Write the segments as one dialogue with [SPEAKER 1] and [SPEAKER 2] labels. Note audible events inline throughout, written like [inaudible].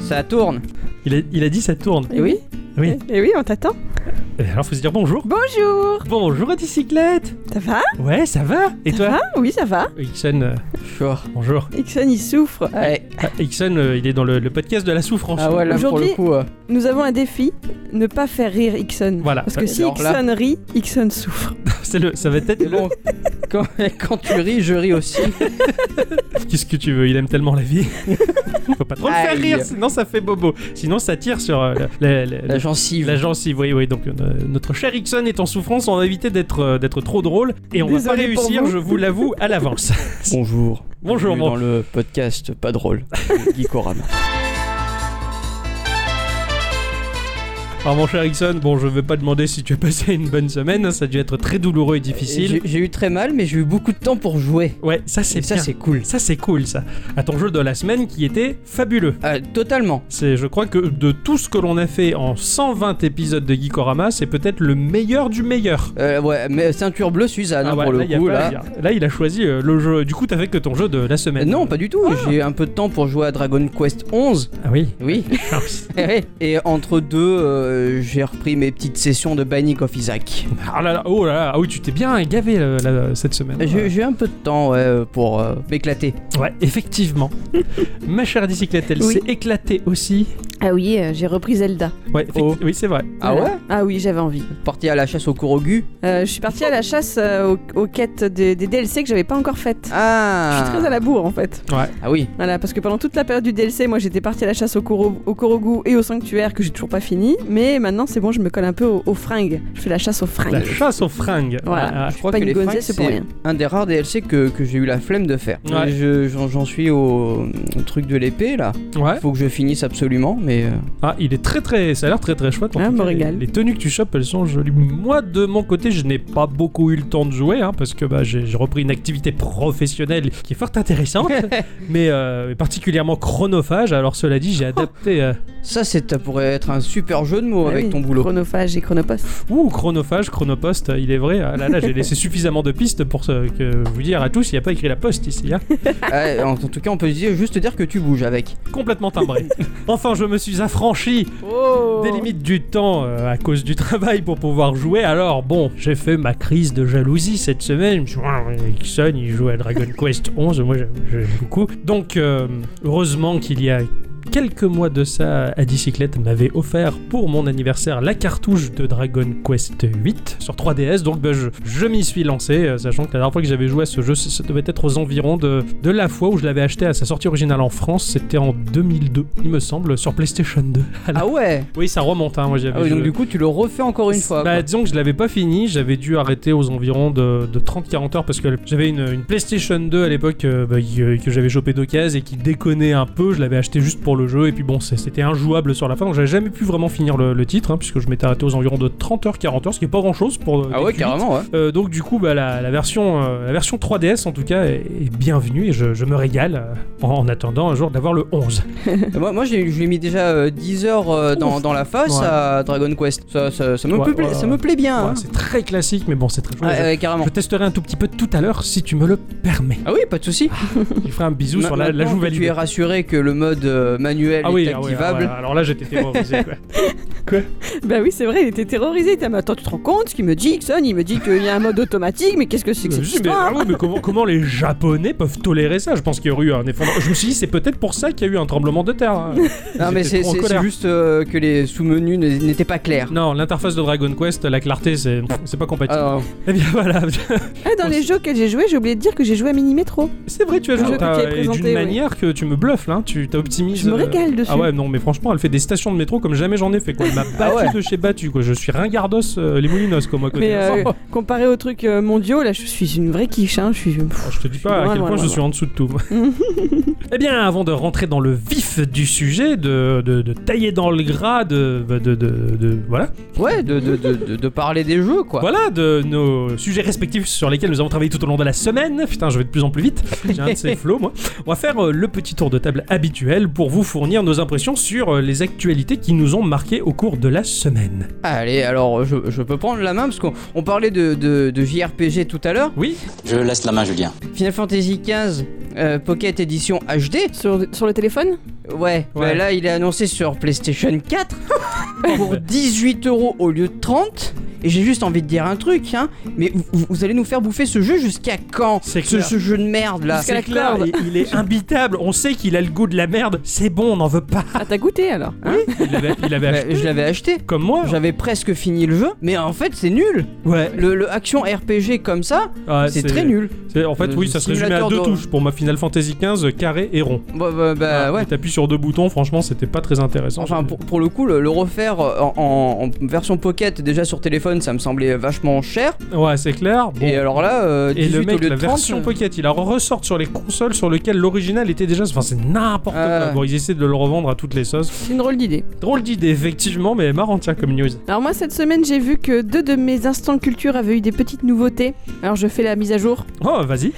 [SPEAKER 1] Ça tourne.
[SPEAKER 2] Il a, il a dit ça tourne.
[SPEAKER 3] Et oui
[SPEAKER 2] Oui.
[SPEAKER 3] Et oui, on t'attend.
[SPEAKER 2] Et Alors faut se dire bonjour.
[SPEAKER 3] Bonjour
[SPEAKER 2] Bonjour à bicyclette.
[SPEAKER 3] Ça va
[SPEAKER 2] Ouais, ça va Et
[SPEAKER 3] Ça
[SPEAKER 2] toi
[SPEAKER 3] va Oui, ça va.
[SPEAKER 2] Ixon, euh,
[SPEAKER 1] Sure.
[SPEAKER 2] bonjour.
[SPEAKER 3] Ixon, il souffre.
[SPEAKER 1] Allez.
[SPEAKER 2] Ah, Ixon, euh, il est dans le, le podcast de la souffrance.
[SPEAKER 1] Ah ouais, là pour le
[SPEAKER 3] Aujourd'hui-
[SPEAKER 1] coup. euh,
[SPEAKER 3] Nous avons un défi, ne pas faire rire Ixon.
[SPEAKER 2] Voilà.
[SPEAKER 3] Parce que si
[SPEAKER 1] Alors là-
[SPEAKER 3] Ixon rit, Ixon souffre.
[SPEAKER 2] C'est le, ça va être
[SPEAKER 3] [laughs]
[SPEAKER 1] bon, [laughs] quand, quand tu ris, je ris aussi.
[SPEAKER 2] Qu'est-ce que tu veux Il aime tellement la
[SPEAKER 3] [laughs]
[SPEAKER 2] vie. faut pas trop le faire
[SPEAKER 1] Aïe.
[SPEAKER 2] rire, sinon ça fait bobo. Sinon ça tire sur euh, la- la- la-
[SPEAKER 1] La gencive.
[SPEAKER 2] la gencive. Oui, oui. Donc euh, notre cher Ixon est en souffrance. On a évité d'être euh, d'être trop drôle et on va pas
[SPEAKER 3] Désolé pour
[SPEAKER 2] réussir.
[SPEAKER 3] vous.
[SPEAKER 2] Je vous l'avoue à
[SPEAKER 3] [laughs]
[SPEAKER 2] l'avance.
[SPEAKER 1] Bonjour.
[SPEAKER 2] Bonjour,
[SPEAKER 1] Bienvenue
[SPEAKER 2] bon-
[SPEAKER 1] Dans le podcast pas drôle. de Geekorama.
[SPEAKER 2] Alors mon cher Ixon, bon, je vais pas demander si tu as passé une bonne semaine. hein, Ça a dû être très douloureux et difficile.
[SPEAKER 1] J'ai j'ai eu très mal, mais j'ai eu beaucoup de temps pour jouer.
[SPEAKER 2] Ouais, ça c'est
[SPEAKER 1] Et ça,
[SPEAKER 2] bien.
[SPEAKER 1] c'est cool.
[SPEAKER 2] Ça c'est cool ça. À ton jeu de la semaine qui était fabuleux.
[SPEAKER 1] Ah, totalement.
[SPEAKER 2] C'est je crois que de tout ce que l'on a fait en 120 épisodes de Geekorama, c'est peut-être le meilleur du meilleur.
[SPEAKER 1] Euh, ouais, mais ceinture bleue Suzanne hein,
[SPEAKER 2] Ah ouais,
[SPEAKER 1] pour
[SPEAKER 2] là,
[SPEAKER 1] le
[SPEAKER 2] y a
[SPEAKER 1] coup
[SPEAKER 2] pas
[SPEAKER 1] là.
[SPEAKER 2] à dire. Là, il a choisi euh, le jeu. Du coup, t'as fait que ton jeu de la
[SPEAKER 1] Euh,
[SPEAKER 2] semaine.
[SPEAKER 1] Non, pas du tout. J'ai eu un peu de temps pour jouer à Dragon Quest 11.
[SPEAKER 2] Ah oui. [laughs]
[SPEAKER 1] Oui. Eh oui. Et entre deux, euh, j'ai repris mes petites sessions de Binding of Isaac.
[SPEAKER 2] Ah là là, oh là là, ah oui, tu t'es bien gavé euh, là, cette semaine.
[SPEAKER 1] J'ai j'ai eu un peu de temps ouais, pour euh, m'éclater.
[SPEAKER 2] Ouais, effectivement. [laughs] Ma chère bicyclette, elle
[SPEAKER 3] Oui.
[SPEAKER 2] s'est éclatée aussi.
[SPEAKER 3] Ah oui, euh, j'ai repris Zelda.
[SPEAKER 2] Ouais, effecti-
[SPEAKER 1] Oh.
[SPEAKER 2] oui, c'est vrai.
[SPEAKER 1] Ah
[SPEAKER 3] Voilà.
[SPEAKER 1] ouais
[SPEAKER 3] Ah oui, j'avais envie.
[SPEAKER 1] Parti à la chasse au Kurogu.
[SPEAKER 3] Euh, je suis partie à la chasse euh, aux, aux quêtes des, des DLC que j'avais pas encore faites. Je suis
[SPEAKER 1] Ah
[SPEAKER 3] très à la bourre en fait.
[SPEAKER 1] Ah oui.
[SPEAKER 3] Voilà, parce que pendant toute la période du DLC, moi j'étais partie à la chasse au, Koro- au Korogu et au sanctuaire que j'ai toujours pas fini. Mais maintenant c'est bon, je me colle un peu aux, aux fringues. Je fais la chasse aux fringues.
[SPEAKER 2] La chasse aux fringues.
[SPEAKER 3] Ah, Voilà.
[SPEAKER 2] Ah,
[SPEAKER 1] Je Bah, crois
[SPEAKER 3] pas
[SPEAKER 1] que
[SPEAKER 3] une
[SPEAKER 1] les
[SPEAKER 3] gonzesse
[SPEAKER 1] fringues,
[SPEAKER 3] pour
[SPEAKER 1] c'est
[SPEAKER 3] rien.
[SPEAKER 1] un des rares DLC que, que j'ai eu la flemme de faire.
[SPEAKER 2] Ouais.
[SPEAKER 1] Je- J'en j'en suis au au truc de l'épée là.
[SPEAKER 2] ah. Ouais.
[SPEAKER 1] Faut que je finisse absolument, mais. euh,
[SPEAKER 2] Ah, il est très très. Ça a l'air très très chouette. en
[SPEAKER 3] Ah,
[SPEAKER 2] tout
[SPEAKER 3] me
[SPEAKER 2] cas, les-
[SPEAKER 3] régale.
[SPEAKER 2] Les tenues que tu chopes, elles sont jolies. Moi, de mon côté, je n'ai pas beaucoup eu le temps de jouer hein, parce que bah, j'ai j'ai repris une activité professionnelle qui est fort
[SPEAKER 3] [laughs]
[SPEAKER 2] intéressante, mais euh, particulièrement chronophage. Alors, cela dit, j'ai adapté. euh,
[SPEAKER 1] Ça, c'est- ça pourrait être un super jeu de mots
[SPEAKER 2] Bah
[SPEAKER 3] Ah
[SPEAKER 1] avec
[SPEAKER 3] oui,
[SPEAKER 1] ton boulot.
[SPEAKER 3] Chronophage et chronopost.
[SPEAKER 2] Ouh, chronophage, chronopost, il est vrai. Ah là là, j'ai laissé suffisamment de pistes pour ce- que vous dire à tous, il n'y a pas écrit la poste ici. hein.
[SPEAKER 1] Ouais, Ah, en, en tout cas, on peut se dire, juste dire que tu bouges avec.
[SPEAKER 2] Complètement
[SPEAKER 3] [laughs]
[SPEAKER 2] timbré. Enfin, je me suis affranchi
[SPEAKER 3] Oh
[SPEAKER 2] des limites du temps euh, à cause du travail pour pouvoir jouer. Alors bon, j'ai fait ma crise de jalousie cette semaine. Je me suis dit, Ah, Nixon, il joue à Dragon Quest [laughs] 11, moi j'aime j'aime beaucoup. Donc euh, heureusement qu'il y a quelques mois de ça, Adicyclette m'avait offert pour mon anniversaire la cartouche de Dragon Quest 8 sur 3DS. Donc bah, je, je m'y suis lancé, euh, sachant que la dernière fois que j'avais joué à ce jeu, ça ça devait être aux environs de, de la fois où je l'avais acheté à sa sortie originale en France. C'était en 2002, il me semble, sur PlayStation 2.
[SPEAKER 1] Ah ouais
[SPEAKER 2] Oui, ça remonte, hein, moi j'avais.
[SPEAKER 1] Ah oui, donc
[SPEAKER 2] je-
[SPEAKER 1] du coup, tu le refais encore une fois.
[SPEAKER 2] Bah,
[SPEAKER 1] quoi.
[SPEAKER 2] disons que je l'avais pas fini, j'avais dû arrêter aux environs de, de 30-40 heures parce que j'avais une, une PlayStation 2 à l'époque euh, bah, qui- euh, que j'avais chopé d'occasion et qui déconnait un peu. Je l'avais acheté juste pour le jeu et puis bon, c'est- c'était injouable sur la fin donc j'avais jamais pu vraiment finir le, le titre hein, puisque je m'étais arrêté aux environs de 30 heures, 40 heures, ce qui est pas grand chose pour. euh,
[SPEAKER 1] Ah
[SPEAKER 2] des
[SPEAKER 1] ouais,
[SPEAKER 2] cuites.
[SPEAKER 1] carrément,
[SPEAKER 2] [laughs]
[SPEAKER 1] ouais.
[SPEAKER 2] Euh, donc du coup, bah, la, la version, euh, la version 3DS en tout cas est, est bienvenue et je, je me régale euh, en attendant un jour d'avoir le 11.
[SPEAKER 1] Euh, moi, moi j'ai- je lui ai mis déjà euh, 10 heures euh, dans,
[SPEAKER 2] Ouf.
[SPEAKER 1] dans la face
[SPEAKER 2] Ouais.
[SPEAKER 1] à Dragon Quest. Ça, ça- ça me,
[SPEAKER 2] Ouais,
[SPEAKER 1] plaît,
[SPEAKER 2] ouais,
[SPEAKER 1] ça
[SPEAKER 2] ouais.
[SPEAKER 1] me plaît bien.
[SPEAKER 2] Ouais,
[SPEAKER 1] hein. Ah,
[SPEAKER 2] c'est très classique, mais bon, c'est très chouette.
[SPEAKER 1] Ouais, ouais, carrément.
[SPEAKER 2] Je testerai un tout petit peu tout à l'heure si tu me le permets. [laughs]
[SPEAKER 1] Ah oui, pas de souci.
[SPEAKER 2] Je ferai un bisou
[SPEAKER 1] Ma-
[SPEAKER 2] sur la, la
[SPEAKER 1] maintenant
[SPEAKER 2] joue
[SPEAKER 1] que Tu es
[SPEAKER 2] valide.
[SPEAKER 1] rassuré que le mode euh, manuel
[SPEAKER 2] Ah oui,
[SPEAKER 1] est
[SPEAKER 2] ah oui, ah
[SPEAKER 1] activable.
[SPEAKER 2] ouais, alors là j'étais terrorisé. quoi.
[SPEAKER 3] Bah oui, c'est vrai, il était terrorisé. Il était, mais attends, tu te rends compte ce qu'il me dit, Ixon Il me dit qu'il y a un mode automatique, mais qu'est-ce que c'est que
[SPEAKER 2] Je me
[SPEAKER 3] cette
[SPEAKER 2] suis dit, mais, ah
[SPEAKER 3] histoire
[SPEAKER 2] oui, mais comment, comment les Japonais peuvent tolérer ça Je pense qu'il y aurait eu un effondrement. Je me suis dit, c'est peut-être pour ça qu'il y a eu un tremblement de terre. hein.
[SPEAKER 1] Non, mais
[SPEAKER 2] Ils
[SPEAKER 1] c'est
[SPEAKER 2] étaient trop en
[SPEAKER 1] c'est-
[SPEAKER 2] colère.
[SPEAKER 1] c'est juste euh, que les sous-menus ne- n'étaient pas clairs.
[SPEAKER 2] Non, l'interface de Dragon Quest, la clarté, c'est pff, c'est pas compatible.
[SPEAKER 1] Alors,
[SPEAKER 2] Eh bien voilà, [laughs]
[SPEAKER 3] Ah, dans les jeux auxquels j'ai joué, j'ai oublié de dire que j'ai joué à Mini Metro.
[SPEAKER 2] c'est vrai, tu as
[SPEAKER 3] Le
[SPEAKER 2] joué
[SPEAKER 3] jeu que tu
[SPEAKER 2] t'as-
[SPEAKER 3] avais
[SPEAKER 2] et
[SPEAKER 3] présenté,
[SPEAKER 2] d'une
[SPEAKER 3] oui.
[SPEAKER 2] manière que tu me bluffes là, hein. tu t'optimises.
[SPEAKER 3] Je me régale dessus.
[SPEAKER 2] Ah ouais, non, mais franchement, elle fait des stations de métro comme jamais j'en ai fait. Quoi. Elle m'a battu
[SPEAKER 1] ouais.
[SPEAKER 2] de chez battu. Quoi. Je suis ringardos euh, les moulinos, comme à côté. Oh.
[SPEAKER 3] Mais euh, comparé aux trucs euh, mondiaux, là, je suis une vraie quiche. Hein, je suis.
[SPEAKER 2] Ah, je te dis pas à
[SPEAKER 3] Loin,
[SPEAKER 2] quel
[SPEAKER 3] loin,
[SPEAKER 2] point
[SPEAKER 3] loin,
[SPEAKER 2] je suis en dessous de tout. moi. eh bien, avant de rentrer dans le vif du sujet, de, de, de tailler dans le gras, de, de, de, de- de- voilà,
[SPEAKER 1] ouais, de, de- de- de- de parler des jeux, quoi.
[SPEAKER 2] voilà, de nos sujets respectifs sur lesquels nous avons travaillé tout au long de la semaine. Putain, je vais de plus en plus vite. J'ai un de ces flots, moi. On va faire euh, le petit tour de table habituel pour vous fournir nos impressions sur euh, les actualités qui nous ont marqués au cours de la semaine.
[SPEAKER 1] Allez, alors je, je peux prendre la main parce qu'on on parlait de, de, de JRPG tout à l'heure.
[SPEAKER 2] Oui
[SPEAKER 4] Je laisse la main, Julien.
[SPEAKER 1] Final Fantasy XV euh, Pocket Edition HD.
[SPEAKER 3] Sur, sur le téléphone
[SPEAKER 1] Ouais, bah
[SPEAKER 2] Ouais.
[SPEAKER 1] là il est annoncé sur PlayStation 4 [laughs] pour 18 euros au lieu de 30. Et j'ai juste envie de dire un truc, hein. Mais vous, vous allez nous faire bouffer ce jeu jusqu'à quand
[SPEAKER 2] C'est
[SPEAKER 1] ce,
[SPEAKER 2] clair.
[SPEAKER 1] ce jeu de merde là.
[SPEAKER 3] Jusqu'à la
[SPEAKER 2] C'est clair,
[SPEAKER 3] corde.
[SPEAKER 2] il, il est imbitable, on sait qu'il a le goût de la merde, c'est bon, on n'en veut pas.
[SPEAKER 3] Ah, t'as goûté alors hein
[SPEAKER 2] Il l'avait il l'avait
[SPEAKER 1] Bah,
[SPEAKER 2] acheté
[SPEAKER 1] je l'avais acheté.
[SPEAKER 2] comme moi.
[SPEAKER 1] J'avais presque fini le jeu, mais en fait c'est nul.
[SPEAKER 2] Ouais,
[SPEAKER 1] Le, le action RPG comme ça,
[SPEAKER 2] Ouais,
[SPEAKER 1] Ah, c'est très nul.
[SPEAKER 2] Ah, c'est- En fait,
[SPEAKER 1] Le
[SPEAKER 2] oui, ça se résumait à
[SPEAKER 1] simulateur
[SPEAKER 2] deux
[SPEAKER 1] de-
[SPEAKER 2] touches pour ma Final Fantasy XV, carré et rond.
[SPEAKER 1] Bah, bah, bah, ouais.
[SPEAKER 2] Et T'appuies sur deux boutons, franchement, c'était pas très intéressant.
[SPEAKER 1] Enfin, pour, pour le coup, le, le refaire en, en- en version Pocket déjà sur téléphone, ça me semblait vachement cher.
[SPEAKER 2] Ouais, c'est clair. Bon.
[SPEAKER 1] Et alors là, euh,
[SPEAKER 2] Et
[SPEAKER 1] 18
[SPEAKER 2] le
[SPEAKER 1] au
[SPEAKER 2] mec,
[SPEAKER 1] lieu de
[SPEAKER 2] la
[SPEAKER 1] 30,
[SPEAKER 2] version
[SPEAKER 1] euh,
[SPEAKER 2] Pocket, il la ressort sur les consoles sur lesquelles l'original était déjà. Enfin, c'est n'importe
[SPEAKER 1] Ah.
[SPEAKER 2] quoi. Bon, ils essaient de le revendre à toutes les sauces.
[SPEAKER 3] C'est une drôle d'idée.
[SPEAKER 2] Drôle d'idée, effectivement, mais marrant, tiens, comme news.
[SPEAKER 3] Alors moi cette semaine j'ai vu que deux de mes instants culture avaient eu des petites nouveautés. Alors je fais la mise à jour.
[SPEAKER 2] Oh, vas-y.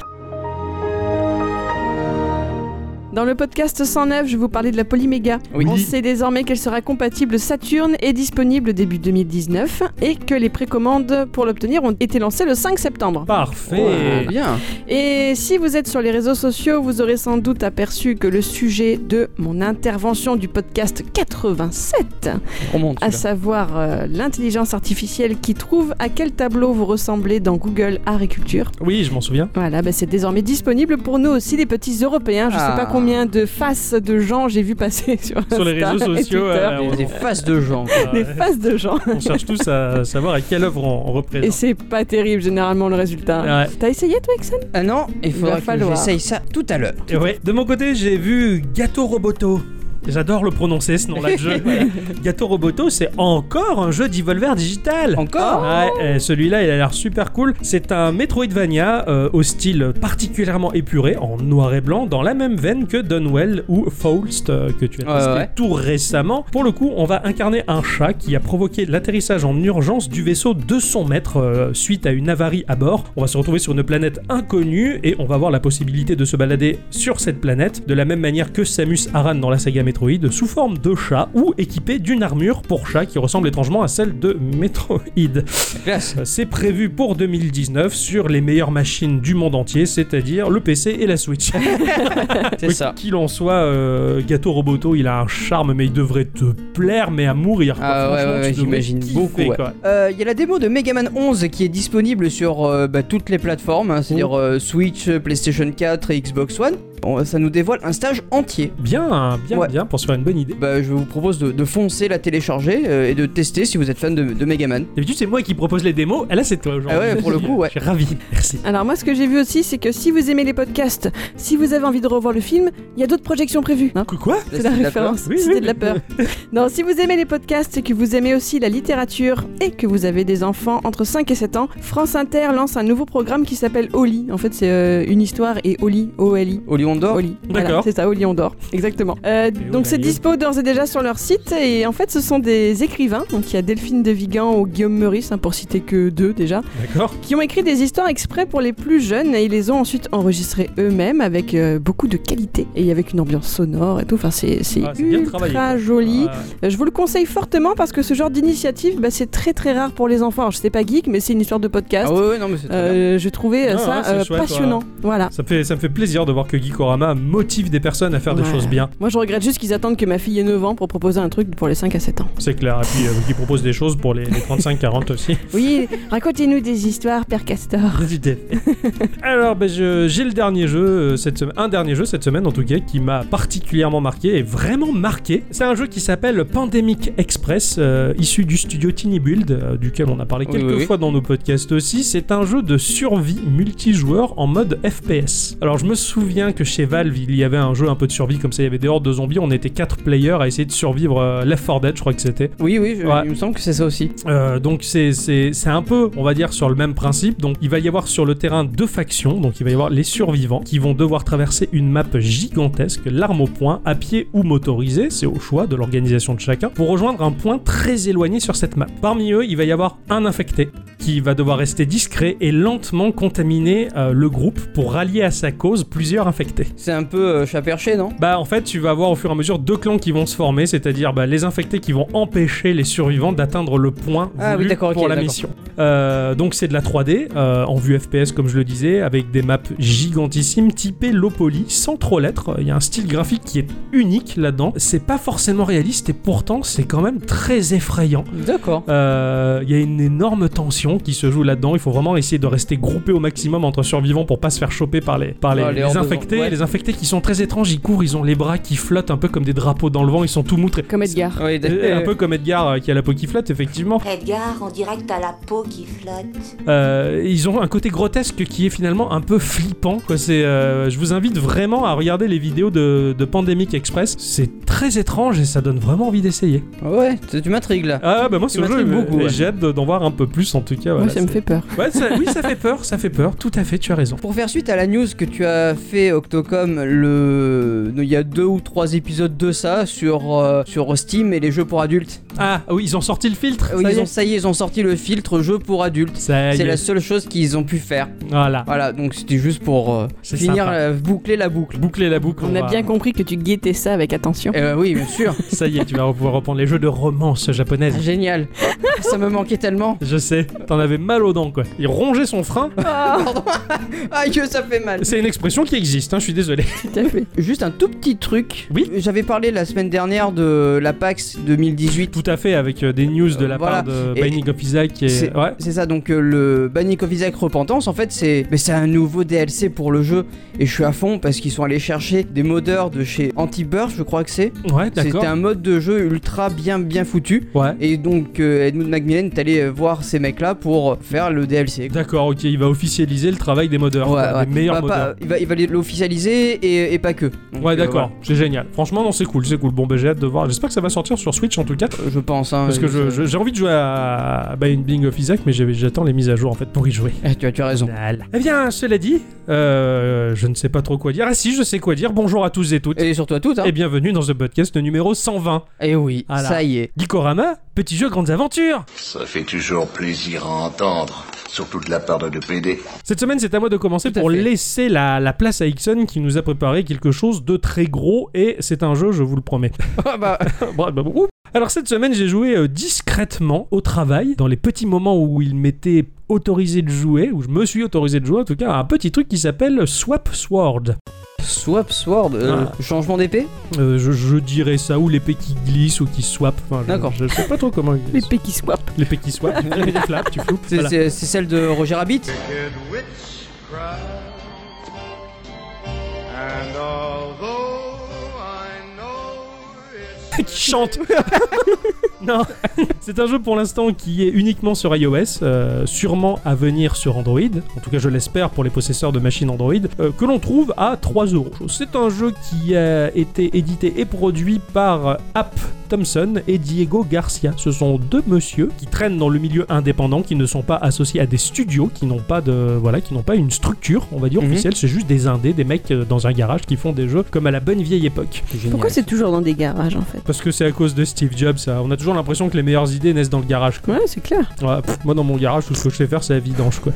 [SPEAKER 3] Dans le podcast 109 je vous parlais de la Polyméga.
[SPEAKER 1] Oui.
[SPEAKER 3] On sait désormais qu'elle sera compatible Saturn et disponible début 2019 et que les précommandes pour l'obtenir ont été lancées le 5 septembre.
[SPEAKER 1] Oh,
[SPEAKER 2] Parfait.
[SPEAKER 1] bien.
[SPEAKER 3] Et si vous êtes sur les réseaux sociaux vous aurez sans doute aperçu que le sujet de mon intervention du podcast 87
[SPEAKER 1] On monte.
[SPEAKER 3] à
[SPEAKER 1] celui-là.
[SPEAKER 3] savoir euh, l'intelligence artificielle qui trouve à quel tableau vous ressemblez dans Google Art et Culture.
[SPEAKER 2] Oui, je
[SPEAKER 1] [laughs]
[SPEAKER 2] m'en souviens.
[SPEAKER 3] Voilà, bah, c'est désormais disponible pour nous aussi, les petits Européens. Je
[SPEAKER 1] Ah.
[SPEAKER 3] sais pas combien de faces de gens j'ai vu passer [laughs] sur,
[SPEAKER 2] Sur les
[SPEAKER 3] Insta
[SPEAKER 2] réseaux
[SPEAKER 3] et
[SPEAKER 2] sociaux,
[SPEAKER 3] Twitter.
[SPEAKER 2] euh,
[SPEAKER 1] Des faces de gens. quoi.
[SPEAKER 3] des faces de gens.
[SPEAKER 2] on cherche tous à savoir à quelle œuvre on, on
[SPEAKER 3] Et
[SPEAKER 2] représente.
[SPEAKER 3] c'est pas terrible généralement le résultat.
[SPEAKER 2] Ouais.
[SPEAKER 3] T'as essayé toi, Exxon
[SPEAKER 1] Ah non, il
[SPEAKER 3] va
[SPEAKER 1] faudra que
[SPEAKER 3] falloir.
[SPEAKER 1] j'essaye ça tout à l'heure.
[SPEAKER 2] Et ouais. De mon côté, j'ai vu Gâteau Roboto. J'adore le prononcer ce nom-là de jeu. Voilà. Gâteau Roboto, c'est encore un jeu d'Evolver Digital.
[SPEAKER 1] Encore
[SPEAKER 2] Ouais, euh, celui-là, il a l'air super cool. C'est un Metroidvania euh, au style particulièrement épuré, en noir et blanc, dans la même veine que Dunwell ou Faust, euh, que tu as
[SPEAKER 1] Ouais,
[SPEAKER 2] testé
[SPEAKER 1] ouais.
[SPEAKER 2] tout récemment. Pour le coup, on va incarner un chat qui a provoqué l'atterrissage en urgence du vaisseau 200 mètres euh, suite à une avarie à bord. On va se retrouver sur une planète inconnue et on va avoir la possibilité de se balader sur cette planète, de la même manière que Samus Aran dans la saga Metroid, sous forme de chat ou équipé d'une armure pour chat qui ressemble étrangement à celle de Metroid.
[SPEAKER 1] [laughs] Classe.
[SPEAKER 2] Euh, C'est prévu pour 2019 sur les meilleures machines du monde entier, c'est-à-dire le PC et la Switch. [laughs]
[SPEAKER 1] C'est
[SPEAKER 2] Oui,
[SPEAKER 1] ça.
[SPEAKER 2] Qu'il en soit, euh, Gato Roboto, il a un charme, mais il devrait te plaire, mais à mourir. quoi.
[SPEAKER 1] Ah ouais,
[SPEAKER 2] Franchement,
[SPEAKER 1] ouais,
[SPEAKER 2] tu
[SPEAKER 1] ouais,
[SPEAKER 2] devrais
[SPEAKER 1] j'imagine
[SPEAKER 2] kiffer,
[SPEAKER 1] beaucoup, ouais.
[SPEAKER 2] quoi.
[SPEAKER 1] Euh, Il y a la démo de Mega Man 11 qui est disponible sur euh, bah, toutes les plateformes, hein,
[SPEAKER 2] Oh.
[SPEAKER 1] c'est-à-dire euh, Switch, euh, PlayStation 4 et Xbox One. Bon, ça nous dévoile un stage entier.
[SPEAKER 2] Bien, hein, bien,
[SPEAKER 1] Ouais.
[SPEAKER 2] bien, pour se faire une bonne idée.
[SPEAKER 1] Bah, je vous propose de, de foncer, la télécharger euh, et de tester si vous êtes fan de, de Mega Man.
[SPEAKER 2] D'habitude, c'est moi qui propose les démos. Ah là, c'est toi aujourd'hui.
[SPEAKER 1] Ah ouais, pour le coup, ouais.
[SPEAKER 2] Je suis ravi. Merci.
[SPEAKER 3] Alors moi ce que j'ai vu aussi c'est que si vous aimez les podcasts, si vous avez envie de revoir le film, il y a d'autres projections prévues. hein.
[SPEAKER 2] Quoi, Quoi
[SPEAKER 3] C'est la
[SPEAKER 1] C'était de
[SPEAKER 3] référence,
[SPEAKER 2] peur. Oui,
[SPEAKER 3] c'était
[SPEAKER 2] oui,
[SPEAKER 3] de la
[SPEAKER 2] mais- [laughs]
[SPEAKER 3] peur. non, si vous aimez les podcasts et que vous aimez aussi la littérature et que vous avez des enfants entre 5 et 7 ans, France Inter lance un nouveau programme qui s'appelle Oli. En fait, c'est euh, une histoire et Oli, O-L-I.
[SPEAKER 1] Au Lion d'Or
[SPEAKER 3] Oli. Voilà,
[SPEAKER 2] Oh, D'accord.
[SPEAKER 3] c'est ça, Oli on dort. Exactement. Euh,
[SPEAKER 2] où
[SPEAKER 3] donc
[SPEAKER 2] la
[SPEAKER 3] c'est
[SPEAKER 2] ligne
[SPEAKER 3] dispo d'ores et déjà sur leur site et en fait ce sont des écrivains, donc il y a Delphine de Vigan ou Guillaume Meurice, hein, pour citer que deux déjà,
[SPEAKER 2] D'accord.
[SPEAKER 3] qui ont écrit des histoires exprès pour les plus jeunes et ils les ont ensuite enregistrées eux-mêmes avec euh, beaucoup de qualité et avec une ambiance sonore et tout. Enfin, c'est c'est
[SPEAKER 2] Ah, c'est bien travaillé,
[SPEAKER 3] ultra
[SPEAKER 2] quoi.
[SPEAKER 3] joli.
[SPEAKER 2] Ah,
[SPEAKER 3] Euh, Je vous le conseille fortement parce que ce genre d'initiative, bah, c'est très très rare pour les enfants. Alors, je sais pas geek, mais c'est une histoire de podcast.
[SPEAKER 1] Ah ouais, ouais, non, mais c'est très bien.
[SPEAKER 3] Euh, je trouvais euh,
[SPEAKER 2] Ah,
[SPEAKER 3] ça
[SPEAKER 2] ouais, c'est
[SPEAKER 3] euh,
[SPEAKER 2] chouette,
[SPEAKER 3] passionnant. Voilà.
[SPEAKER 2] ça, me fait, ça me fait plaisir de voir que Geekorama motive des personnes à faire des
[SPEAKER 3] Ouais.
[SPEAKER 2] choses bien.
[SPEAKER 3] Moi, je regrette juste qu'ils attendent que ma fille ait 9 ans pour proposer un truc pour les 5 à 7 ans.
[SPEAKER 2] C'est clair. Et puis, euh, qui propose des choses pour les, les 35-40 aussi.
[SPEAKER 3] Oui, racontez-nous des histoires, Père Castor.
[SPEAKER 2] Vas-y, Dave. [laughs] Alors, ben, je- j'ai le dernier jeu euh, cette semaine, un dernier jeu cette semaine en tout cas qui m'a particulièrement marqué et vraiment marqué. C'est un jeu qui s'appelle Pandemic Express, euh, issu du studio Tiny Build, euh, duquel on a parlé
[SPEAKER 1] Oui,
[SPEAKER 2] quelques
[SPEAKER 1] oui, oui.
[SPEAKER 2] fois dans nos podcasts aussi. C'est un jeu de survie multijoueur en mode FPS. Alors, je me souviens que chez Valve, il y avait un jeu un peu de survie comme ça. Il y avait des hordes de zombies. On était quatre players à essayer de survivre euh, Left 4 Dead, je crois que c'était.
[SPEAKER 1] Oui, oui, je-
[SPEAKER 2] Ouais.
[SPEAKER 1] il me semble que c'est ça aussi.
[SPEAKER 2] Euh, donc c'est- c'est c'est un peu, on va dire, sur le même principe. Donc il va y avoir sur le terrain deux factions. Donc il va y avoir les survivants qui vont devoir traverser une map gigantesque, l'arme au point, à pied ou motorisé, c'est au choix de l'organisation de chacun, pour rejoindre un point très éloigné sur cette map. Parmi eux, il va y avoir un infecté qui va devoir rester discret et lentement contaminer euh, le groupe pour rallier à sa cause plusieurs infectés. réalité.
[SPEAKER 1] C'est un peu euh, chat perché, non
[SPEAKER 2] Bah en fait tu vas avoir au fur et à mesure deux clans qui vont se former, c'est-à-dire bah, les infectés qui vont empêcher les survivants d'atteindre le point
[SPEAKER 1] Ah oui,
[SPEAKER 2] voulu
[SPEAKER 1] d'accord, ok,
[SPEAKER 2] pour la
[SPEAKER 1] d'accord.
[SPEAKER 2] mission. Euh, donc c'est de la 3D euh, en vue FPS comme je le disais, avec des maps gigantissimes typées low poly, sans trop l'être. Il y a un style graphique qui est unique là-dedans. C'est pas forcément réaliste et pourtant c'est quand même très effrayant.
[SPEAKER 1] D'accord.
[SPEAKER 2] Euh, Il y a une énorme tension qui se joue là-dedans. Il faut vraiment essayer de rester groupé au maximum entre survivants pour pas se faire choper par les, par les,
[SPEAKER 1] Ouais, Ah, les
[SPEAKER 2] les
[SPEAKER 1] hors-dosants,
[SPEAKER 2] infectés.
[SPEAKER 1] ouais.
[SPEAKER 2] Les infectés qui sont très étranges, ils courent, ils ont les bras qui flottent un peu comme des drapeaux dans le vent, ils sont tout moutrés.
[SPEAKER 3] Comme Edgar.
[SPEAKER 1] Oui, d'accord.
[SPEAKER 2] Euh, Un peu comme Edgar euh, qui a la peau qui flotte, effectivement.
[SPEAKER 4] Edgar, en direct à la peau qui flotte.
[SPEAKER 2] Euh, ils ont un côté grotesque qui est finalement un peu flippant. quoi. C'est, euh, je vous invite vraiment à regarder les vidéos de, de Pandemic Express. C'est très étrange et ça donne vraiment envie d'essayer.
[SPEAKER 1] Ouais, tu tu m'intrigues là.
[SPEAKER 2] Ah bah moi ce jeu,
[SPEAKER 1] m'intrigues beaucoup,
[SPEAKER 2] euh,
[SPEAKER 1] ouais.
[SPEAKER 2] j'ai hâte de- d'en voir un peu plus en tout cas.
[SPEAKER 3] Moi,
[SPEAKER 2] voilà,
[SPEAKER 3] ça me
[SPEAKER 2] c'est-
[SPEAKER 3] fait peur.
[SPEAKER 2] Ouais, ça- oui, ça fait peur, ça fait peur, tout à fait, tu as raison.
[SPEAKER 1] Pour faire suite à la news que tu as fait Octocom le il y a deux ou trois épisodes de ça sur euh, sur Steam et les jeux pour adultes.
[SPEAKER 2] Ah oui, ils ont sorti le filtre.
[SPEAKER 1] Euh,
[SPEAKER 2] ça y
[SPEAKER 1] ils
[SPEAKER 2] est.
[SPEAKER 1] ont ça y est, ils ont sorti le filtre jeux pour adultes.
[SPEAKER 2] Ça y
[SPEAKER 1] C'est
[SPEAKER 2] est.
[SPEAKER 1] la seule chose qu'ils ont pu faire.
[SPEAKER 2] Voilà.
[SPEAKER 1] Voilà, donc c'était juste pour euh,
[SPEAKER 2] C'est
[SPEAKER 1] finir
[SPEAKER 2] sympa.
[SPEAKER 1] euh, boucler la boucle.
[SPEAKER 2] Boucler la boucle.
[SPEAKER 3] On a
[SPEAKER 2] va-
[SPEAKER 3] bien compris que tu guettais ça avec attention.
[SPEAKER 1] Euh, oui, bien
[SPEAKER 2] [laughs]
[SPEAKER 1] sûr.
[SPEAKER 2] Ça y est, tu vas
[SPEAKER 1] [laughs]
[SPEAKER 2] pouvoir reprendre les jeux de romance
[SPEAKER 1] Ah,
[SPEAKER 2] japonaise.
[SPEAKER 1] Génial. ça me manquait tellement.
[SPEAKER 2] Je sais, t'en avais mal aux dents quoi. Il rongeait son frein.
[SPEAKER 1] Ah, Pardon. Aïe, ça fait mal.
[SPEAKER 2] C'est une expression qui existe, hein, je suis désolé.
[SPEAKER 3] Tout à fait.
[SPEAKER 1] Juste un tout petit truc.
[SPEAKER 2] Oui.
[SPEAKER 1] J'avais parlé la semaine dernière de la PAX 2018
[SPEAKER 2] Tout à fait, avec euh, des news de la
[SPEAKER 1] Euh, voilà.
[SPEAKER 2] part de
[SPEAKER 1] Et-
[SPEAKER 2] Binding of Isaac et.
[SPEAKER 1] c'est-
[SPEAKER 2] Ouais.
[SPEAKER 1] C'est ça, donc euh, le Banning of Isaac Repentance, en fait, c'est mais c'est un nouveau DLC pour le jeu. Et je suis à fond parce qu'ils sont allés chercher des modeurs de chez Anti-Burst, je crois que c'est.
[SPEAKER 2] Ouais, d'accord.
[SPEAKER 1] C'était un mode de jeu ultra bien bien foutu.
[SPEAKER 2] Ouais.
[SPEAKER 1] Et donc euh, Edmund Macmillan est allé euh, voir ces mecs-là pour faire le DLC.
[SPEAKER 2] D'accord, ok, il va officialiser le travail des modeurs.
[SPEAKER 1] Ouais,
[SPEAKER 2] quoi,
[SPEAKER 1] ouais.
[SPEAKER 2] Des meilleurs
[SPEAKER 1] Bah, pas-
[SPEAKER 2] modeurs.
[SPEAKER 1] il va il va l'officialiser et, et pas que. Donc,
[SPEAKER 2] Ouais,
[SPEAKER 1] euh,
[SPEAKER 2] d'accord, c'est génial. Franchement, non, c'est cool, c'est cool. Bon, bah, j'ai hâte de voir. J'espère que ça va sortir sur Switch en tout cas.
[SPEAKER 1] voilà. Euh, Je pense. hein,
[SPEAKER 2] Parce que
[SPEAKER 1] et
[SPEAKER 2] je-
[SPEAKER 1] ça-
[SPEAKER 2] je- j'ai envie de jouer à Binding of Isaac, mais j'avais- j'attends les mises à jour en fait pour y jouer.
[SPEAKER 1] Ah, tu, as, tu as raison.
[SPEAKER 2] Eh bien, cela dit, euh, je ne sais pas trop quoi dire. Ah si, je sais quoi dire. Bonjour à tous et toutes. Et,
[SPEAKER 1] Et sur toi toutes.
[SPEAKER 2] Eh
[SPEAKER 1] Hein.
[SPEAKER 2] bienvenue dans ce podcast numéro 120.
[SPEAKER 1] Et Eh oui,
[SPEAKER 2] Voilà.
[SPEAKER 1] ça y est.
[SPEAKER 2] Gikorama, petit jeu grandes aventures.
[SPEAKER 5] Ça fait toujours plaisir à entendre, surtout de la part de PD.
[SPEAKER 2] Cette semaine, c'est à moi de commencer
[SPEAKER 1] Tout à
[SPEAKER 2] pour
[SPEAKER 1] fait.
[SPEAKER 2] laisser la, la place à Ixon qui nous a préparé quelque chose de très gros et c'est un jeu, je vous le promets.
[SPEAKER 1] Ah bah,
[SPEAKER 2] Bon, bah, bon, ouh. Alors cette semaine, j'ai joué euh, discrètement au travail, dans les petits moments où il m'était autorisé de jouer, où je me suis autorisé de jouer en tout cas, à un petit truc qui s'appelle Swap Sword.
[SPEAKER 1] [laughs] Swap Sword, euh,
[SPEAKER 2] Ah.
[SPEAKER 1] changement d'épée
[SPEAKER 2] Euh, je, je dirais ça, ou l'épée qui glisse ou qui swap. Enfin, je-
[SPEAKER 1] D'accord.
[SPEAKER 2] Je, sais pas trop comment.
[SPEAKER 3] Les qui swap.
[SPEAKER 2] L'épée qui swap, tu flappes, tu floupes.
[SPEAKER 1] C'est
[SPEAKER 2] voilà.
[SPEAKER 1] c'est- c'est celle de Roger Rabbit
[SPEAKER 6] wicked witchcraft. And although I know it's
[SPEAKER 2] qui chante. [laughs] non, c'est un jeu pour l'instant qui est uniquement sur iOS, euh, sûrement à venir sur Android, en tout cas je l'espère pour les possesseurs de machines Android, euh, que l'on trouve à 3 euros. C'est un jeu qui a été édité et produit par euh, App Thompson et Diego Garcia. Ce sont deux messieurs qui traînent dans le milieu indépendant, qui ne sont pas associés à des studios, qui n'ont pas de voilà, qui n'ont pas une structure, on va dire
[SPEAKER 1] Mhm.
[SPEAKER 2] officielle. C'est juste des indés, des mecs euh, dans un garage qui font des jeux comme à la bonne vieille époque.
[SPEAKER 3] Pourquoi c'est toujours dans des garages en fait
[SPEAKER 2] Parce que c'est à cause de Steve Jobs, ça. On a toujours l'impression que les meilleures idées naissent dans le garage. quoi.
[SPEAKER 3] Ouais, c'est clair.
[SPEAKER 2] Ouais, pff, moi, dans mon garage, tout ce que je sais faire, c'est la vidange, quoi.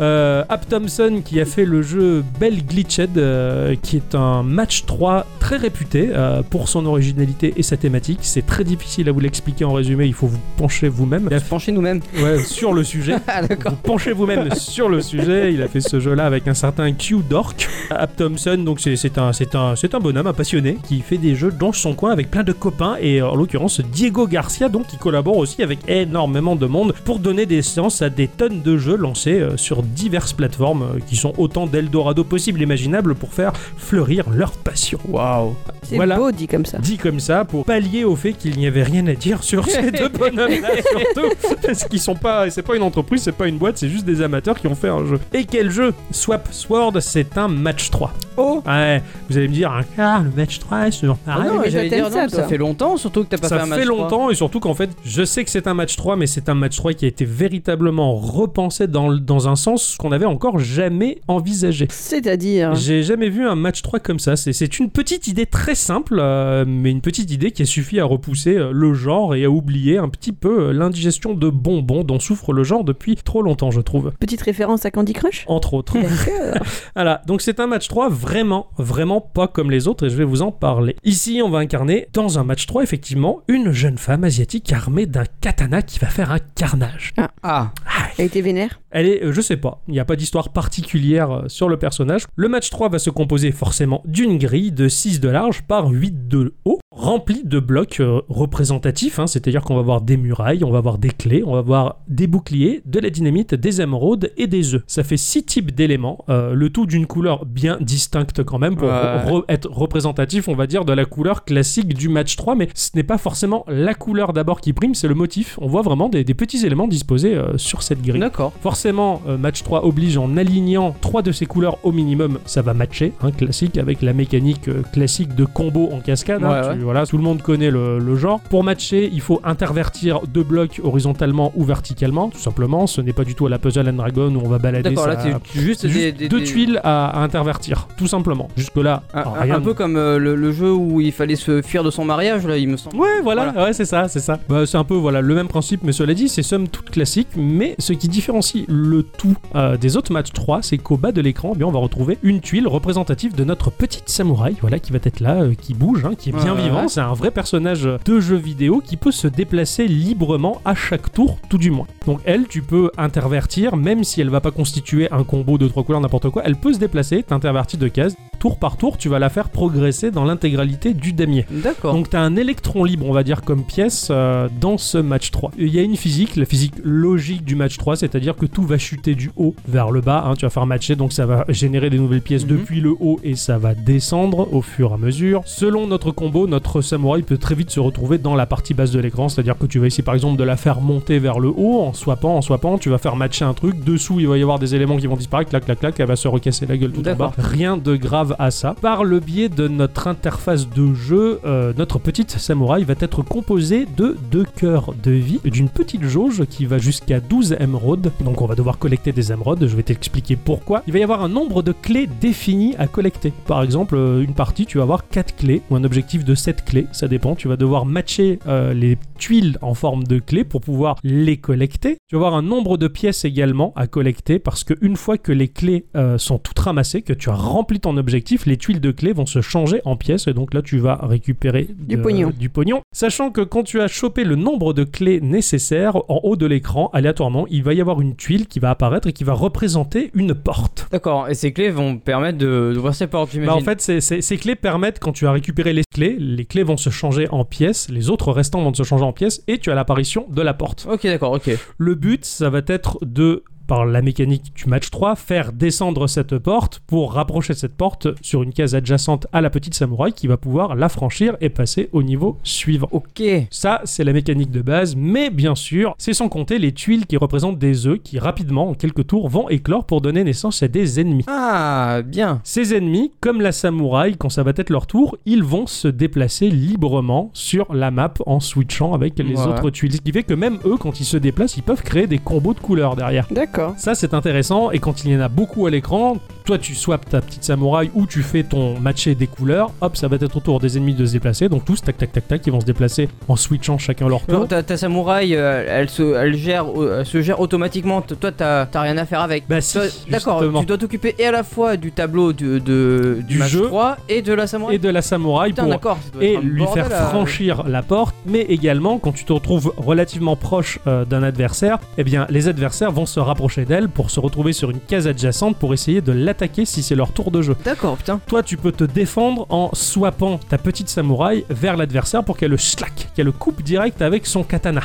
[SPEAKER 2] Euh, App Thompson, qui a fait le jeu Bell Glitched, euh, qui est un match 3 très réputé euh, pour son originalité et sa thématique. C'est très difficile à vous l'expliquer en résumé, il faut vous pencher vous-même
[SPEAKER 1] On va se pencher nous-mêmes.
[SPEAKER 2] ouais, [laughs] sur le sujet.
[SPEAKER 1] Ah d'accord.
[SPEAKER 2] Vous penchez vous-même sur le sujet. Il a fait ce jeu-là avec un certain Q Dork. App Thompson, donc c'est- c'est un, c'est un, c'est un bonhomme, un passionné, qui fait des jeux dans son coin avec plein de copains. Et en l'occurrence, Diego Garcia, donc, qui collabore aussi avec énormément de monde pour donner des séances à des tonnes de jeux lancés euh, sur diverses plateformes euh, qui sont autant d'Eldorado possible et imaginable pour faire fleurir leur passion.
[SPEAKER 1] Waouh.
[SPEAKER 3] C'est
[SPEAKER 2] Voilà.
[SPEAKER 3] beau dit comme ça.
[SPEAKER 2] Dit comme ça pour pallier au fait qu'il n'y avait rien à dire sur
[SPEAKER 1] [laughs]
[SPEAKER 2] ces deux bonhommes-là, surtout parce qu'ils sont pas, c'est pas une entreprise, c'est pas une boîte, c'est juste des amateurs qui ont fait un jeu. Et quel jeu Swap Sword, c'est un match 3.
[SPEAKER 1] Oh
[SPEAKER 2] Ouais, vous allez me dire, ah, le match 3, c'est toujours
[SPEAKER 1] Ah
[SPEAKER 2] pareil.
[SPEAKER 1] non,
[SPEAKER 3] mais
[SPEAKER 1] j'allais
[SPEAKER 2] Ah,
[SPEAKER 1] dire
[SPEAKER 3] t'aimes
[SPEAKER 1] non,
[SPEAKER 3] ça,
[SPEAKER 1] ça
[SPEAKER 3] toi.
[SPEAKER 1] fait longtemps, surtout que t'as pas
[SPEAKER 2] ça
[SPEAKER 1] fait un match.
[SPEAKER 2] fait
[SPEAKER 1] trois.
[SPEAKER 2] longtemps et surtout qu'en fait, je sais que c'est un match 3, mais c'est un match 3 qui a été véritablement repensé dans, le- dans un sens qu'on n'avait encore jamais envisagé.
[SPEAKER 3] C'est-à-dire.
[SPEAKER 2] J'ai jamais vu un match 3 comme ça. C'est- C'est une petite idée très simple, euh, mais une petite idée qui a suffi à repousser euh, le genre et à oublier un petit peu euh, l'indigestion de bonbons dont souffre le genre depuis trop longtemps, je trouve.
[SPEAKER 3] Petite référence à Candy Crush
[SPEAKER 2] Entre autres. [laughs] Voilà, donc c'est un match 3 vraiment, vraiment pas comme les autres et je vais vous en parler. Ici, on va incarner dans un match 3, effectivement, une jeune femme asiatique armée d'un katana qui va faire un carnage.
[SPEAKER 1] Ah,
[SPEAKER 3] Elle était vénère.
[SPEAKER 2] Elle est, euh, je sais pas, il n'y a pas d'histoire particulière euh, sur le personnage. Le match 3 va se composer forcément d'une grille de 6 de large par 8 de haut, remplie de blocs euh, représentatifs, hein, c'est-à-dire qu'on va avoir des murailles, on va avoir des clés, on va avoir des boucliers, de la dynamite, des émeraudes et des œufs. Ça fait 6 types d'éléments, euh, le tout d'une couleur bien distincte quand même, pour
[SPEAKER 1] Ouais.
[SPEAKER 2] re- être représentatif, on va dire, de la couleur classique du match 3, mais ce n'est pas forcément la couleur d'abord qui prime, c'est le motif. On voit vraiment des, des petits éléments disposés euh, sur cette grille.
[SPEAKER 1] d'accord.
[SPEAKER 2] Forcément, euh, match 3 oblige en alignant 3 de ses couleurs au minimum, ça va matcher, hein, classique, avec la mécanique euh, classique de combo en cascade. hein,
[SPEAKER 1] Ouais,
[SPEAKER 2] tu- Voilà, tout le monde connaît le, le genre. Pour matcher, il faut intervertir deux blocs horizontalement ou verticalement, tout simplement. Ce n'est pas du tout à la puzzle and dragon où on va balader
[SPEAKER 1] D'accord, là,
[SPEAKER 2] sa-
[SPEAKER 1] t'es tu- juste,
[SPEAKER 2] c'est juste
[SPEAKER 1] des, des-
[SPEAKER 2] deux
[SPEAKER 1] des-
[SPEAKER 2] tuiles à, à intervertir, tout simplement. Jusque-là,
[SPEAKER 1] Un, un-
[SPEAKER 2] Oh, rien
[SPEAKER 1] un
[SPEAKER 2] de-
[SPEAKER 1] peu comme euh, le, le jeu où il fallait se fuir de son mariage, là, il me semble.
[SPEAKER 2] Ouais, voilà, ouais, c'est ça, c'est ça. Bah, c'est un peu voilà le même principe, mais cela dit, c'est somme toute classique. Mais ce qui différencie le tout euh, des autres matchs 3, c'est qu'au bas de l'écran, eh bien, on va retrouver une tuile représentative de notre petite samouraï, voilà, qui va être là, euh, qui bouge, hein, qui est bien
[SPEAKER 1] Ouais,
[SPEAKER 2] vivant.
[SPEAKER 1] ouais.
[SPEAKER 2] C'est un vrai personnage de jeu vidéo qui peut se déplacer librement à chaque tour, tout du moins. Donc elle, tu peux intervertir, même si elle va pas constituer un combo de trois couleurs, n'importe quoi, elle peut se déplacer, t'intervertir de cases. Tour par tour, tu vas la faire progresser dans l'intégralité du damier.
[SPEAKER 1] D'accord.
[SPEAKER 2] Donc t'as un électron libre, on va dire, comme pièce euh, dans ce match 3. Il y a une physique, la physique logique du match 3, c'est-à-dire que tout va chuter du haut vers le bas, hein, tu vas faire matcher, donc ça va générer des nouvelles pièces
[SPEAKER 1] Mhm.
[SPEAKER 2] depuis le haut et ça va descendre au fur et à mesure. Selon notre combo, notre samouraï peut très vite se retrouver dans la partie basse de l'écran, c'est-à-dire que tu vas essayer par exemple de la faire monter vers le haut en swappant, en swappant, tu vas faire matcher un truc, dessous il va y avoir des éléments qui vont disparaître, clac, clac, clac, elle va se recasser la gueule tout en
[SPEAKER 1] D'accord.
[SPEAKER 2] bas. Rien de grave à ça. Par le biais de notre interface de jeu, euh, notre petite samouraï va être composée de deux cœurs de vie, d'une petite jauge qui va jusqu'à 12 émeraudes. Donc on va devoir collecter des émeraudes, je vais t'expliquer pourquoi. Il va y avoir un nombre de clés définies à collecter. Par exemple, euh, une partie, tu vas avoir 4 clés ou un objectif de 7 clés, ça dépend. Tu vas devoir matcher euh, les tuiles en forme de clés pour pouvoir les collecter. Tu vas avoir un nombre de pièces également à collecter parce que une fois que les clés euh, sont toutes ramassées, que tu as rempli ton objectif, les tuiles de clés vont se changer en pièces et donc là tu vas récupérer
[SPEAKER 3] Du pognon.
[SPEAKER 2] du pognon. Sachant que quand tu as chopé le nombre de clés nécessaires en haut de l'écran, aléatoirement, il va y avoir une tuile qui va apparaître et qui va représenter une porte.
[SPEAKER 1] D'accord, et ces clés vont permettre de- d'ouvrir ces portes, j'imagine.
[SPEAKER 2] Bah, en fait, c'est- c'est- ces clés permettent, quand tu as récupéré les clés, les clés vont se changer en pièces, les autres restants vont se changer en pièces, et tu as l'apparition de la porte.
[SPEAKER 1] Ok, d'accord, ok.
[SPEAKER 2] Le but, ça va être de par la mécanique du match 3, faire descendre cette porte pour rapprocher cette porte sur une case adjacente à la petite samouraï qui va pouvoir la franchir et passer au niveau suivant.
[SPEAKER 1] Ok.
[SPEAKER 2] Ça, c'est la mécanique de base, mais bien sûr, c'est sans compter les tuiles qui représentent des œufs qui, rapidement, en quelques tours, vont éclore pour donner naissance à des ennemis.
[SPEAKER 1] Ah, bien.
[SPEAKER 2] Ces ennemis, comme la samouraï, quand ça va être leur tour, ils vont se déplacer librement sur la map en switchant avec les
[SPEAKER 1] Ouais.
[SPEAKER 2] autres tuiles. Ce qui fait que même eux, quand ils se déplacent, ils peuvent créer des combos de couleurs derrière.
[SPEAKER 3] D'accord.
[SPEAKER 2] Ça, c'est intéressant. Et quand il y en a beaucoup à l'écran, toi, tu swaps ta petite samouraï ou tu fais ton matché des couleurs. Hop, ça va être au tour des ennemis de se déplacer. Donc, tous, tac, tac, tac, tac, ils vont se déplacer en switchant chacun leur tour.
[SPEAKER 1] Alors, ta, ta samouraï, euh, elle, se, elle, gère, euh, elle se gère automatiquement. T- Toi, t'as t'as rien à faire avec.
[SPEAKER 2] Bah, si,
[SPEAKER 1] Toi, D'accord,
[SPEAKER 2] justement.
[SPEAKER 1] tu dois t'occuper et à la fois du tableau de, de-
[SPEAKER 2] Du
[SPEAKER 1] match
[SPEAKER 2] jeu.
[SPEAKER 1] 3 et de la samouraï.
[SPEAKER 2] Et de la samouraï
[SPEAKER 1] Putain,
[SPEAKER 2] pour
[SPEAKER 1] d'accord. ça doit
[SPEAKER 2] et
[SPEAKER 1] être un
[SPEAKER 2] lui
[SPEAKER 1] bordel,
[SPEAKER 2] faire
[SPEAKER 1] là.
[SPEAKER 2] franchir la porte, mais également quand tu te retrouves relativement proche euh, d'un adversaire, eh bien les adversaires vont se rapprocher d'elle pour se retrouver sur une case adjacente pour essayer de l'attaquer si c'est leur tour de jeu.
[SPEAKER 1] D'accord, putain.
[SPEAKER 2] Toi, tu peux te défendre en swappant ta petite samouraï vers l'adversaire pour qu'elle le slack, qu'elle le coupe direct avec son katana.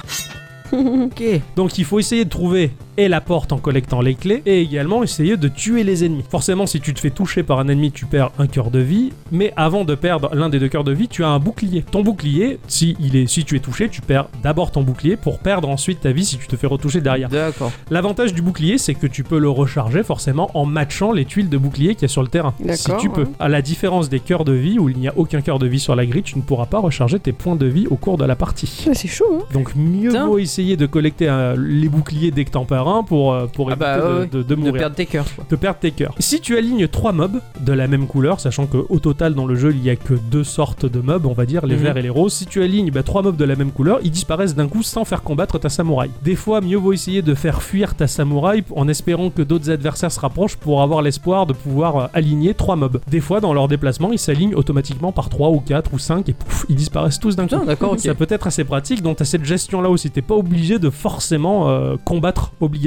[SPEAKER 1] Ok.
[SPEAKER 2] Donc il faut essayer de trouver et la porte en collectant les clés, et également essayer de tuer les ennemis. Forcément, si tu te fais toucher par un ennemi, tu perds un cœur de vie, mais avant de perdre l'un des deux cœurs de vie, tu as un bouclier. Ton bouclier, si, il est, si tu es touché, tu perds d'abord ton bouclier pour perdre ensuite ta vie si tu te fais retoucher derrière.
[SPEAKER 1] D'accord.
[SPEAKER 2] L'avantage du bouclier, c'est que tu peux le recharger forcément en matchant les tuiles de bouclier qu'il y a sur le terrain. Si
[SPEAKER 3] D'accord,
[SPEAKER 2] tu peux.
[SPEAKER 3] ouais.
[SPEAKER 2] À la différence des cœurs de vie, où il n'y a aucun cœur de vie sur la grille, tu ne pourras pas recharger tes points de vie au cours de la partie.
[SPEAKER 3] Ouais, C'est chaud, hein
[SPEAKER 2] Donc mieux
[SPEAKER 1] Putain.
[SPEAKER 2] vaut essayer de collecter euh, les boucliers dès que t'en perds un pour, euh, pour
[SPEAKER 1] Ah
[SPEAKER 2] éviter
[SPEAKER 1] bah,
[SPEAKER 2] de-
[SPEAKER 1] ouais,
[SPEAKER 2] de, de
[SPEAKER 1] De
[SPEAKER 2] mourir.
[SPEAKER 1] perdre tes cœurs, quoi.
[SPEAKER 2] de perdre tes cœurs. Si tu alignes trois mobs de la même couleur, sachant que au total dans le jeu il n'y a que deux sortes de mobs, on va dire les
[SPEAKER 1] Mhm.
[SPEAKER 2] verts et les roses, si tu alignes bah, trois mobs de la même couleur, ils disparaissent d'un coup sans faire combattre ta samouraï. Des fois, mieux vaut essayer de faire fuir ta samouraï en espérant que d'autres adversaires se rapprochent pour avoir l'espoir de pouvoir euh, aligner trois mobs. Des fois, dans leur déplacement, ils s'alignent automatiquement par trois ou quatre ou cinq et pouf, ils disparaissent tous d'un coup.
[SPEAKER 1] Putain,
[SPEAKER 2] [laughs]
[SPEAKER 1] d'accord, ok.
[SPEAKER 2] Ça peut être assez pratique, donc t'as cette gestion-là aussi, t'es pas obligé de forcément euh, combattre obligatoirement.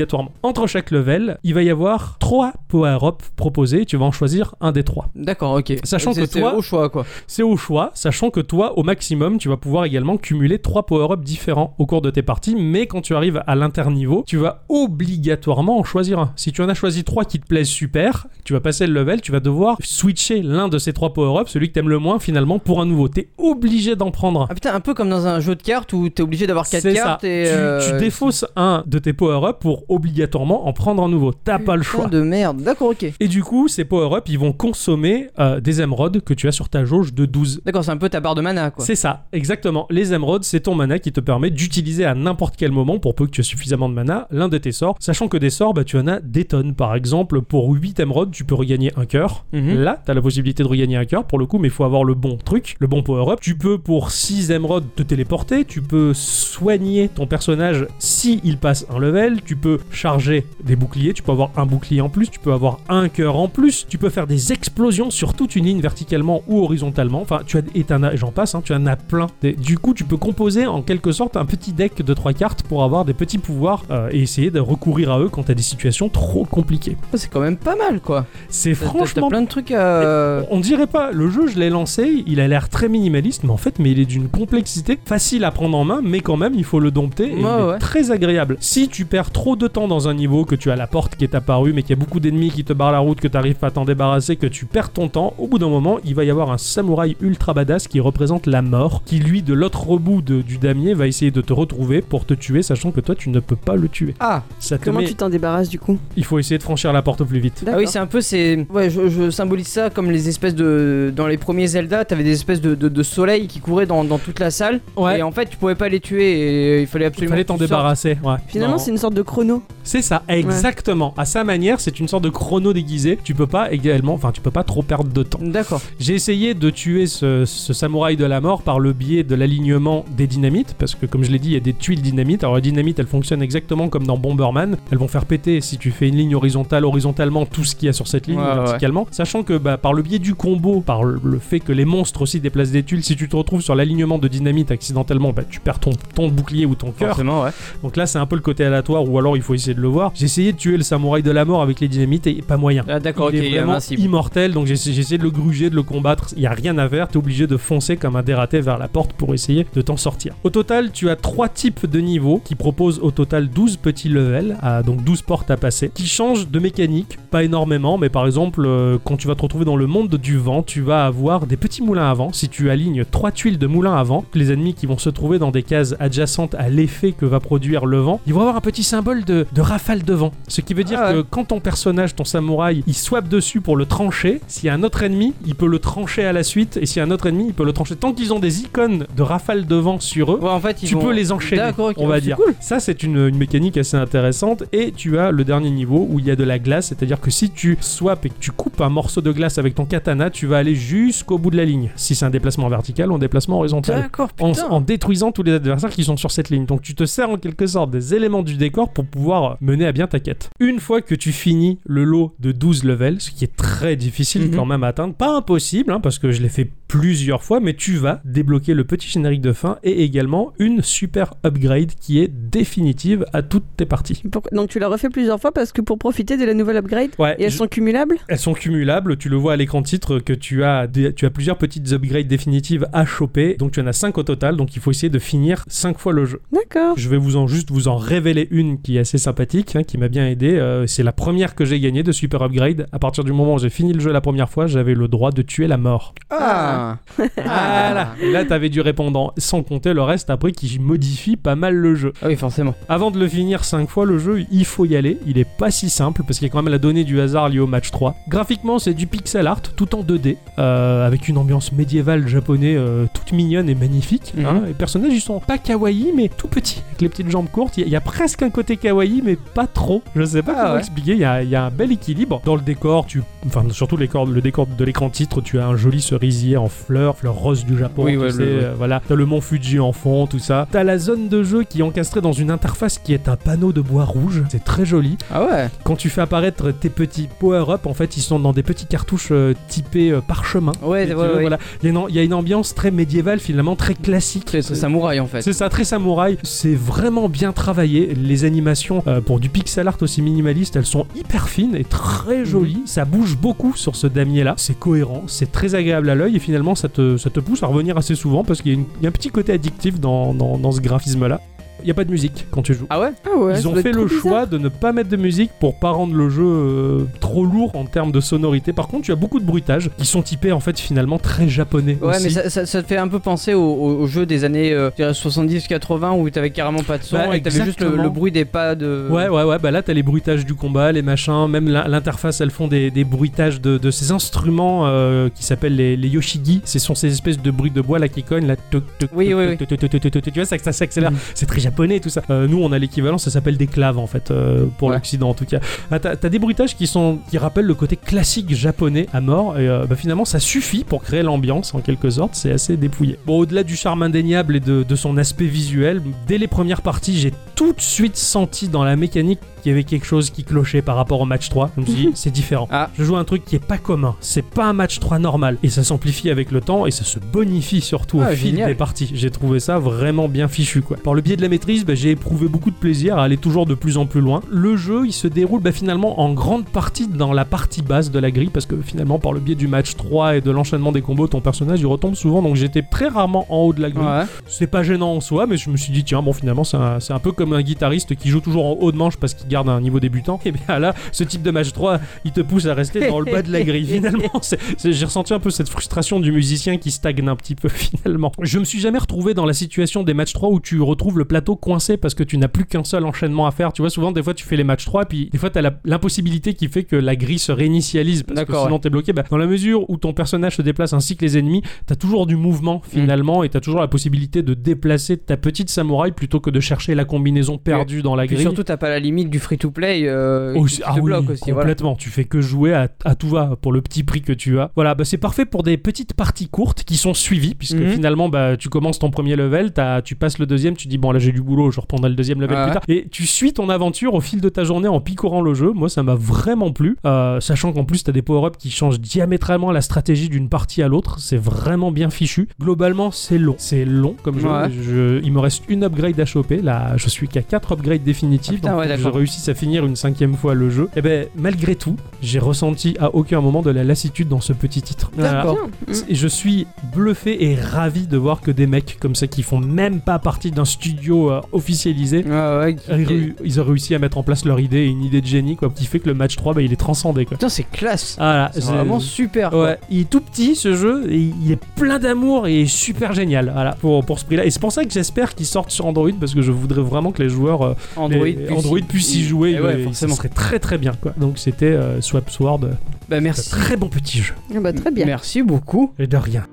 [SPEAKER 2] Entre chaque level, il va y avoir trois power-ups proposés, tu vas en choisir un des trois.
[SPEAKER 1] D'accord, ok.
[SPEAKER 2] Sachant
[SPEAKER 1] C'est-
[SPEAKER 2] que
[SPEAKER 1] c'est
[SPEAKER 2] toi-
[SPEAKER 1] au choix, quoi.
[SPEAKER 2] C'est au choix, sachant que toi, au maximum, tu vas pouvoir également cumuler trois power-ups différents au cours de tes parties, mais quand tu arrives à l'interniveau, tu vas obligatoirement en choisir un. Si tu en as choisi trois qui te plaisent super, tu vas passer le level, tu vas devoir switcher l'un de ces trois power-ups, celui que t'aimes le moins finalement, pour un nouveau. T'es obligé d'en prendre un.
[SPEAKER 1] Ah putain, un peu comme dans un jeu de cartes où t'es obligé d'avoir 4
[SPEAKER 2] C'est ça.
[SPEAKER 1] cartes et.
[SPEAKER 2] Tu,
[SPEAKER 1] euh,
[SPEAKER 2] tu défausses un de tes power-up pour obligatoirement en prendre un nouveau. T'as pas le
[SPEAKER 1] putain
[SPEAKER 2] choix.
[SPEAKER 1] de merde. D'accord, ok.
[SPEAKER 2] Et du coup, ces power-up, ils vont consommer euh, des émeraudes que tu as sur ta jauge de 12.
[SPEAKER 1] D'accord, c'est un peu ta barre de mana, quoi.
[SPEAKER 2] C'est ça, exactement. Les émeraudes, c'est ton mana qui te permet d'utiliser à n'importe quel moment, pour peu que tu aies suffisamment de mana, l'un de tes sorts. Sachant que des sorts, bah, tu en as des tonnes. Par exemple, pour 8 émeraudes, tu peux regagner un cœur.
[SPEAKER 1] Mhm.
[SPEAKER 2] Là, t'as la possibilité de regagner un cœur pour le coup, mais il faut avoir le bon truc, le bon power-up. Tu peux pour 6 émeraudes te téléporter, tu peux soigner ton personnage si il passe un level, tu peux charger des boucliers, tu peux avoir un bouclier en plus, tu peux avoir un cœur en plus, tu peux faire des explosions sur toute une ligne verticalement ou horizontalement. Enfin, tu as et t'en as- j'en passe, hein, tu en as plein. Des- Du coup, tu peux composer en quelque sorte un petit deck de 3 cartes pour avoir des petits pouvoirs euh, et essayer de recourir à eux quand t'as des situations trop compliquées.
[SPEAKER 1] C'est quand même pas mal, quoi.
[SPEAKER 2] C'est
[SPEAKER 1] T'as- t'as-
[SPEAKER 2] franchement
[SPEAKER 1] T'as plein de trucs à.
[SPEAKER 2] Euh, on dirait pas, le jeu je l'ai lancé, il a l'air très minimaliste, mais en fait, mais il est d'une complexité facile à prendre en main, mais quand même, il faut le dompter et
[SPEAKER 1] Ouais,
[SPEAKER 2] il est
[SPEAKER 1] ouais.
[SPEAKER 2] très agréable. Si tu perds trop de temps dans un niveau, que tu as la porte qui est apparue, mais qu'il y a beaucoup d'ennemis qui te barrent la route, que tu arrives pas à t'en débarrasser, que tu perds ton temps, au bout d'un moment, il va y avoir un samouraï ultra badass qui représente la mort, qui lui, de l'autre rebout de- du damier, va essayer de te retrouver pour te tuer, sachant que toi, tu ne peux pas le tuer.
[SPEAKER 1] Ah,
[SPEAKER 2] Ça te
[SPEAKER 3] Comment
[SPEAKER 2] met-
[SPEAKER 3] tu t'en débarrasses du coup
[SPEAKER 2] Il faut essayer de franchir la porte au plus vite.
[SPEAKER 1] ah oui, c'est un peu c'est. Ouais, je, je symbolise ça comme les espèces de. Dans les premiers Zelda, t'avais des espèces de, de, de soleil qui couraient dans, dans toute la salle.
[SPEAKER 2] Ouais.
[SPEAKER 1] Et en fait, tu pouvais pas les tuer et il fallait
[SPEAKER 2] Il
[SPEAKER 1] absolument.
[SPEAKER 2] fallait t'en
[SPEAKER 1] que tu sortes.
[SPEAKER 2] débarrasser. Ouais.
[SPEAKER 3] Finalement,
[SPEAKER 2] Non.
[SPEAKER 3] c'est une sorte de chrono.
[SPEAKER 2] C'est ça, exactement. À sa manière, c'est une sorte de chrono déguisé. Tu peux pas également, enfin, tu peux pas trop perdre de temps.
[SPEAKER 1] D'accord.
[SPEAKER 2] J'ai essayé de tuer ce, ce samouraï de la mort par le biais de l'alignement des dynamites, parce que comme je l'ai dit, il y a des tuiles dynamites. Alors les dynamites, elles fonctionnent exactement comme dans Bomberman. Elles vont faire péter si tu fais une ligne horizontale, horizontalement, tout ce qu'il y a sur cette ligne,
[SPEAKER 1] Ouais, ouais.
[SPEAKER 2] verticalement. Sachant que bah, par le biais du combo, par le le fait que les monstres aussi déplacent des tuiles, si tu te retrouves sur l'alignement de dynamite accidentellement, bah, tu perds ton, ton bouclier ou ton cœur.
[SPEAKER 1] Forcément, ouais.
[SPEAKER 2] Donc là, c'est un peu le côté aléatoire, ou alors il faut essayer de le voir. J'ai essayé de tuer le samouraï de la mort avec les dynamites et pas moyen.
[SPEAKER 1] Ah, d'accord, ok,
[SPEAKER 2] il est vraiment
[SPEAKER 1] invincible.
[SPEAKER 2] immortel, donc j'ai j'ai essayé de le gruger, de le combattre. Il y a rien à faire, t'es obligé de foncer comme un dératé vers la porte pour essayer de t'en sortir. Au total, tu as trois types de niveaux qui proposent au total 12 petits levels, à- donc 12 portes à passer, qui changent de mécanique, pas énormément, mais par exemple, euh, quand tu vas te retrouver dans le monde du vent, tu vas avoir des petits moulins à vent. Si tu alignes trois tuiles de moulins à vent, les ennemis qui vont se trouver dans des cases adjacentes à l'effet que va produire le vent, ils vont avoir un petit symbole de, de rafale de vent. Ce qui veut dire
[SPEAKER 1] Ah ouais.
[SPEAKER 2] que quand ton personnage, ton samouraï, il swap dessus pour le trancher, s'il y a un autre ennemi, il peut le trancher à la suite, et s'il y a un autre ennemi, il peut le trancher. Tant qu'ils ont des icônes de rafale de vent sur eux,
[SPEAKER 1] Ouais, en fait, ils
[SPEAKER 2] tu
[SPEAKER 1] vont-
[SPEAKER 2] peux les enchaîner,
[SPEAKER 1] D'accord, ok,
[SPEAKER 2] on va
[SPEAKER 1] c'est
[SPEAKER 2] dire.
[SPEAKER 1] cool.
[SPEAKER 2] Ça, c'est une, une mécanique assez intéressante. Et tu as le dernier niveau où il y a de la glace, c'est-à-dire que si tu swaps et que tu coupes un morceau de glace avec ton katana, tu vas aller jusqu'au bout de la ligne. Si c'est un déplacement vertical ou un déplacement horizontal.
[SPEAKER 1] D'accord,
[SPEAKER 2] En,
[SPEAKER 1] putain.
[SPEAKER 2] en détruisant tous les adversaires qui sont sur cette ligne. Donc tu te sers en quelque sorte des éléments du décor pour pouvoir mener à bien ta quête. Une fois que tu finis le lot de 12 levels, ce qui est très difficile
[SPEAKER 1] Mhm.
[SPEAKER 2] quand même à atteindre, pas impossible, hein, parce que je l'ai fait plusieurs fois, mais tu vas débloquer le petit générique de fin et également une super upgrade qui est définitive à toutes tes parties.
[SPEAKER 3] Pourquoi- Donc tu l'as refait plusieurs fois parce que pour profiter de la nouvelle upgrade
[SPEAKER 2] Ouais,
[SPEAKER 3] et elles
[SPEAKER 2] je-
[SPEAKER 3] sont cumulables
[SPEAKER 2] elles sont cumulables. Tu le vois à l'écran titre que tu as, des- tu as plusieurs petites upgrades définitives à choper. Donc tu en as 5 au total. Donc il faut essayer de finir 5 fois le jeu.
[SPEAKER 3] D'accord.
[SPEAKER 2] Je vais vous en juste vous en révéler une qui assez sympathique, hein, qui m'a bien aidé. Euh, c'est la première que j'ai gagnée de Super Upgrade. À partir du moment où j'ai fini le jeu la première fois, j'avais le droit de tuer la mort.
[SPEAKER 1] Ah,
[SPEAKER 2] Voilà. Et là, t'avais du répondant, sans compter le reste après qui modifie pas mal le jeu.
[SPEAKER 1] Ah oui, forcément.
[SPEAKER 2] Avant de le finir 5 fois, le jeu, il faut y aller. Il est pas si simple parce qu'il y a quand même la donnée du hasard liée au match 3. Graphiquement, c'est du pixel art tout en 2D, euh, avec une ambiance médiévale japonais euh, toute mignonne et magnifique.
[SPEAKER 1] Mhm.
[SPEAKER 2] hein. Les personnages, ils sont pas kawaii, mais tout petits, avec les petites jambes courtes. Il y, a- il y a presque un côté kawaii, mais pas trop. Je sais pas
[SPEAKER 1] Ah
[SPEAKER 2] comment
[SPEAKER 1] ouais.
[SPEAKER 2] expliquer. Il y, a- il y a un bel équilibre. Dans le décor, tu... enfin, surtout les cordes- le décor de l'écran titre, tu as un joli cerisier en fleurs, fleurs roses du Japon.
[SPEAKER 1] Oui,
[SPEAKER 2] tu
[SPEAKER 1] ouais, le-
[SPEAKER 2] sais, euh, euh, voilà, t'as le mont Fuji en fond, tout ça. T'as la zone de jeu qui est encastrée dans une interface qui est un panneau de bois rouge. C'est très joli.
[SPEAKER 1] Ah ouais.
[SPEAKER 2] Quand tu fais apparaître tes petits power-up, en fait, ils sont dans des petits cartouches euh, typés euh, parchemin. Et
[SPEAKER 1] Ouais,
[SPEAKER 2] tu
[SPEAKER 1] ouais,
[SPEAKER 2] vois,
[SPEAKER 1] ouais.
[SPEAKER 2] voilà. Il y a une- il y a une ambiance très médiévale, finalement, très classique.
[SPEAKER 1] Très, très samouraï en fait.
[SPEAKER 2] C'est ça, très samouraï. C'est vraiment bien travaillé. Les animations euh, pour du pixel art aussi minimaliste, elles sont hyper fines et
[SPEAKER 3] Mhm.
[SPEAKER 2] très jolies. Ça bouge beaucoup sur ce damier-là. C'est cohérent, c'est très agréable à l'œil et finalement ça te, ça te pousse à revenir assez souvent parce qu'il y, a une- il y a un petit côté addictif dans, dans- dans ce graphisme-là. Il n'y a pas de musique quand tu joues.
[SPEAKER 1] Ah ouais
[SPEAKER 3] Ah ouais,
[SPEAKER 2] Ils
[SPEAKER 3] ça
[SPEAKER 2] ont
[SPEAKER 3] doit
[SPEAKER 2] fait
[SPEAKER 3] être
[SPEAKER 2] le
[SPEAKER 3] trop bizarre.
[SPEAKER 2] choix de ne pas mettre de musique pour pas rendre le jeu euh, trop lourd en termes de sonorité. Par contre, tu as beaucoup de bruitages qui sont typés en fait finalement très japonais.
[SPEAKER 1] Ouais,
[SPEAKER 2] aussi.
[SPEAKER 1] mais ça, ça, ça te fait un peu penser au, au- au jeu des années euh, 70-80 où t'avais carrément pas de son
[SPEAKER 2] Bah,
[SPEAKER 1] et t'avais juste le,
[SPEAKER 2] exactement.
[SPEAKER 1] le bruit des pas de.
[SPEAKER 2] Ouais, ouais, ouais, bah là t'as les bruitages du combat, les machins, même la- l'interface elles font des, des bruitages de, de ces instruments euh, qui s'appellent les, les Yoshigi. Ce sont ces espèces de bruits de bois là qui cognent, là. toc, toc,
[SPEAKER 1] Oui,
[SPEAKER 2] toc,
[SPEAKER 1] oui,
[SPEAKER 2] toc, toc, toc, toc, toc, toc, Tu vois, ça, ça s'accélère.
[SPEAKER 1] Mm.
[SPEAKER 2] C'est très japonais tout ça. Euh, nous on a l'équivalent, ça s'appelle des claves en fait, euh, pour
[SPEAKER 1] Ouais.
[SPEAKER 2] l'Occident en tout cas. Ah, t'as t'as des bruitages qui, sont, qui rappellent le côté classique japonais à mort, et euh, bah, finalement ça suffit pour créer l'ambiance en quelque sorte, c'est assez dépouillé. Bon, au-delà du charme indéniable et de, de son aspect visuel, dès les premières parties, j'ai tout de suite senti dans la mécanique qu'il y avait quelque chose qui clochait par rapport au match 3. Je me
[SPEAKER 1] [laughs]
[SPEAKER 2] suis dit, c'est différent.
[SPEAKER 1] Ah.
[SPEAKER 2] Je joue un truc qui est pas commun, c'est pas un match 3 normal, et ça s'amplifie avec le temps, et ça se bonifie surtout au
[SPEAKER 1] Ah,
[SPEAKER 2] fil
[SPEAKER 1] génial.
[SPEAKER 2] des parties. J'ai trouvé ça vraiment bien fichu, quoi. Par le biais de la maîtrise, bah, j'ai éprouvé beaucoup de plaisir à aller toujours de plus en plus loin. Le jeu, il se déroule bah, finalement en grande partie dans la partie basse de la grille, parce que finalement, par le biais du match 3 et de l'enchaînement des combos, ton personnage, il retombe souvent, donc j'étais très rarement en haut de la grille.
[SPEAKER 1] Ouais.
[SPEAKER 2] C'est pas gênant en soi, mais je me suis dit, tiens, bon, finalement, c'est un, c'est un peu comme un guitariste qui joue toujours en haut de manche parce qu'il garde un niveau débutant. [laughs] Et bien là, ce type de match 3, il te pousse à rester dans le bas de la grille. Finalement, c'est- c'est- j'ai ressenti un peu cette frustration du musicien qui stagne un petit peu, [laughs] finalement. Je me suis jamais retrouvé dans la situation des matchs 3 où tu retrouves le plateau coincé parce que tu n'as plus qu'un seul enchaînement à faire. Tu vois, souvent, des fois, tu fais les matchs 3, puis des fois, t'as la- l'impossibilité qui fait que la grille se réinitialise parce que
[SPEAKER 1] D'accord,
[SPEAKER 2] sinon, t'es bloqué. Bah, dans la mesure où ton personnage se déplace ainsi que les ennemis, t'as toujours du mouvement finalement et t'as toujours la possibilité de déplacer ta petite samouraï plutôt que de chercher la combinaison perdue dans la
[SPEAKER 1] Puis
[SPEAKER 2] grille.
[SPEAKER 1] surtout, t'as pas la limite du free to play euh, qui
[SPEAKER 2] Aussi-
[SPEAKER 1] te
[SPEAKER 2] ah oui,
[SPEAKER 1] bloque aussi. Voilà.
[SPEAKER 2] complètement. Tu fais que jouer à, à tout va pour le petit prix que tu as. Voilà, bah c'est parfait pour des petites parties courtes qui sont suivies, puisque
[SPEAKER 1] Mhm.
[SPEAKER 2] finalement, bah, tu commences ton premier level, t'as- tu passes le deuxième, tu dis bon là j'ai du boulot, je reprendrai le deuxième level
[SPEAKER 1] Ah
[SPEAKER 2] plus
[SPEAKER 1] ouais.
[SPEAKER 2] tard. Et tu suis ton aventure au fil de ta journée en picorant le jeu. Moi, ça m'a vraiment plu, Euh, sachant qu'en plus t'as des power-ups qui changent diamétralement la stratégie d'une partie à l'autre. C'est vraiment bien fichu. Globalement, c'est long. C'est long comme jeu.
[SPEAKER 1] Ouais.
[SPEAKER 2] Je- il me reste une upgrade à choper. Là, je suis qu'à 4 upgrades définitives.
[SPEAKER 1] Ah putain, ouais,
[SPEAKER 2] Donc, je
[SPEAKER 1] d'accord.
[SPEAKER 2] réussisse à finir une cinquième fois le jeu. Et ben, malgré tout, j'ai ressenti à aucun moment de la lassitude dans ce petit titre.
[SPEAKER 1] D'accord.
[SPEAKER 3] Tiens, mm.
[SPEAKER 2] Et je suis bluffé et ravi de voir que des mecs comme ça qui font même pas partie d'un studio euh, officialisé.
[SPEAKER 1] Ouais, ouais, qui-
[SPEAKER 2] Ils ils ont réussi à mettre en place leur idée, une idée de génie, quoi, qui fait que le match 3, bah, il est transcendé. Quoi.
[SPEAKER 1] Putain, c'est classe.
[SPEAKER 2] Ah,
[SPEAKER 1] C'est vraiment super. quoi.
[SPEAKER 2] Ouais, il est tout petit ce jeu, et il est plein d'amour et super génial voilà, pour, pour ce prix-là. Et c'est pour ça que j'espère qu'il sorte sur Android parce que je voudrais vraiment que les joueurs euh,
[SPEAKER 1] Android,
[SPEAKER 2] les- Android puissent y jouer.
[SPEAKER 1] Eh
[SPEAKER 2] et
[SPEAKER 1] ouais,
[SPEAKER 2] et ça
[SPEAKER 1] forcément.
[SPEAKER 2] serait très très bien quoi. Donc c'était euh, Swap Sword, euh,
[SPEAKER 1] Bah
[SPEAKER 2] un
[SPEAKER 1] merci.
[SPEAKER 2] très bon petit jeu.
[SPEAKER 3] Ah bah, très bien.
[SPEAKER 1] Merci beaucoup.
[SPEAKER 2] Et de rien.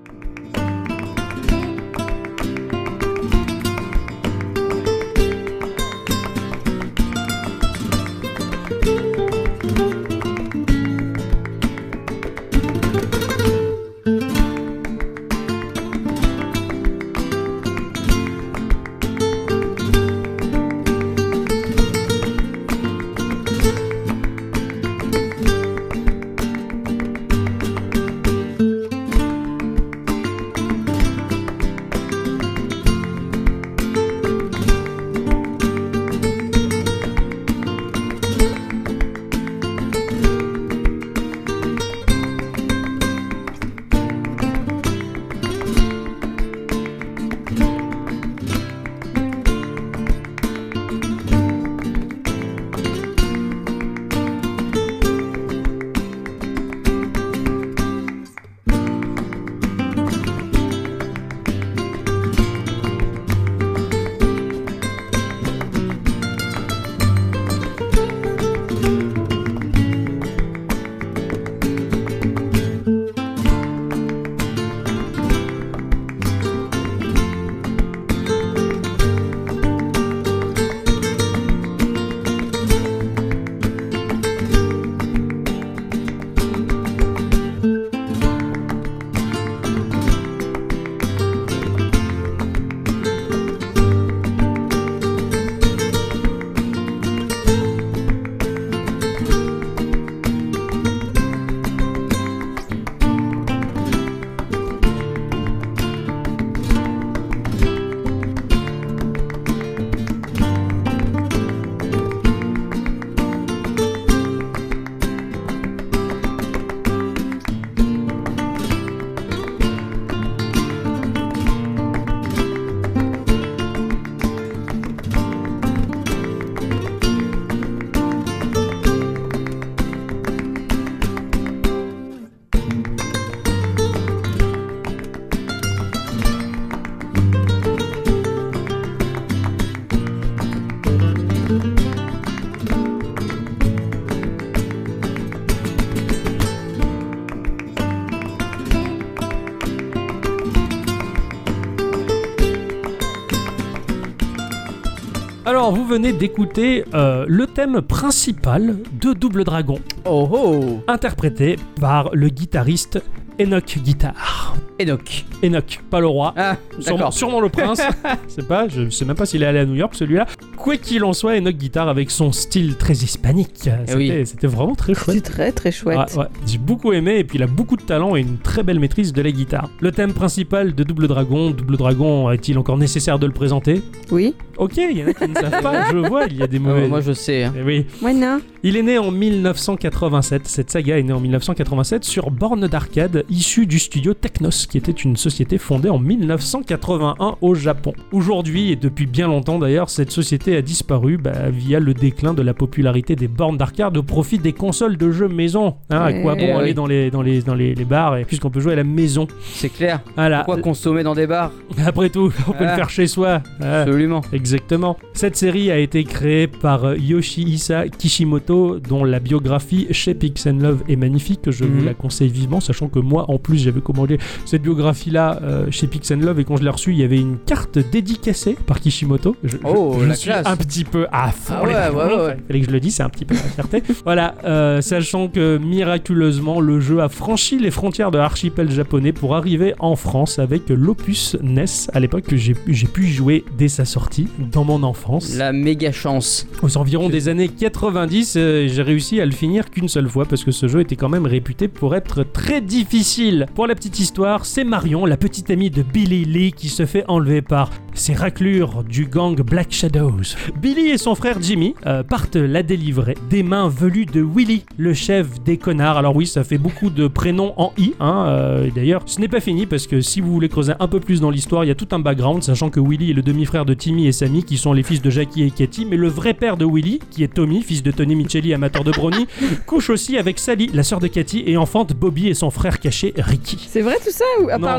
[SPEAKER 2] Alors, vous venez d'écouter euh, le thème principal de Double Dragon,
[SPEAKER 1] Oh oh
[SPEAKER 2] interprété par le guitariste Enoch Guitar.
[SPEAKER 1] Et donc
[SPEAKER 2] Enoch, pas le roi.
[SPEAKER 1] Ah,
[SPEAKER 2] Sûrement,
[SPEAKER 1] d'accord.
[SPEAKER 2] sûrement
[SPEAKER 1] [laughs]
[SPEAKER 2] le prince. c'est pas, je sais même pas s'il est allé à New York celui-là. Quoi qu'il en soit, Enoch Guitar avec son style très hispanique. C'était,
[SPEAKER 1] Eh oui.
[SPEAKER 2] c'était vraiment très chouette.
[SPEAKER 3] C'est très très chouette.
[SPEAKER 2] Ouais, ouais. J'ai beaucoup aimé et puis il a beaucoup de talent et une très belle maîtrise de la guitare. Le thème principal de Double Dragon, Double Dragon, est-il encore nécessaire de le présenter
[SPEAKER 3] Oui.
[SPEAKER 2] Ok, il y en a qui ne savent pas, je vois, il y a des
[SPEAKER 1] Ah,
[SPEAKER 2] mauvais.
[SPEAKER 1] moi je sais. hein.
[SPEAKER 2] Eh oui.
[SPEAKER 3] Moi non.
[SPEAKER 2] Il est né en 1987. Cette saga est née en 1987 sur borne d'arcade issue du studio Technos, qui était une société fondée en 1981 au Japon. Aujourd'hui, et depuis bien longtemps d'ailleurs, cette société a disparu bah, via le déclin de la popularité des bornes d'arcade au profit des consoles de jeux maison. Hein, à quoi
[SPEAKER 3] Eh
[SPEAKER 2] bon
[SPEAKER 1] oui.
[SPEAKER 2] aller dans les, dans les, dans les, les bars et- puisqu'on peut jouer à la maison
[SPEAKER 1] C'est clair.
[SPEAKER 2] Voilà.
[SPEAKER 1] Pourquoi consommer dans des bars
[SPEAKER 2] [laughs] Après tout, on peut le
[SPEAKER 1] Ah.
[SPEAKER 2] faire chez soi. Ah.
[SPEAKER 1] Absolument.
[SPEAKER 2] Exactement. Cette série a été créée par euh, Yoshihisa Kishimoto, dont la biographie chez Pix and Love est magnifique. que Je vous
[SPEAKER 1] Mhm.
[SPEAKER 2] la conseille vivement, sachant que moi, en plus, j'avais commandé cette biographie-là euh, chez Pix and Love et quand je l'ai reçue, il y avait une carte dédicacée par Kishimoto. Je, je-
[SPEAKER 1] Oh,
[SPEAKER 2] je
[SPEAKER 1] la
[SPEAKER 2] suis
[SPEAKER 1] classe.
[SPEAKER 2] un petit peu à fond.
[SPEAKER 1] Ah ouais,
[SPEAKER 2] les
[SPEAKER 1] ouais,
[SPEAKER 2] garçons.
[SPEAKER 1] ouais.
[SPEAKER 2] Fallait que je le dise, c'est un petit peu la fierté. [laughs] voilà, euh, sachant que miraculeusement, le jeu a franchi les frontières de l'archipel japonais pour arriver en France avec l'opus NES. À l'époque, que j'ai j'ai pu y jouer dès sa sortie, dans mon enfance.
[SPEAKER 1] La méga chance.
[SPEAKER 2] Aux environs des années 90, euh, j'ai réussi à le finir qu'une seule fois parce que ce jeu était quand même réputé pour être très difficile. Pour la petite histoire, c'est Marion, la petite amie de Billy Lee, qui se fait enlever par ces raclures du gang Black Shadows. Billy et son frère Jimmy euh, partent la délivrer des mains velues de Willy, le chef des connards. Alors oui, ça fait beaucoup de prénoms en i. hein, euh, et D'ailleurs, ce n'est pas fini parce que si vous voulez creuser un peu plus dans l'histoire, il y a tout un background, sachant que Willy est le demi-frère de Timmy et Sammy, qui sont les fils de Jackie et Katie. Mais le vrai père de Willy, qui est Tommy, fils de Tony Micheli, amateur de brownie, [laughs] couche aussi avec Sally, la sœur de Katie, et enfante Bobby et son frère caché Ricky.
[SPEAKER 3] C'est vrai tout ça ou à
[SPEAKER 2] Non,
[SPEAKER 3] part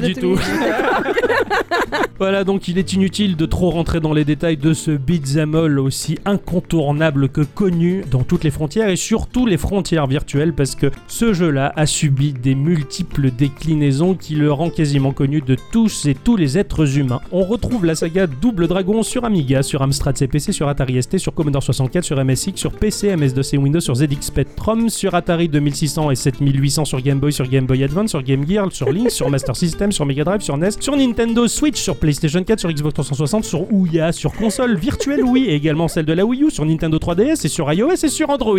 [SPEAKER 2] Pas
[SPEAKER 3] de
[SPEAKER 2] du
[SPEAKER 3] Tommy
[SPEAKER 2] tout. [laughs] voilà, donc il est inutile de trop rentrer dans les détails de ce beat'em all aussi incontournable que connu dans toutes les frontières et surtout les frontières virtuelles parce que ce jeu-là a subi des multiples déclinaisons qui le rend quasiment connu de tous et tous les êtres humains. On retrouve la saga Double Dragon sur Amiga, sur Amstrad CPC, sur Atari ST, sur Commodore 64, sur MSX, sur PC, MS-DOS et Windows, sur ZX Spectrum, sur Atari 2600 et 7800, sur Game Boy, sur Game Boy Advance, sur Game Gear, sur Link, sur Master System, sur Mega Drive, sur NES, sur Nintendo Switch, sur PlayStation 4, sur Xbox 360, sur Ouya, sur console virtuelle Wii et également celle de la Wii U, sur Nintendo 3DS et sur iOS et sur Android.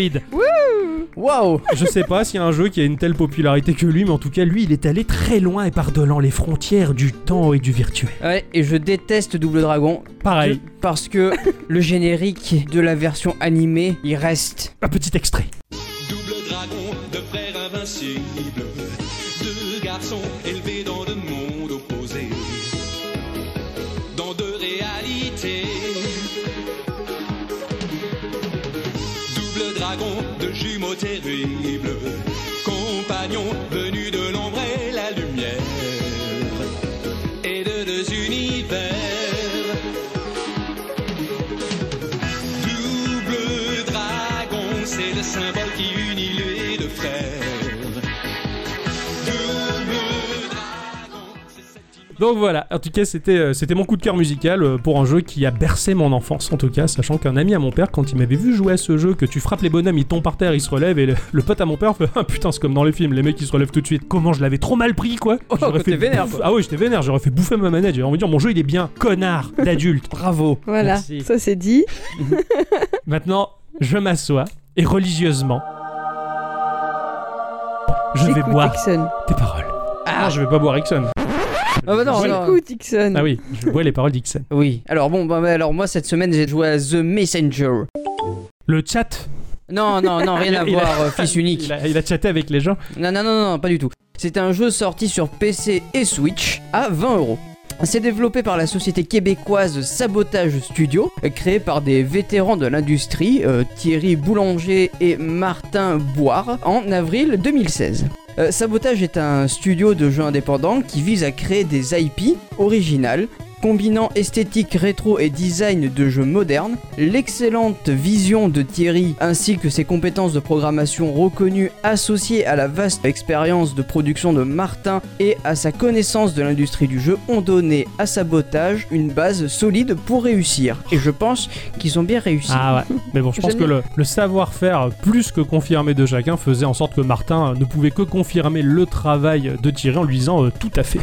[SPEAKER 1] Waouh
[SPEAKER 2] Je sais pas s'il y a un jeu qui a une telle popularité que lui, mais en tout cas, lui, il est allé très loin et par-delà les frontières du temps et du virtuel.
[SPEAKER 1] Ouais, et je déteste Double Dragon.
[SPEAKER 2] Pareil,
[SPEAKER 1] Je- Parce que le [laughs] générique de la version animée, il reste.
[SPEAKER 2] un petit extrait.
[SPEAKER 7] Double dragon, deux frères invincibles, deux garçons élevés dans deux mondes opposés, dans deux réalités. Double dragon, deux jumeaux terribles, compagnons venus de l'ombre et la lumière, et de deux univers. Double dragon, c'est le symbole qui unit les deux frères. Double dragon, c'est cette image-
[SPEAKER 2] Donc voilà, en tout cas c'était euh, c'était mon coup de cœur musical euh, pour un jeu qui a bercé mon enfance en tout cas, sachant qu'un ami à mon père quand il m'avait vu jouer à ce jeu, que tu frappes les bonhommes, ils tombent par terre, ils se relèvent et le, [laughs] le pote à mon père fait ah putain c'est comme dans les films, les mecs ils se relèvent tout de suite. Comment je l'avais trop mal pris quoi
[SPEAKER 1] Oh,
[SPEAKER 2] J'aurais
[SPEAKER 1] t'es vénère,
[SPEAKER 2] bouffe-
[SPEAKER 1] quoi.
[SPEAKER 2] Ah ouais j'étais vénère, j'aurais fait bouffer ma manette, j'avais envie de dire mon jeu il est bien, connard
[SPEAKER 1] [laughs]
[SPEAKER 2] d'adulte, bravo.
[SPEAKER 3] Voilà,
[SPEAKER 2] Merci.
[SPEAKER 3] ça c'est dit.
[SPEAKER 2] Maintenant je m'assois et religieusement je vais
[SPEAKER 3] J'écoute
[SPEAKER 2] boire
[SPEAKER 3] Ixon.
[SPEAKER 2] tes paroles. Ah non je vais pas boire Ixon.
[SPEAKER 1] Ah bah non, alors-
[SPEAKER 3] J'écoute Ixon.
[SPEAKER 2] Oh, Ah oui, je bois les paroles d'Ixon.
[SPEAKER 1] Oui. Alors bon, bah, bah, alors moi cette semaine j'ai joué à The Messenger.
[SPEAKER 2] Le chat
[SPEAKER 1] Non, non, non, rien à
[SPEAKER 2] [laughs] Il a-
[SPEAKER 1] voir, euh, fils unique.
[SPEAKER 2] Il a, il a chatté avec les gens.
[SPEAKER 1] Non, non, non, non, pas du tout. C'est un jeu sorti sur PC et Switch à 20 euros. C'est développé par la société québécoise Sabotage Studio, créée par des vétérans de l'industrie, euh, Thierry Boulanger et Martin Boire, en avril 2016. Euh, Sabotage est un studio de jeux indépendants qui vise à créer des IP originales Combinant esthétique rétro et design de jeux modernes, l'excellente vision de Thierry ainsi que ses compétences de programmation reconnues associées à la vaste expérience de production de Martin et à sa connaissance de l'industrie du jeu ont donné à Sabotage une base solide pour réussir. Et je pense qu'ils ont bien réussi.
[SPEAKER 2] Ah ouais. Mais bon, je pense
[SPEAKER 3] J'aime
[SPEAKER 2] que le, le savoir-faire plus que confirmé de chacun faisait en sorte que Martin euh, ne pouvait que confirmer le travail de Thierry en lui disant euh, tout à fait.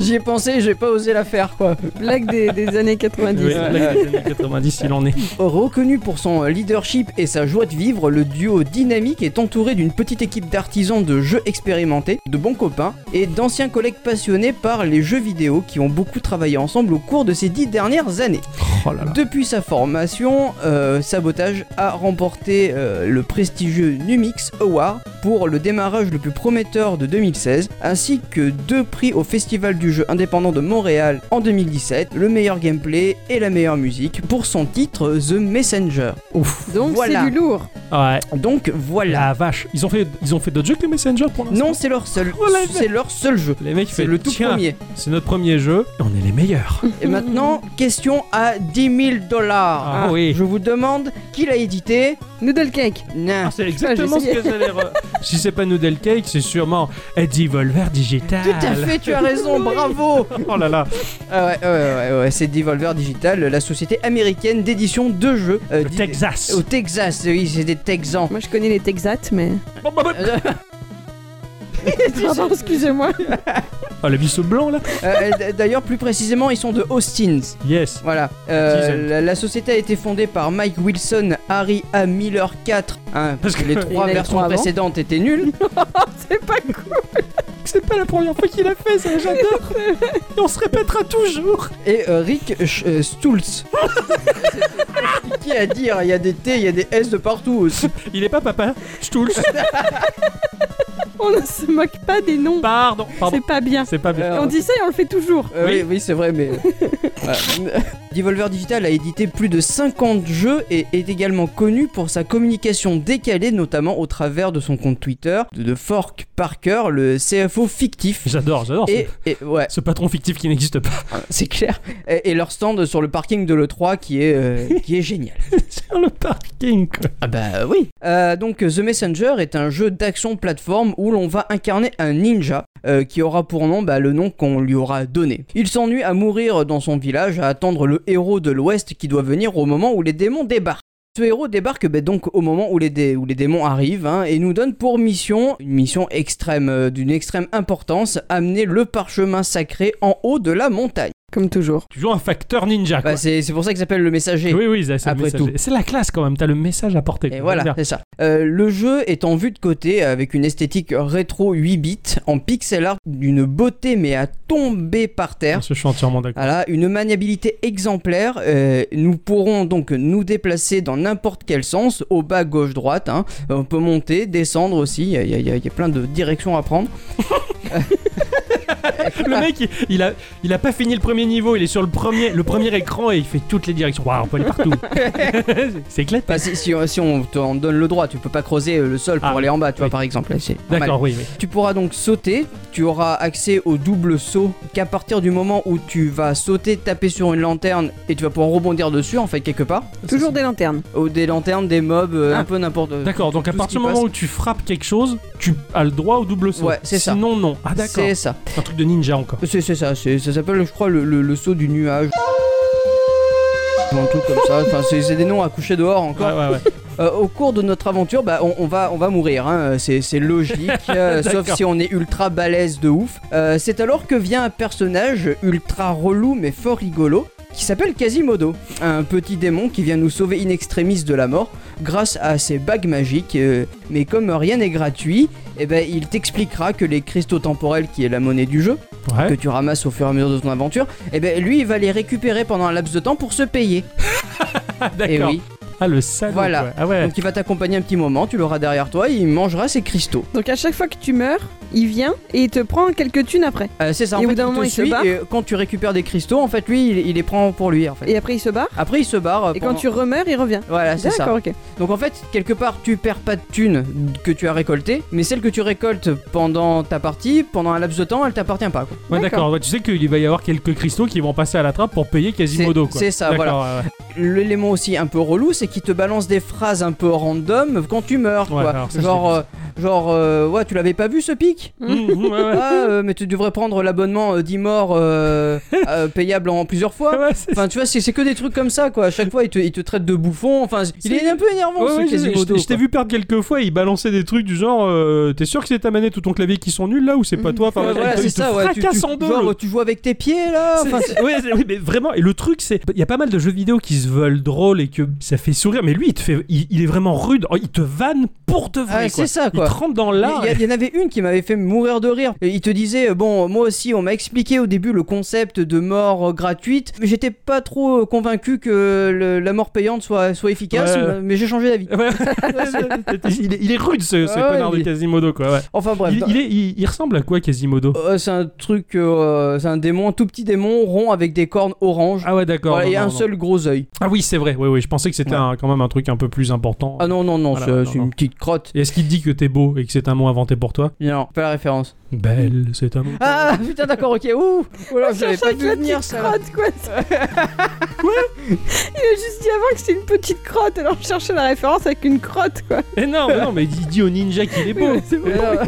[SPEAKER 1] J'y ai pensé, j'ai pas osé la faire quoi.
[SPEAKER 3] Blague des, des années 90.
[SPEAKER 2] Oui, là, les années 90, il en est.
[SPEAKER 1] Reconnu pour son leadership et sa joie de vivre, le duo dynamique est entouré d'une petite équipe d'artisans de jeux expérimentés, de bons copains et d'anciens collègues passionnés par les jeux vidéo qui ont beaucoup travaillé ensemble au cours de ces dix dernières années.
[SPEAKER 2] Oh là là.
[SPEAKER 1] Depuis sa formation, euh, Sabotage a remporté euh, le prestigieux Numix Award pour le démarrage le plus prometteur de 2016, ainsi que deux prix au Festival du jeu indépendant de Montréal en 2017, le meilleur gameplay et la meilleure musique pour son titre The Messenger. Ouf.
[SPEAKER 3] Donc
[SPEAKER 1] voilà.
[SPEAKER 3] c'est du lourd.
[SPEAKER 2] Ouais.
[SPEAKER 1] Donc voilà.
[SPEAKER 2] La vache. Ils ont fait, ils ont fait d'autres jeux que les Messenger pour l'instant.
[SPEAKER 1] Non, c'est leur seul,
[SPEAKER 2] Oh la
[SPEAKER 1] c'est leur seul jeu.
[SPEAKER 2] Les mecs
[SPEAKER 1] C'est
[SPEAKER 2] fait
[SPEAKER 1] le tout
[SPEAKER 2] tiens,
[SPEAKER 1] premier.
[SPEAKER 2] C'est notre premier jeu et on est les meilleurs.
[SPEAKER 1] Et maintenant, question à 10 000 dollars.
[SPEAKER 2] Ah oui.
[SPEAKER 1] Je vous demande qui l'a édité.
[SPEAKER 3] Noodle cake.
[SPEAKER 1] Non.
[SPEAKER 2] Ah, c'est exactement
[SPEAKER 3] j'ai
[SPEAKER 2] ce que j'allais. re- si c'est pas Noodle Cake, c'est sûrement Eddie Volver Digital.
[SPEAKER 1] Tout à fait, tu as raison, bravo
[SPEAKER 2] Oh là là.
[SPEAKER 1] Ah ouais, ouais, ouais, ouais, ouais, c'est Devolver Digital, la société américaine d'édition de jeux. euh,
[SPEAKER 2] Le
[SPEAKER 1] di-
[SPEAKER 2] Texas.
[SPEAKER 1] Au Texas, oui, c'est des Texans.
[SPEAKER 3] Moi je connais les Texats, mais.
[SPEAKER 2] Bon, bah, bah.
[SPEAKER 1] Euh,
[SPEAKER 3] [laughs] Pardon, excusez-moi.
[SPEAKER 2] Ah, le bisou blanc là.
[SPEAKER 1] euh, d- D'ailleurs, plus précisément, ils sont de Austin.
[SPEAKER 2] Yes.
[SPEAKER 1] Voilà. Euh,
[SPEAKER 2] Dizaine.
[SPEAKER 1] la, la société a été fondée par Mike Wilson, Harry A. Miller 4. hein, parce que les trois
[SPEAKER 3] avait
[SPEAKER 1] versions
[SPEAKER 3] trois avant.
[SPEAKER 1] précédentes étaient nulles.
[SPEAKER 3] c'est pas cool.
[SPEAKER 2] C'est pas la première fois qu'il a fait ça, j'adore. Et [laughs] on se répétera toujours.
[SPEAKER 1] Et euh, Rick Sch- euh,
[SPEAKER 2] [laughs]
[SPEAKER 1] Stulz. C'est compliqué à dire, il y a des T, il y a des S de partout aussi.
[SPEAKER 2] Il est pas papa. Stulz.
[SPEAKER 3] On ne se moque pas des noms.
[SPEAKER 2] Pardon. Pardon.
[SPEAKER 3] C'est pas bien.
[SPEAKER 2] C'est pas bien.
[SPEAKER 3] Et on dit ça et on le fait toujours.
[SPEAKER 1] Euh, oui,
[SPEAKER 2] Oui.
[SPEAKER 1] oui, c'est vrai, mais. euh,
[SPEAKER 2] [laughs]
[SPEAKER 1] Voilà. Devolver Digital a édité plus de 50 jeux et est également connu pour sa communication décalée, notamment au travers de son compte Twitter, de, de Fork Parker, le CFO fictif.
[SPEAKER 2] J'adore, j'adore. ce-
[SPEAKER 1] Et, et- ouais,
[SPEAKER 2] Ce patron fictif qui n'existe pas. [laughs]
[SPEAKER 1] c'est clair. Et, et leur stand sur le parking de l'E3 qui est, euh, qui est génial.
[SPEAKER 2] Sur le parking, quoi.
[SPEAKER 1] Ah bah oui. Euh, donc The Messenger est un jeu d'action plateforme où l'on va incarner un ninja euh, qui aura pour nom bah, le nom qu'on lui aura donné. Il s'ennuie à mourir dans son village, à attendre le héros de l'Ouest qui doit venir au moment où les démons débarquent. Ce héros débarque bah, donc au moment où les, dé- où les démons arrivent hein, et nous donne pour mission, une mission extrême, euh, d'une extrême importance, amener le parchemin sacré en haut de la montagne.
[SPEAKER 3] Comme toujours.
[SPEAKER 2] Toujours un facteur ninja, quoi.
[SPEAKER 1] Bah, c'est c'est pour ça qu'il s'appelle le messager.
[SPEAKER 2] oui, oui, c'est le
[SPEAKER 1] Après
[SPEAKER 2] message.
[SPEAKER 1] tout.
[SPEAKER 2] C'est la classe quand même, t'as le message à porter.
[SPEAKER 1] Et
[SPEAKER 2] quoi.
[SPEAKER 1] voilà, c'est ça. Euh, le jeu est en vue de côté avec une esthétique rétro 8 bits en pixel art d'une beauté mais à tomber par terre.
[SPEAKER 2] Je suis entièrement d'accord.
[SPEAKER 1] Voilà, une maniabilité exemplaire. euh, nous pourrons donc nous déplacer dans n'importe quel sens, au bas, gauche, droite. hein. Euh, On peut monter, descendre aussi. Il y, a- il y a- il y a- il y a plein de directions à prendre. Ah.
[SPEAKER 2] Le mec, il- il a, il a pas fini le premier niveau, il est sur le premier, le premier écran et il fait toutes les directions. Waouh, on peut
[SPEAKER 1] [laughs]
[SPEAKER 2] aller partout. c'est éclaté.
[SPEAKER 1] Enfin, si, si, si on t'en donne le droit, tu peux pas creuser euh, le sol pour
[SPEAKER 2] Ah,
[SPEAKER 1] aller en bas, tu vois,
[SPEAKER 2] oui.
[SPEAKER 1] par exemple. Là, c'est normal.
[SPEAKER 2] D'accord, oui, oui.
[SPEAKER 1] Tu pourras donc sauter, tu auras accès au double saut qu'à partir du moment où tu vas sauter, taper sur une lanterne et tu vas pouvoir rebondir dessus en fait quelque part.
[SPEAKER 3] Toujours des lanternes.
[SPEAKER 1] Ou des lanternes, des mobs, euh,
[SPEAKER 3] Ah.
[SPEAKER 1] un peu n'importe.
[SPEAKER 2] D'accord, donc à
[SPEAKER 1] Tout ce
[SPEAKER 2] partir
[SPEAKER 1] qui
[SPEAKER 2] du moment
[SPEAKER 1] passe.
[SPEAKER 2] où tu frappes quelque chose, tu as le droit au double saut.
[SPEAKER 1] Ouais, c'est ça.
[SPEAKER 2] Sinon, non. Ah, d'accord.
[SPEAKER 1] C'est ça.
[SPEAKER 2] C'est un truc de ninja encore.
[SPEAKER 1] C'est c'est ça, c'est- ça s'appelle je crois le, le- le saut du nuage. Un truc comme ça, enfin, c'est c'est des noms à coucher dehors encore.
[SPEAKER 2] Ouais, ouais, ouais.
[SPEAKER 1] Euh, au cours de notre aventure, bah, on, on va, on va mourir, hein, c'est c'est
[SPEAKER 2] [laughs]
[SPEAKER 1] logique, euh, sauf
[SPEAKER 2] D'accord.
[SPEAKER 1] si on est ultra balèze de ouf. Euh, c'est alors que vient un personnage ultra relou mais fort rigolo qui s'appelle Quasimodo, un petit démon qui vient nous sauver in extremis de la mort grâce à ses bagues magiques. euh, mais comme rien n'est gratuit, eh ben, il t'expliquera que les cristaux temporels, qui est la monnaie du jeu, que [laughs]
[SPEAKER 2] Ouais.
[SPEAKER 1] tu ramasses au fur et à mesure de ton aventure, eh ben, lui il va les récupérer pendant un laps de temps pour se payer.
[SPEAKER 2] Ah,
[SPEAKER 1] Et
[SPEAKER 2] d'accord.
[SPEAKER 1] oui.
[SPEAKER 2] Ah, le salaud.
[SPEAKER 1] Voilà.
[SPEAKER 2] quoi. Ah, ouais.
[SPEAKER 1] Donc il va t'accompagner un petit moment, tu l'auras derrière toi et il mangera ses cristaux.
[SPEAKER 3] Donc à chaque fois que tu meurs, il vient et il te prend quelques thunes après.
[SPEAKER 1] Euh, c'est ça, en
[SPEAKER 3] Et au
[SPEAKER 1] fait,
[SPEAKER 3] bout
[SPEAKER 1] il
[SPEAKER 3] d'un moment,
[SPEAKER 1] te
[SPEAKER 3] il se
[SPEAKER 1] suit,
[SPEAKER 3] barre.
[SPEAKER 1] et quand tu récupères des cristaux, en fait, lui, il, il les prend pour lui, en fait.
[SPEAKER 3] Et après, il se barre.
[SPEAKER 1] Après, il se barre. euh,
[SPEAKER 3] Et
[SPEAKER 1] pendant-
[SPEAKER 3] quand tu remeurs, il revient.
[SPEAKER 1] Voilà, c'est ça.
[SPEAKER 3] D'accord, ok.
[SPEAKER 1] Donc en fait, quelque part, tu perds pas de thunes que tu as récoltées, mais celle que tu récoltes pendant ta partie, pendant un laps de temps, elle t'appartient pas. quoi.
[SPEAKER 2] Ouais, d'accord. Ouais, tu sais qu'il va y avoir quelques cristaux qui vont passer à la trappe pour payer Quasimodo.
[SPEAKER 1] C'est-
[SPEAKER 2] quoi.
[SPEAKER 1] c'est ça,
[SPEAKER 2] D'accord, ouais, ouais.
[SPEAKER 1] L'élément aussi un peu relou, c'est qu'il te balance des phrases un peu random quand tu meurs,
[SPEAKER 2] Ouais,
[SPEAKER 1] quoi.
[SPEAKER 2] alors ça, je
[SPEAKER 1] genre,
[SPEAKER 2] l'ai
[SPEAKER 1] euh, genre, euh, ouais, tu l'avais pas vu ce pic
[SPEAKER 2] Mhm, ouais, ouais. [laughs]
[SPEAKER 1] Ah, euh, mais tu devrais prendre l'abonnement euh, 10 morts euh, euh, payable en plusieurs fois.
[SPEAKER 2] Ouais, c'est-
[SPEAKER 1] Enfin, tu vois, c'est c'est que des trucs comme ça, quoi. À chaque fois, il te, il te traite de bouffon. Enfin, il est un peu énervant,
[SPEAKER 2] Ouais,
[SPEAKER 1] ce
[SPEAKER 2] ouais, je- je-
[SPEAKER 1] Quasimodo,
[SPEAKER 2] je t'ai
[SPEAKER 1] quoi.
[SPEAKER 2] vu perdre quelques fois, il balançait des trucs du genre euh, T'es sûr que c'est ta manette ou ton clavier qui sont nuls là ou c'est pas toi enfin,
[SPEAKER 1] Mmh. Ouais, voilà,
[SPEAKER 2] il
[SPEAKER 1] c'est
[SPEAKER 2] te
[SPEAKER 1] ça, ouais. Tu,
[SPEAKER 2] fracasse
[SPEAKER 1] tu-
[SPEAKER 2] en deux,
[SPEAKER 1] genre,
[SPEAKER 2] le
[SPEAKER 1] tu joues avec tes pieds, là.
[SPEAKER 2] C'est-
[SPEAKER 1] Enfin,
[SPEAKER 2] c'est- [laughs] ouais, c'est- oui, mais vraiment. Et le truc, c'est, il y a pas mal de jeux vidéo qui se veulent drôles et que ça fait sourire. Mais lui, il te fait, il, il est vraiment rude. Oh, il te vanne pour de vrai.
[SPEAKER 1] Ah, c'est ça, quoi.
[SPEAKER 2] Il te rentre dans l'art.
[SPEAKER 1] Il y a- il y, en avait une qui m'avait fait mourir de rire. Et il te disait, euh, bon, moi aussi, on m'a expliqué au début le concept de mort euh, gratuite, mais j'étais pas trop euh, convaincu que le- la mort payante soit, soit efficace,
[SPEAKER 2] Ouais.
[SPEAKER 1] mais- mais j'ai changé d'avis. [laughs]
[SPEAKER 2] Ouais. il, est, il est rude ce, ce
[SPEAKER 1] Ah ouais,
[SPEAKER 2] connard
[SPEAKER 1] il- bah.
[SPEAKER 2] de Quasimodo quoi. ouais.
[SPEAKER 1] Enfin bref.
[SPEAKER 2] il, il est- il- il ressemble à quoi Quasimodo
[SPEAKER 1] euh, c'est un truc, euh, c'est un démon, tout petit démon rond avec des cornes orange.
[SPEAKER 2] Ah ouais d'accord.
[SPEAKER 1] Voilà,
[SPEAKER 2] non,
[SPEAKER 1] et
[SPEAKER 2] non,
[SPEAKER 1] un
[SPEAKER 2] non.
[SPEAKER 1] seul gros œil.
[SPEAKER 2] Ah oui c'est vrai. Oui oui. Je pensais que c'était
[SPEAKER 1] Ouais.
[SPEAKER 2] un- quand même un truc un peu plus important.
[SPEAKER 1] Ah non, non, non,
[SPEAKER 2] Voilà,
[SPEAKER 1] c'est
[SPEAKER 2] non,
[SPEAKER 1] c'est
[SPEAKER 2] non.
[SPEAKER 1] une petite crotte.
[SPEAKER 2] Et est-ce qu'il te dit que t'es beau et que c'est un mot inventé pour toi
[SPEAKER 1] Non, pas la référence.
[SPEAKER 2] Belle, c'est un mot.
[SPEAKER 1] [laughs] Ah putain, d'accord, ok, ouh Oh
[SPEAKER 2] Ah,
[SPEAKER 1] là,
[SPEAKER 3] Je
[SPEAKER 1] j'avais pas
[SPEAKER 3] cherchais
[SPEAKER 1] vu
[SPEAKER 3] avec la
[SPEAKER 1] venir
[SPEAKER 3] petite
[SPEAKER 1] ça.
[SPEAKER 3] crotte,
[SPEAKER 1] [laughs]
[SPEAKER 3] quoi. Il a juste dit avant que c'était une petite crotte, alors je cherchais la référence avec une crotte, quoi.
[SPEAKER 2] Eh non, mais non, mais il dit au ninja qu'il est [laughs] beau.
[SPEAKER 1] Alors,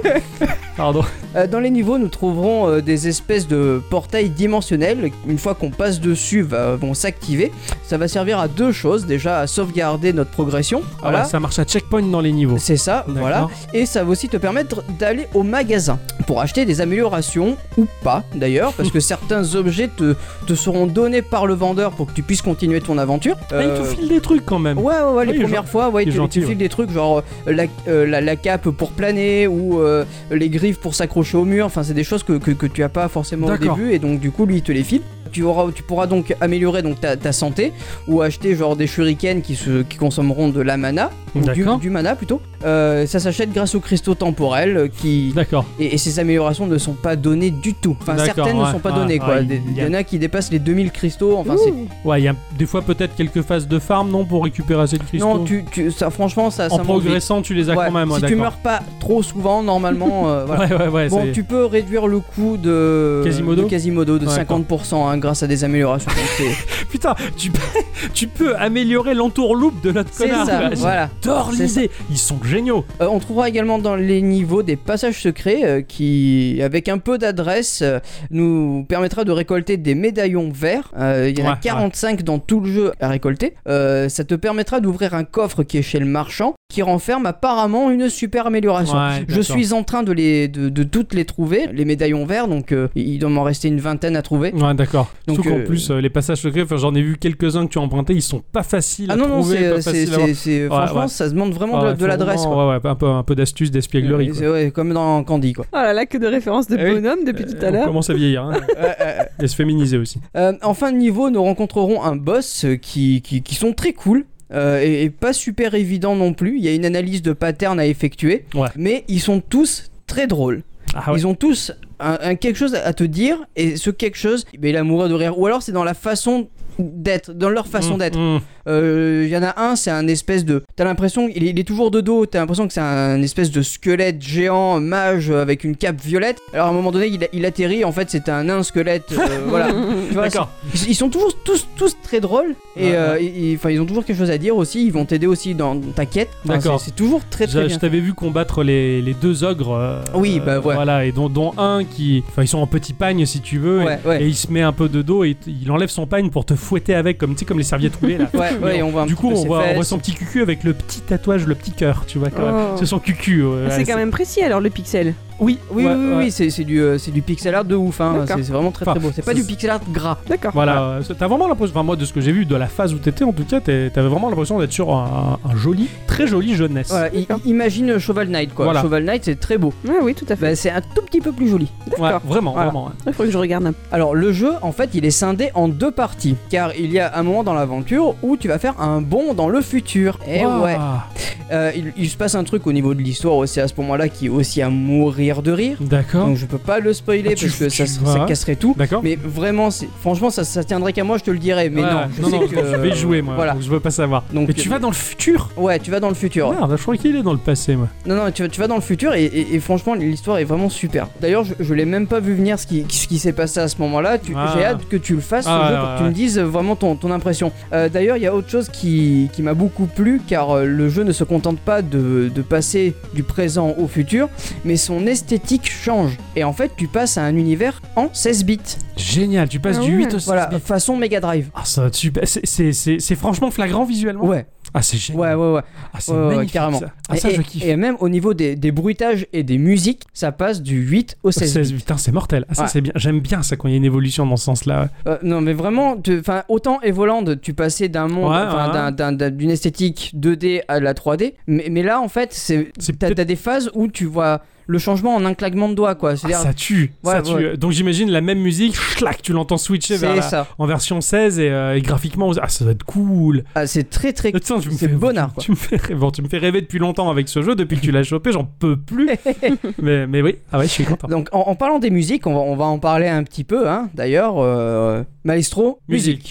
[SPEAKER 2] Pardon.
[SPEAKER 1] Euh, Dans les niveaux, nous trouverons euh, des espèces de portails dimensionnels. Une fois qu'on passe dessus, va- vont s'activer. Ça va servir à deux choses. Déjà, à sauvegarder notre progression.
[SPEAKER 2] Ah ouais,
[SPEAKER 1] Voilà.
[SPEAKER 2] ça marche à checkpoint dans les niveaux.
[SPEAKER 1] C'est ça,
[SPEAKER 2] D'accord.
[SPEAKER 1] voilà. Et ça va aussi te permettre d'aller au magasin pour acheter des améliorations ou pas d'ailleurs, parce
[SPEAKER 2] [laughs]
[SPEAKER 1] que certains objets te, te seront donnés par le vendeur pour que tu puisses continuer ton aventure.
[SPEAKER 2] Ah, il
[SPEAKER 1] Euh,
[SPEAKER 2] te file des trucs quand même.
[SPEAKER 1] Ouais, ouais, ouais,
[SPEAKER 2] il
[SPEAKER 1] les
[SPEAKER 2] est
[SPEAKER 1] premières fois, ouais,
[SPEAKER 2] il
[SPEAKER 1] tu,
[SPEAKER 2] est
[SPEAKER 1] tu
[SPEAKER 2] gentil,
[SPEAKER 1] files
[SPEAKER 2] ouais.
[SPEAKER 1] des trucs genre euh, la, euh, la, la cape pour planer ou euh, les griffes pour s'accrocher au mur. Enfin, c'est des choses que, que, que tu as pas forcément au
[SPEAKER 2] D'accord.
[SPEAKER 1] début et donc du coup, lui, il te les file. Tu, auras, tu pourras donc améliorer donc ta, ta santé ou acheter genre des shurikens qui, se, qui consommeront de la mana, ou du,
[SPEAKER 2] D'accord.
[SPEAKER 1] du mana plutôt. Euh, ça s'achète grâce aux cristaux temporels euh, qui,
[SPEAKER 2] D'accord.
[SPEAKER 1] et, et ces améliorations ne sont pas données du tout. Enfin,
[SPEAKER 2] D'accord,
[SPEAKER 1] certaines ne
[SPEAKER 2] ouais,
[SPEAKER 1] sont pas
[SPEAKER 2] ouais,
[SPEAKER 1] données
[SPEAKER 2] ouais,
[SPEAKER 1] quoi.
[SPEAKER 2] il
[SPEAKER 1] Des-
[SPEAKER 2] y
[SPEAKER 1] Il y,
[SPEAKER 2] a-
[SPEAKER 1] en a qui dépassent les 2000 cristaux. Enfin, c'est.
[SPEAKER 2] Ouais, il y a des fois peut-être quelques phases de farm, non, pour récupérer assez de cristaux.
[SPEAKER 1] Non, tu, tu- ça, franchement, ça.
[SPEAKER 2] En
[SPEAKER 1] ça m'ennuie.
[SPEAKER 2] progressant, tu les as
[SPEAKER 1] Ouais,
[SPEAKER 2] quand même. ouais,
[SPEAKER 1] si tu
[SPEAKER 2] d'accord.
[SPEAKER 1] meurs pas trop souvent, normalement,
[SPEAKER 2] [laughs]
[SPEAKER 1] euh, voilà.
[SPEAKER 2] Ouais, ouais, ouais.
[SPEAKER 1] Bon,
[SPEAKER 2] c'est-
[SPEAKER 1] tu peux réduire le coût de
[SPEAKER 2] Quasimodo
[SPEAKER 1] de, Quasimodo de
[SPEAKER 2] Ouais,
[SPEAKER 1] 50% hein, grâce à des améliorations. Donc, c'est-
[SPEAKER 2] Putain, tu, tu peux améliorer l'entourloupe de notre
[SPEAKER 1] C'est
[SPEAKER 2] [laughs] connard.
[SPEAKER 1] ça,
[SPEAKER 2] quoi.
[SPEAKER 1] voilà.
[SPEAKER 2] J'adore
[SPEAKER 1] C'est
[SPEAKER 2] l'idée. Ils sont géniaux.
[SPEAKER 1] Euh, on trouvera également dans les niveaux des passages secrets euh, qui, avec un peu d'adresse, euh, nous permettra de récolter des médaillons verts. Euh, il y en a
[SPEAKER 2] Ouais,
[SPEAKER 1] 45 dans tout le jeu à récolter. Euh, ça te permettra d'ouvrir un coffre qui est chez le marchand, qui renferme apparemment une super amélioration.
[SPEAKER 2] Ouais,
[SPEAKER 1] Je
[SPEAKER 2] d'accord.
[SPEAKER 1] suis en train de, les, de, de toutes les trouver, les médaillons verts, donc euh, il doit m'en rester une vingtaine à trouver.
[SPEAKER 2] Ouais, d'accord.
[SPEAKER 1] Donc,
[SPEAKER 2] Surtout qu'en
[SPEAKER 1] euh,
[SPEAKER 2] plus, euh, les passages secrets, enfin, j'en ai vu quelques-uns que tu as empruntés, ils sont pas faciles
[SPEAKER 1] Ah
[SPEAKER 2] à
[SPEAKER 1] non, non,
[SPEAKER 2] trouver.
[SPEAKER 1] c'est,
[SPEAKER 2] pas
[SPEAKER 1] c'est-
[SPEAKER 2] faciles
[SPEAKER 1] c'est-
[SPEAKER 2] à voir.
[SPEAKER 1] c'est- franchement,
[SPEAKER 2] ouais.
[SPEAKER 1] ça se demande vraiment
[SPEAKER 2] Ah
[SPEAKER 1] de,
[SPEAKER 2] ouais,
[SPEAKER 1] de l'adresse. quoi.
[SPEAKER 2] faut vraiment, Ouais, ouais, un peu, un peu d'astuce, d'espièglerie.
[SPEAKER 1] Euh,
[SPEAKER 2] quoi.
[SPEAKER 1] c'est- ouais, comme dans Candy, quoi.
[SPEAKER 3] Oh là là, que de références de
[SPEAKER 2] Eh oui.
[SPEAKER 3] bonhomme depuis tout à
[SPEAKER 2] On
[SPEAKER 3] l'heure.
[SPEAKER 2] commence à vieillir hein. et se féminiser aussi.
[SPEAKER 1] Euh, en fin de niveau, nous rencontrerons un boss euh, qui, qui, qui sont très cool. euh, et, et pas super évident non plus. Il y a une analyse de pattern à effectuer.
[SPEAKER 2] Ouais.
[SPEAKER 1] Mais ils sont tous très drôles.
[SPEAKER 2] Ah ouais.
[SPEAKER 1] Ils ont tous un, un quelque chose à te dire. Et ce quelque chose, ben, il a mouru de rire. Ou alors c'est dans la façon d'être, dans leur façon
[SPEAKER 2] Mm,
[SPEAKER 1] d'être.
[SPEAKER 2] mm.
[SPEAKER 1] Euh, Il y en a un, c'est un espèce de. T'as l'impression, il, est- il est toujours de dos, t'as l'impression que c'est un espèce de squelette géant, mage, euh, avec une cape violette. Alors à un moment donné, il, il atterrit, en fait, c'est un nain squelette. euh,
[SPEAKER 2] [laughs]
[SPEAKER 1] voilà. Tu vois,
[SPEAKER 2] D'accord.
[SPEAKER 1] ils ils sont toujours tous, tous très drôles et
[SPEAKER 2] Ouais,
[SPEAKER 1] euh, ils- ils- enfin, ils ont toujours quelque chose à dire aussi. Ils vont t'aider aussi dans ta quête. Enfin,
[SPEAKER 2] D'accord.
[SPEAKER 1] c'est- C'est toujours très très
[SPEAKER 2] Je, je
[SPEAKER 1] bien.
[SPEAKER 2] t'avais vu combattre les, les deux ogres. euh,
[SPEAKER 1] Oui, bah,
[SPEAKER 2] euh,
[SPEAKER 1] ouais.
[SPEAKER 2] Voilà, et dont, dont un qui. Enfin, ils sont en petit pagne si tu veux. et-
[SPEAKER 1] Ouais,
[SPEAKER 2] Et,
[SPEAKER 1] ouais.
[SPEAKER 2] il se met un peu de dos et t- il enlève son pagne pour te fouetter avec, comme, tu sais, comme les serviettes roulées là.
[SPEAKER 1] Ouais, [laughs] ouais, et on voit un
[SPEAKER 2] du
[SPEAKER 1] petit
[SPEAKER 2] coup,
[SPEAKER 1] peu
[SPEAKER 2] on
[SPEAKER 1] ses
[SPEAKER 2] voit, on
[SPEAKER 1] fesses.
[SPEAKER 2] voit son petit cucu avec le petit tatouage, le petit cœur, tu vois quand même.
[SPEAKER 3] Oh.
[SPEAKER 2] C'est son cucu.
[SPEAKER 1] Ah,
[SPEAKER 2] ouais,
[SPEAKER 3] C'est quand même précis alors le pixel.
[SPEAKER 1] Oui, oui,
[SPEAKER 2] Ouais,
[SPEAKER 1] oui, oui,
[SPEAKER 2] ouais.
[SPEAKER 1] oui, c'est c'est du, euh, c'est du pixel art de ouf. hein.
[SPEAKER 3] D'accord.
[SPEAKER 1] C'est c'est vraiment très très
[SPEAKER 2] Enfin,
[SPEAKER 1] beau. C'est pas
[SPEAKER 2] c'est-
[SPEAKER 1] du pixel art gras.
[SPEAKER 3] D'accord.
[SPEAKER 2] [laughs] Voilà, euh, t'as vraiment l'impression, enfin moi de ce que j'ai vu de la phase où t'étais en tout cas, t'es- t'avais vraiment l'impression d'être sur un, un joli, très joli jeunesse.
[SPEAKER 1] Voilà, i-
[SPEAKER 3] D'accord.
[SPEAKER 1] imagine Cheval Knight quoi.
[SPEAKER 2] Voilà.
[SPEAKER 1] Cheval Knight c'est très beau.
[SPEAKER 3] Ouais, oui, tout à fait.
[SPEAKER 1] Bah, c'est un tout petit peu plus joli.
[SPEAKER 2] Ouais,
[SPEAKER 3] D'accord.
[SPEAKER 2] vraiment,
[SPEAKER 1] Voilà.
[SPEAKER 2] vraiment. ouais.
[SPEAKER 3] Il faut que je regarde un peu.
[SPEAKER 1] Alors le jeu en fait il est scindé en deux parties car il y a un moment dans l'aventure où tu vas faire un bond dans le futur. Et
[SPEAKER 2] Ouah.
[SPEAKER 1] ouais. Euh, il, il se passe un truc au niveau de l'histoire aussi à ce moment-là qui est aussi à mourir mourir de rire.
[SPEAKER 2] D'accord.
[SPEAKER 1] Donc je peux pas le spoiler
[SPEAKER 2] Ah, tu-
[SPEAKER 1] parce que
[SPEAKER 2] tu
[SPEAKER 1] ça,
[SPEAKER 2] vas.
[SPEAKER 1] ça casserait tout.
[SPEAKER 2] D'accord.
[SPEAKER 1] Mais vraiment, c'est- franchement, ça, ça tiendrait qu'à moi, je te le dirais. Mais
[SPEAKER 2] Ouais,
[SPEAKER 1] non, je sais que.
[SPEAKER 2] je vais y jouer moi.
[SPEAKER 1] Voilà.
[SPEAKER 2] donc je veux pas savoir.
[SPEAKER 1] Donc,
[SPEAKER 2] Mais tu
[SPEAKER 1] euh,
[SPEAKER 2] vas dans le futur.
[SPEAKER 1] Ouais, tu vas dans le futur.
[SPEAKER 2] Merde, je crois qu'il est dans le passé moi.
[SPEAKER 1] Non, non, tu, vas- tu vas dans le futur et, et- et franchement, l'histoire est vraiment super. D'ailleurs, je, je l'ai même pas vu venir ce qui, ce qui s'est passé à ce moment-là. Tu-
[SPEAKER 2] Ah.
[SPEAKER 1] J'ai hâte que tu le fasses, ce
[SPEAKER 2] Ah,
[SPEAKER 1] jeu,
[SPEAKER 2] ouais,
[SPEAKER 1] pour que
[SPEAKER 2] ouais,
[SPEAKER 1] tu
[SPEAKER 2] ouais.
[SPEAKER 1] me dises vraiment ton, ton impression. Euh, D'ailleurs, il y a autre chose qui, qui m'a beaucoup plu car euh, le jeu ne se contente pas de, de passer du présent au futur, mais son esthétique change. Et en fait, tu passes à un univers en 16 bits.
[SPEAKER 2] Génial, tu passes
[SPEAKER 3] Ah
[SPEAKER 2] du
[SPEAKER 3] ouais.
[SPEAKER 2] 8 au 16
[SPEAKER 1] Voilà,
[SPEAKER 2] bits.
[SPEAKER 1] façon Mega Drive.
[SPEAKER 2] Ah, ça va être super. C'est- C'est c'est- c'est franchement flagrant visuellement.
[SPEAKER 1] Ouais,
[SPEAKER 2] Ah, c'est génial.
[SPEAKER 1] ouais, ouais, ouais.
[SPEAKER 2] Ah, c'est
[SPEAKER 1] Ouais, ouais,
[SPEAKER 2] magnifique.
[SPEAKER 1] carrément.
[SPEAKER 2] ça. Ah, ça,
[SPEAKER 1] et,
[SPEAKER 2] je
[SPEAKER 1] et-
[SPEAKER 2] kiffe.
[SPEAKER 1] et même au niveau des, des bruitages et des musiques, ça passe du 8 au 16 bits.
[SPEAKER 2] 16, putain, c'est mortel. Ah, ça,
[SPEAKER 1] Ouais.
[SPEAKER 2] c'est bien. J'aime bien ça quand il y a une évolution dans ce sens-là.
[SPEAKER 1] Euh, non, mais vraiment, tu- enfin, autant Evoland, tu passais d'un monde,
[SPEAKER 2] Ouais,
[SPEAKER 1] enfin,
[SPEAKER 2] ouais.
[SPEAKER 1] d'un- d'un- d'un- d'une esthétique 2D à la 3D, mais, mais là, en fait, c'est,
[SPEAKER 2] C'est
[SPEAKER 1] t'as,
[SPEAKER 2] peut-être-
[SPEAKER 1] t'as des phases où tu vois le changement en un claquement de doigts, quoi.
[SPEAKER 2] Ah,
[SPEAKER 1] C'est-à-dire,
[SPEAKER 2] ça tue.
[SPEAKER 1] Ouais,
[SPEAKER 2] ça tue.
[SPEAKER 1] ouais.
[SPEAKER 2] Donc j'imagine la même musique, schlac, tu l'entends switcher vers
[SPEAKER 1] c'est
[SPEAKER 2] la-
[SPEAKER 1] ça.
[SPEAKER 2] en version 16 et, euh, et graphiquement, ah, ça doit être cool.
[SPEAKER 1] Ah, c'est très, très.
[SPEAKER 2] Putain, tu me
[SPEAKER 1] c'est
[SPEAKER 2] fais-
[SPEAKER 1] bonnard, quoi.
[SPEAKER 2] [laughs] Tu me, fais rêver, Bon, tu me fais rêver depuis longtemps avec ce jeu, depuis que tu l'as chopé, j'en
[SPEAKER 1] [laughs]
[SPEAKER 2] peux plus. mais, mais oui, ah ouais, je suis content.
[SPEAKER 1] Donc, en, en parlant des musiques, on va, on va en parler un petit peu, hein, d'ailleurs. euh, Maestro, musique.
[SPEAKER 2] Musique.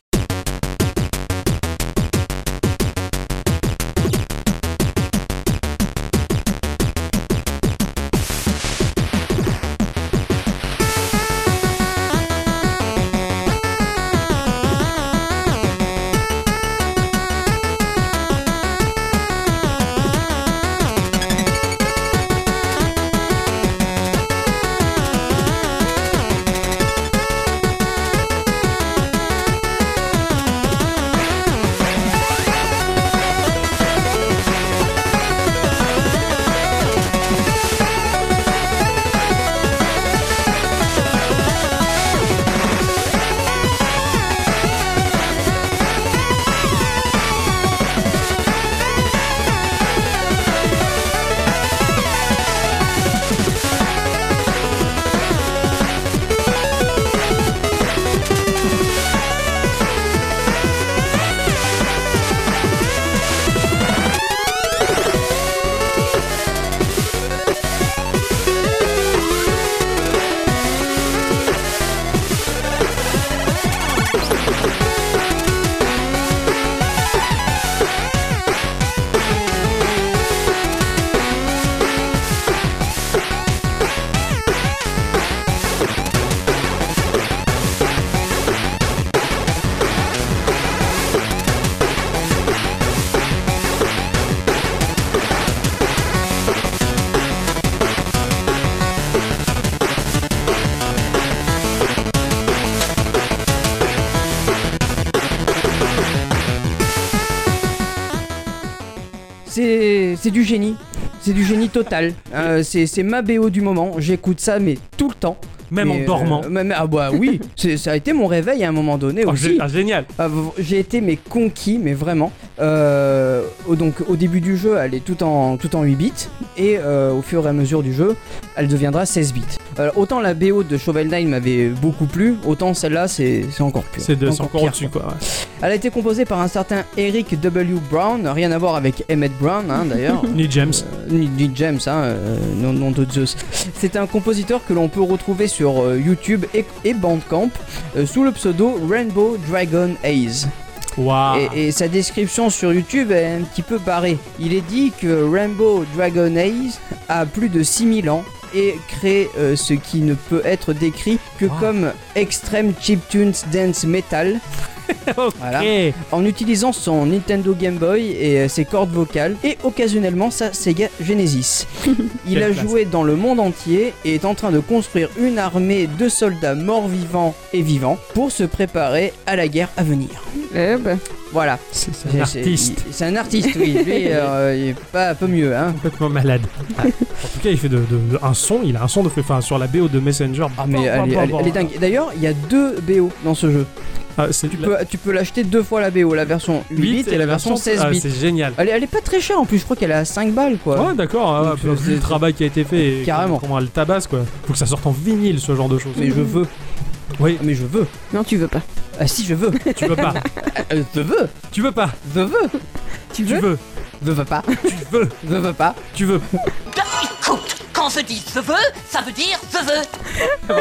[SPEAKER 1] C'est, c'est du génie. C'est du génie total. Euh, c'est, c'est ma BO du moment. J'écoute ça, mais tout le temps.
[SPEAKER 2] Même
[SPEAKER 1] Mais,
[SPEAKER 2] en dormant.
[SPEAKER 1] euh, même- ah, bah
[SPEAKER 2] [laughs]
[SPEAKER 1] oui. C'est- ça a été mon réveil à un moment donné
[SPEAKER 2] Oh,
[SPEAKER 1] aussi.
[SPEAKER 2] gé- ah, génial.
[SPEAKER 1] Ah, v- J'ai été mais conquis, mais vraiment. Euh, au- donc au début du jeu, elle est tout en, tout en 8 bits, et euh, au fur et à mesure du jeu, elle deviendra 16 bits. Alors, autant la BO de Shovel Knight m'avait beaucoup plu, autant celle-là c'est c'est encore plus.
[SPEAKER 2] C'est de- c'est encore
[SPEAKER 1] pire,
[SPEAKER 2] au-dessus,
[SPEAKER 1] quoi.
[SPEAKER 2] quoi. ouais.
[SPEAKER 1] Elle a été composée par un certain Eric W. Brown, rien à voir avec Emmett Brown hein, d'ailleurs.
[SPEAKER 2] Ni James.
[SPEAKER 1] Euh, ni, ni James, hein, euh, non, non de Zeus. C'est un compositeur que l'on peut retrouver sur euh, YouTube et, et Bandcamp euh, sous le pseudo Rainbow Dragon Haze.
[SPEAKER 2] Waouh.
[SPEAKER 1] Et, et sa description sur YouTube est un petit peu barrée. Il est dit que Rainbow Dragon Ace a plus de 6000 ans et crée euh, ce qui ne peut être décrit que
[SPEAKER 2] Wow.
[SPEAKER 1] comme Extreme Chiptunes Dance Metal
[SPEAKER 2] Ok.
[SPEAKER 1] voilà. en utilisant son Nintendo Game Boy et euh, ses cordes vocales et occasionnellement sa Sega
[SPEAKER 2] [laughs]
[SPEAKER 1] Genesis. Il
[SPEAKER 2] Quelle
[SPEAKER 1] a
[SPEAKER 2] classe.
[SPEAKER 1] joué dans le monde entier et est en train de construire une armée de soldats morts vivants et vivants pour se préparer à la guerre à venir.
[SPEAKER 3] Eh ben,
[SPEAKER 1] Voilà.
[SPEAKER 2] C'est c'est
[SPEAKER 1] C'est-
[SPEAKER 2] un
[SPEAKER 1] c'est-
[SPEAKER 2] artiste.
[SPEAKER 1] il- C'est un artiste,
[SPEAKER 2] [laughs]
[SPEAKER 1] oui. Lui, euh, il est pas un peu mieux, hein. [laughs]
[SPEAKER 2] Complètement malade. Ah, en tout cas, il fait de, de- de- un son, il a un son de fou. Enfin, sur la BO de Messenger.
[SPEAKER 1] Ah, mais elle, est- elle- elle est dingue. D'ailleurs, il y a deux BO dans ce jeu.
[SPEAKER 2] Ah, c'est
[SPEAKER 1] Tu peux, tu peux l'acheter deux fois la BO, la version 8, et la version 16
[SPEAKER 2] ah,
[SPEAKER 1] bits.
[SPEAKER 2] C'est génial.
[SPEAKER 1] Elle, est- elle est pas très chère en plus, je crois qu'elle est à 5 balles quoi.
[SPEAKER 2] Ouais, d'accord. ah,
[SPEAKER 1] Donc,
[SPEAKER 2] puis
[SPEAKER 1] c'est-
[SPEAKER 2] vu le travail qui a été fait. et
[SPEAKER 1] Carrément.
[SPEAKER 2] Comment elle tabasse, quoi. Faut que ça sorte en vinyle, ce genre de choses.
[SPEAKER 1] Mais je veux.
[SPEAKER 2] Oui.
[SPEAKER 1] Ah, Mais je veux.
[SPEAKER 3] non, tu veux pas.
[SPEAKER 1] Ah si, je veux.
[SPEAKER 2] tu veux pas.
[SPEAKER 1] Euh, je veux.
[SPEAKER 2] Tu veux pas.
[SPEAKER 1] Je veux.
[SPEAKER 2] Tu
[SPEAKER 3] Tu veux
[SPEAKER 2] veux.
[SPEAKER 1] Je veux pas.
[SPEAKER 2] Tu veux.
[SPEAKER 1] Je veux pas.
[SPEAKER 2] Tu veux.
[SPEAKER 4] Écoute, quand
[SPEAKER 8] quand je dis je veux, ça veut dire je veux.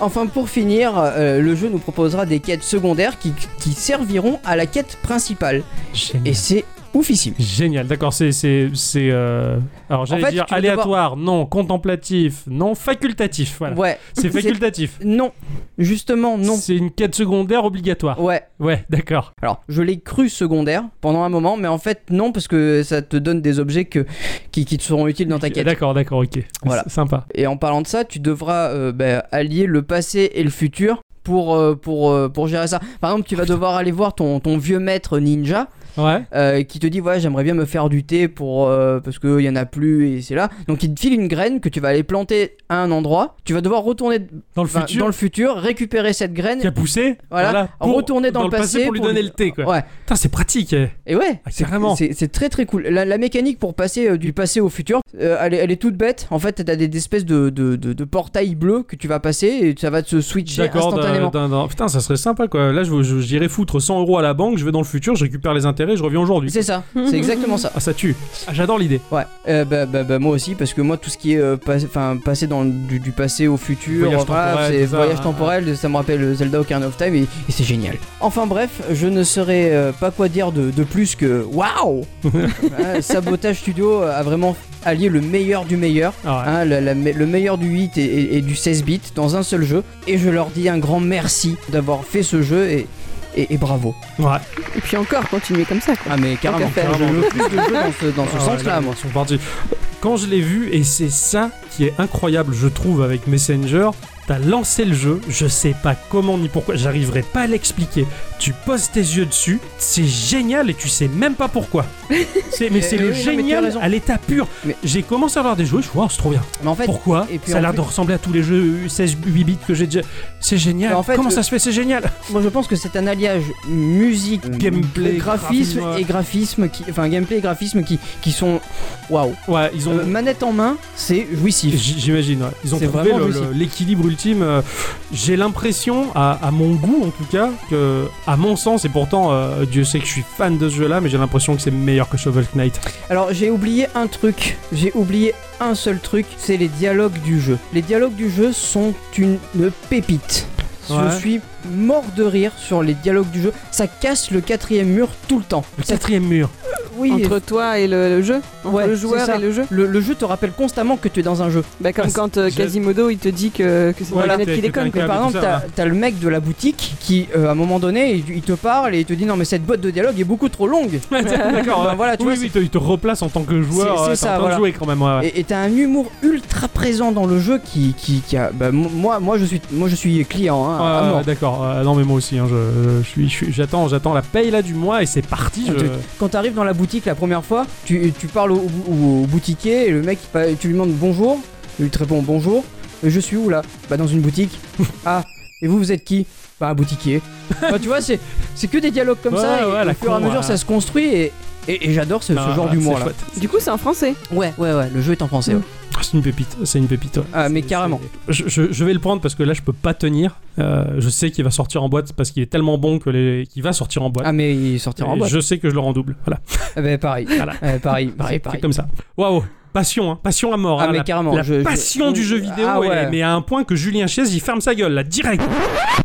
[SPEAKER 1] Enfin, pour finir, euh, le jeu nous proposera des quêtes secondaires qui, qui serviront à la quête principale.
[SPEAKER 2] Génial.
[SPEAKER 1] Et c'est oufissime.
[SPEAKER 2] Génial, d'accord, c'est. c'est, c'est, euh, Alors j'allais
[SPEAKER 1] fait,
[SPEAKER 2] dire
[SPEAKER 1] tu vas
[SPEAKER 2] aléatoire, non, contemplatif, non, facultatif. Voilà.
[SPEAKER 1] Ouais. [laughs]
[SPEAKER 2] C'est facultatif.
[SPEAKER 1] Non. Justement, non. Oh.
[SPEAKER 2] C'est une quête secondaire obligatoire.
[SPEAKER 1] Ouais.
[SPEAKER 2] Ouais, d'accord.
[SPEAKER 1] Alors, je l'ai cru secondaire pendant un moment, mais en fait, non, parce que ça te donne des objets que, qui, qui te seront utiles dans ta quête.
[SPEAKER 2] D'accord, d'accord, ok.
[SPEAKER 1] Voilà.
[SPEAKER 2] S- Sympa.
[SPEAKER 1] Et en parlant de ça, tu devras euh, bah, allier le passé et le futur pour, euh, pour, euh, pour gérer ça. Par exemple, tu
[SPEAKER 2] Ah,
[SPEAKER 1] vas devoir aller voir ton, ton vieux maître ninja
[SPEAKER 2] Ouais.
[SPEAKER 1] euh, qui te dit Ouais, j'aimerais bien me faire du thé pour, euh, parce qu'il y en a plus et c'est là. Donc, il te file une graine que tu vas aller planter à un endroit. Tu vas devoir retourner
[SPEAKER 2] Dans le
[SPEAKER 1] enfin,
[SPEAKER 2] futur,
[SPEAKER 1] dans le futur, récupérer cette graine.
[SPEAKER 2] qui a poussé.
[SPEAKER 1] Voilà. Retourner dans le passé
[SPEAKER 2] pour lui
[SPEAKER 1] pour
[SPEAKER 2] donner
[SPEAKER 1] lui-
[SPEAKER 2] le thé, quoi.
[SPEAKER 1] Ouais.
[SPEAKER 2] Putain, c'est pratique. eh.
[SPEAKER 1] Et ouais,
[SPEAKER 2] Ah,
[SPEAKER 1] c'est-
[SPEAKER 2] carrément.
[SPEAKER 1] C'est c'est très très cool. La, la mécanique pour passer euh, du passé au futur, euh, elle, est, elle est toute bête. En fait, t'as des, des espèces de, de, de- de portails bleus que tu vas passer et ça va se switcher
[SPEAKER 2] D'accord,
[SPEAKER 1] instantanément.
[SPEAKER 2] d'un- d'un- putain, ça serait sympa quoi. Là, je- je- j'irais foutre 100 euros à la banque, je vais dans le futur, je récupère les intérêts, je reviens aujourd'hui.
[SPEAKER 1] C'est ça, c'est exactement ça.
[SPEAKER 2] Ah, ça tue. Ah, J'adore l'idée.
[SPEAKER 1] Ouais, Euh, bah, bah, bah, moi aussi, parce que moi, tout ce qui est euh, pas- enfin, passer dans le- du, du passé au futur,
[SPEAKER 2] Voyage
[SPEAKER 1] voilà,
[SPEAKER 2] temporel,
[SPEAKER 1] c'est
[SPEAKER 2] tout ça,
[SPEAKER 1] voyage
[SPEAKER 2] hein.
[SPEAKER 1] temporel, ça me rappelle euh, Zelda Ocarina of Time et, et c'est génial. Enfin bref, je ne saurais euh, pas quoi dire de, de plus que
[SPEAKER 2] [laughs]
[SPEAKER 1] waouh Hein, Sabotage Studio a vraiment allié le meilleur du meilleur.
[SPEAKER 2] Ah, ouais.
[SPEAKER 1] Hein, la- la me- le meilleur du 8 et, et- et du 16 bits dans un seul jeu. Et je leur dis un grand merci d'avoir fait ce jeu et, et- et bravo.
[SPEAKER 2] Ouais.
[SPEAKER 3] Et puis encore, continuer comme ça, quoi.
[SPEAKER 1] Ah mais
[SPEAKER 3] carrément,
[SPEAKER 1] carrément,
[SPEAKER 3] carrément.
[SPEAKER 1] je veux plus de jeux dans ce, dans ce
[SPEAKER 2] Ah ouais,
[SPEAKER 1] sens-là,
[SPEAKER 2] là,
[SPEAKER 1] moi.
[SPEAKER 2] ils sont partis. Quand je l'ai vu, et c'est ça qui est incroyable, je trouve, avec Messenger, t'as lancé le jeu, je sais pas comment ni pourquoi, j'arriverai pas à l'expliquer. Tu poses tes yeux dessus, c'est génial et tu sais même
[SPEAKER 1] [laughs]
[SPEAKER 2] pas pourquoi. C'est- mais
[SPEAKER 1] Eh,
[SPEAKER 2] c'est le
[SPEAKER 1] oui, non, mais t'as
[SPEAKER 2] génial
[SPEAKER 1] raison.
[SPEAKER 2] à l'état pur.
[SPEAKER 1] Mais-
[SPEAKER 2] J'ai commencé à avoir des jouets, je vois, c'est trop bien.
[SPEAKER 1] Mais en fait,
[SPEAKER 2] Pourquoi
[SPEAKER 1] et puis
[SPEAKER 2] Ça a
[SPEAKER 1] en
[SPEAKER 2] l'air
[SPEAKER 1] plus-
[SPEAKER 2] de ressembler à tous les jeux 16 8 bits que j'ai déjà. C'est génial.
[SPEAKER 1] Mais en fait, euh,
[SPEAKER 2] comment
[SPEAKER 1] le-
[SPEAKER 2] ça se fait C'est génial.
[SPEAKER 1] moi je pense que c'est un alliage musique,
[SPEAKER 2] Gameplay,
[SPEAKER 1] graphisme
[SPEAKER 2] graphisme, ouais.
[SPEAKER 1] et graphisme, qui, enfin gameplay et graphisme qui, qui sont waouh.
[SPEAKER 2] Ouais, ils ont
[SPEAKER 1] Euh, manette en main, c'est jouissif.
[SPEAKER 2] J- J'imagine, ouais. ils ont
[SPEAKER 1] C'est
[SPEAKER 2] trouvé
[SPEAKER 1] vraiment
[SPEAKER 2] le-
[SPEAKER 1] réussi.
[SPEAKER 2] le- l'équilibre ultime. euh, J'ai l'impression, à, à mon goût en tout cas, que, à mon sens, et pourtant, euh, Dieu sait que je suis fan de ce jeu-là, mais j'ai l'impression que c'est meilleur que Shovel Knight.
[SPEAKER 1] Alors j'ai oublié un truc, j'ai oublié un seul truc, c'est les dialogues du jeu. Les dialogues du jeu sont une, une pépite.
[SPEAKER 2] Ouais.
[SPEAKER 1] Je suis mort de rire sur les dialogues du jeu. Ça casse le quatrième mur tout le temps.
[SPEAKER 2] Le
[SPEAKER 1] Ça-
[SPEAKER 2] quatrième mur.
[SPEAKER 1] [laughs] oui,
[SPEAKER 3] Entre toi et le, le jeu, entre
[SPEAKER 1] Ouais,
[SPEAKER 3] le
[SPEAKER 1] c'est
[SPEAKER 3] joueur
[SPEAKER 1] ça.
[SPEAKER 3] et le jeu.
[SPEAKER 1] le, le jeu te rappelle constamment que tu es dans un jeu.
[SPEAKER 3] Bah, comme
[SPEAKER 2] Ah,
[SPEAKER 3] quand euh,
[SPEAKER 2] je-
[SPEAKER 3] Quasimodo il te dit que, que c'est
[SPEAKER 2] Ouais,
[SPEAKER 3] la planète
[SPEAKER 2] t'es-
[SPEAKER 3] qui
[SPEAKER 2] t'es
[SPEAKER 3] déconne.
[SPEAKER 2] un
[SPEAKER 3] quoi.
[SPEAKER 1] Par
[SPEAKER 2] tout
[SPEAKER 1] exemple,
[SPEAKER 2] ça,
[SPEAKER 1] t'as
[SPEAKER 2] ouais.
[SPEAKER 1] t'as le mec de la boutique qui, euh, à un moment donné, il, il te parle et il te dit non mais cette boîte de dialogue est beaucoup trop longue.
[SPEAKER 2] D'accord.
[SPEAKER 1] Bah
[SPEAKER 2] Ah ouais.
[SPEAKER 1] voilà, tu
[SPEAKER 2] oui,
[SPEAKER 1] vois,
[SPEAKER 2] oui, il te, il te replace en tant que joueur.
[SPEAKER 1] C'est- c'est
[SPEAKER 2] ouais, t'es
[SPEAKER 1] ça,
[SPEAKER 2] en train
[SPEAKER 1] voilà.
[SPEAKER 2] de jouer quand même. ouais, ouais.
[SPEAKER 1] Et et t'as un humour ultra présent dans le jeu qui, qui, qui a. bah, m- moi, moi je suis, moi je suis client. Hein, à
[SPEAKER 2] Ouais, ouais,
[SPEAKER 1] mort.
[SPEAKER 2] ouais, d'accord. Euh, non, mais moi aussi, hein, je, je suis, je suis- j'attends, j'attends la paye là du mois et c'est parti. je-
[SPEAKER 1] Ah, Tu- Quand t'arrives dans la boutique la première fois, tu, tu parles au, au- au boutiquier et le mec, il pa- tu lui demandes bonjour, il te répond bonjour. Et Je suis où là Bah dans une boutique. [laughs] ah. Et vous, vous êtes qui Bah un boutiquier. Bah, tu vois, c'est c'est que des dialogues comme
[SPEAKER 2] Ouais,
[SPEAKER 1] ça.
[SPEAKER 2] ouais,
[SPEAKER 1] et
[SPEAKER 2] la
[SPEAKER 1] au fur et à
[SPEAKER 2] con,
[SPEAKER 1] mesure,
[SPEAKER 2] ouais.
[SPEAKER 1] ça se construit et, et, et j'adore ce, ce
[SPEAKER 2] Ah,
[SPEAKER 1] genre
[SPEAKER 2] c'est
[SPEAKER 1] d'humour là.
[SPEAKER 2] chouette.
[SPEAKER 3] Du coup, c'est en français.
[SPEAKER 1] Ouais, ouais, ouais. Le jeu est en français. ouais.
[SPEAKER 2] Ah, C'est une pépite, c'est une pépite. ouais.
[SPEAKER 1] Ah, mais
[SPEAKER 2] C'est-
[SPEAKER 1] carrément.
[SPEAKER 2] c'est- Je, je- je vais le prendre parce que là, je peux pas tenir. Euh, je sais qu'il va sortir en boîte parce qu'il est tellement bon que les... qu'il va sortir en boîte.
[SPEAKER 1] Ah mais il sortira en
[SPEAKER 2] Et
[SPEAKER 1] boîte.
[SPEAKER 2] Je sais que je le rends double. Voilà.
[SPEAKER 1] Ah, bah, pareil.
[SPEAKER 2] Voilà.
[SPEAKER 1] Ah, pareil, pareil,
[SPEAKER 2] C'est
[SPEAKER 1] pareil.
[SPEAKER 2] comme ça. Waouh. Passion, hein. passion à mort.
[SPEAKER 1] Ah,
[SPEAKER 2] hein,
[SPEAKER 1] mais
[SPEAKER 2] la-
[SPEAKER 1] carrément,
[SPEAKER 2] La
[SPEAKER 1] je- je-
[SPEAKER 2] passion du jeu vidéo,
[SPEAKER 1] Ah,
[SPEAKER 2] elle-
[SPEAKER 1] ouais.
[SPEAKER 2] mais à un point que Julien Chiez, il ferme sa gueule, là, direct.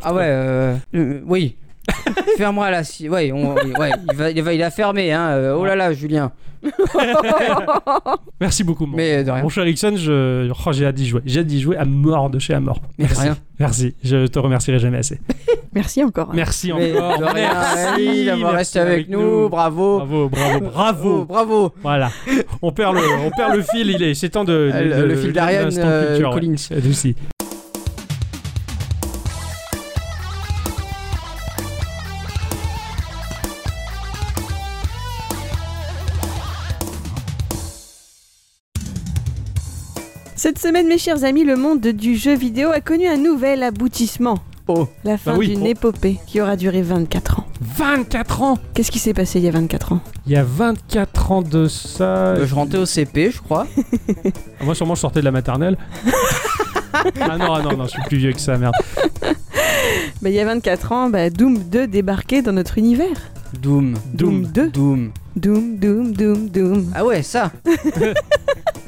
[SPEAKER 1] Ah ouais, euh, euh,
[SPEAKER 2] [laughs]
[SPEAKER 1] oui. Ferme-moi là, si, ouais, on- ouais, il va, il va, il a fermé, hein. euh, oh là là, Julien.
[SPEAKER 2] Merci beaucoup, mon,
[SPEAKER 1] Mais euh, de rien.
[SPEAKER 2] mon cher Ixon. Je... oh, j'ai hâte d'y jouer. J'ai hâte d'y jouer à mort de chez à mort.
[SPEAKER 1] Mais de
[SPEAKER 2] Merci.
[SPEAKER 1] rien.
[SPEAKER 2] Merci. Je te remercierai jamais assez.
[SPEAKER 3] Merci encore.
[SPEAKER 2] Merci
[SPEAKER 1] Mais
[SPEAKER 2] encore.
[SPEAKER 1] de rien, merci d'avoir
[SPEAKER 2] merci
[SPEAKER 1] resté avec nous. Bravo.
[SPEAKER 2] Bravo, bravo, bravo.
[SPEAKER 1] Oh, bravo.
[SPEAKER 2] Voilà. On perd le, on perd le fil. Il est, c'est temps de, de-
[SPEAKER 1] Euh, Le-
[SPEAKER 2] de-
[SPEAKER 1] le fil
[SPEAKER 2] de
[SPEAKER 1] d'Ariane,
[SPEAKER 2] l'instant
[SPEAKER 1] euh,
[SPEAKER 2] culture, ouais.
[SPEAKER 1] Collins.
[SPEAKER 2] Euh, Lucie.
[SPEAKER 3] Cette semaine, mes chers amis, le monde du jeu vidéo a connu un nouvel aboutissement.
[SPEAKER 1] Oh.
[SPEAKER 3] La fin
[SPEAKER 2] Bah oui,
[SPEAKER 3] d'une
[SPEAKER 2] oh.
[SPEAKER 3] épopée qui aura duré 24 ans.
[SPEAKER 2] 24 ans.
[SPEAKER 3] Qu'est-ce qui s'est passé il y a 24 ans
[SPEAKER 2] Il y a 24 ans de ça.
[SPEAKER 1] Euh, je rentrais au CP, je crois.
[SPEAKER 2] Ah, Moi, sûrement, je sortais de la maternelle. ah non, ah non, non, je suis plus vieux que ça, merde.
[SPEAKER 3] bah, Il y a 24 ans, bah, Doom 2 débarquait dans notre univers.
[SPEAKER 1] Doom.
[SPEAKER 2] Doom.
[SPEAKER 3] Doom 2
[SPEAKER 1] Doom.
[SPEAKER 3] Doom, Doom, Doom, Doom.
[SPEAKER 1] Ah ouais, ça.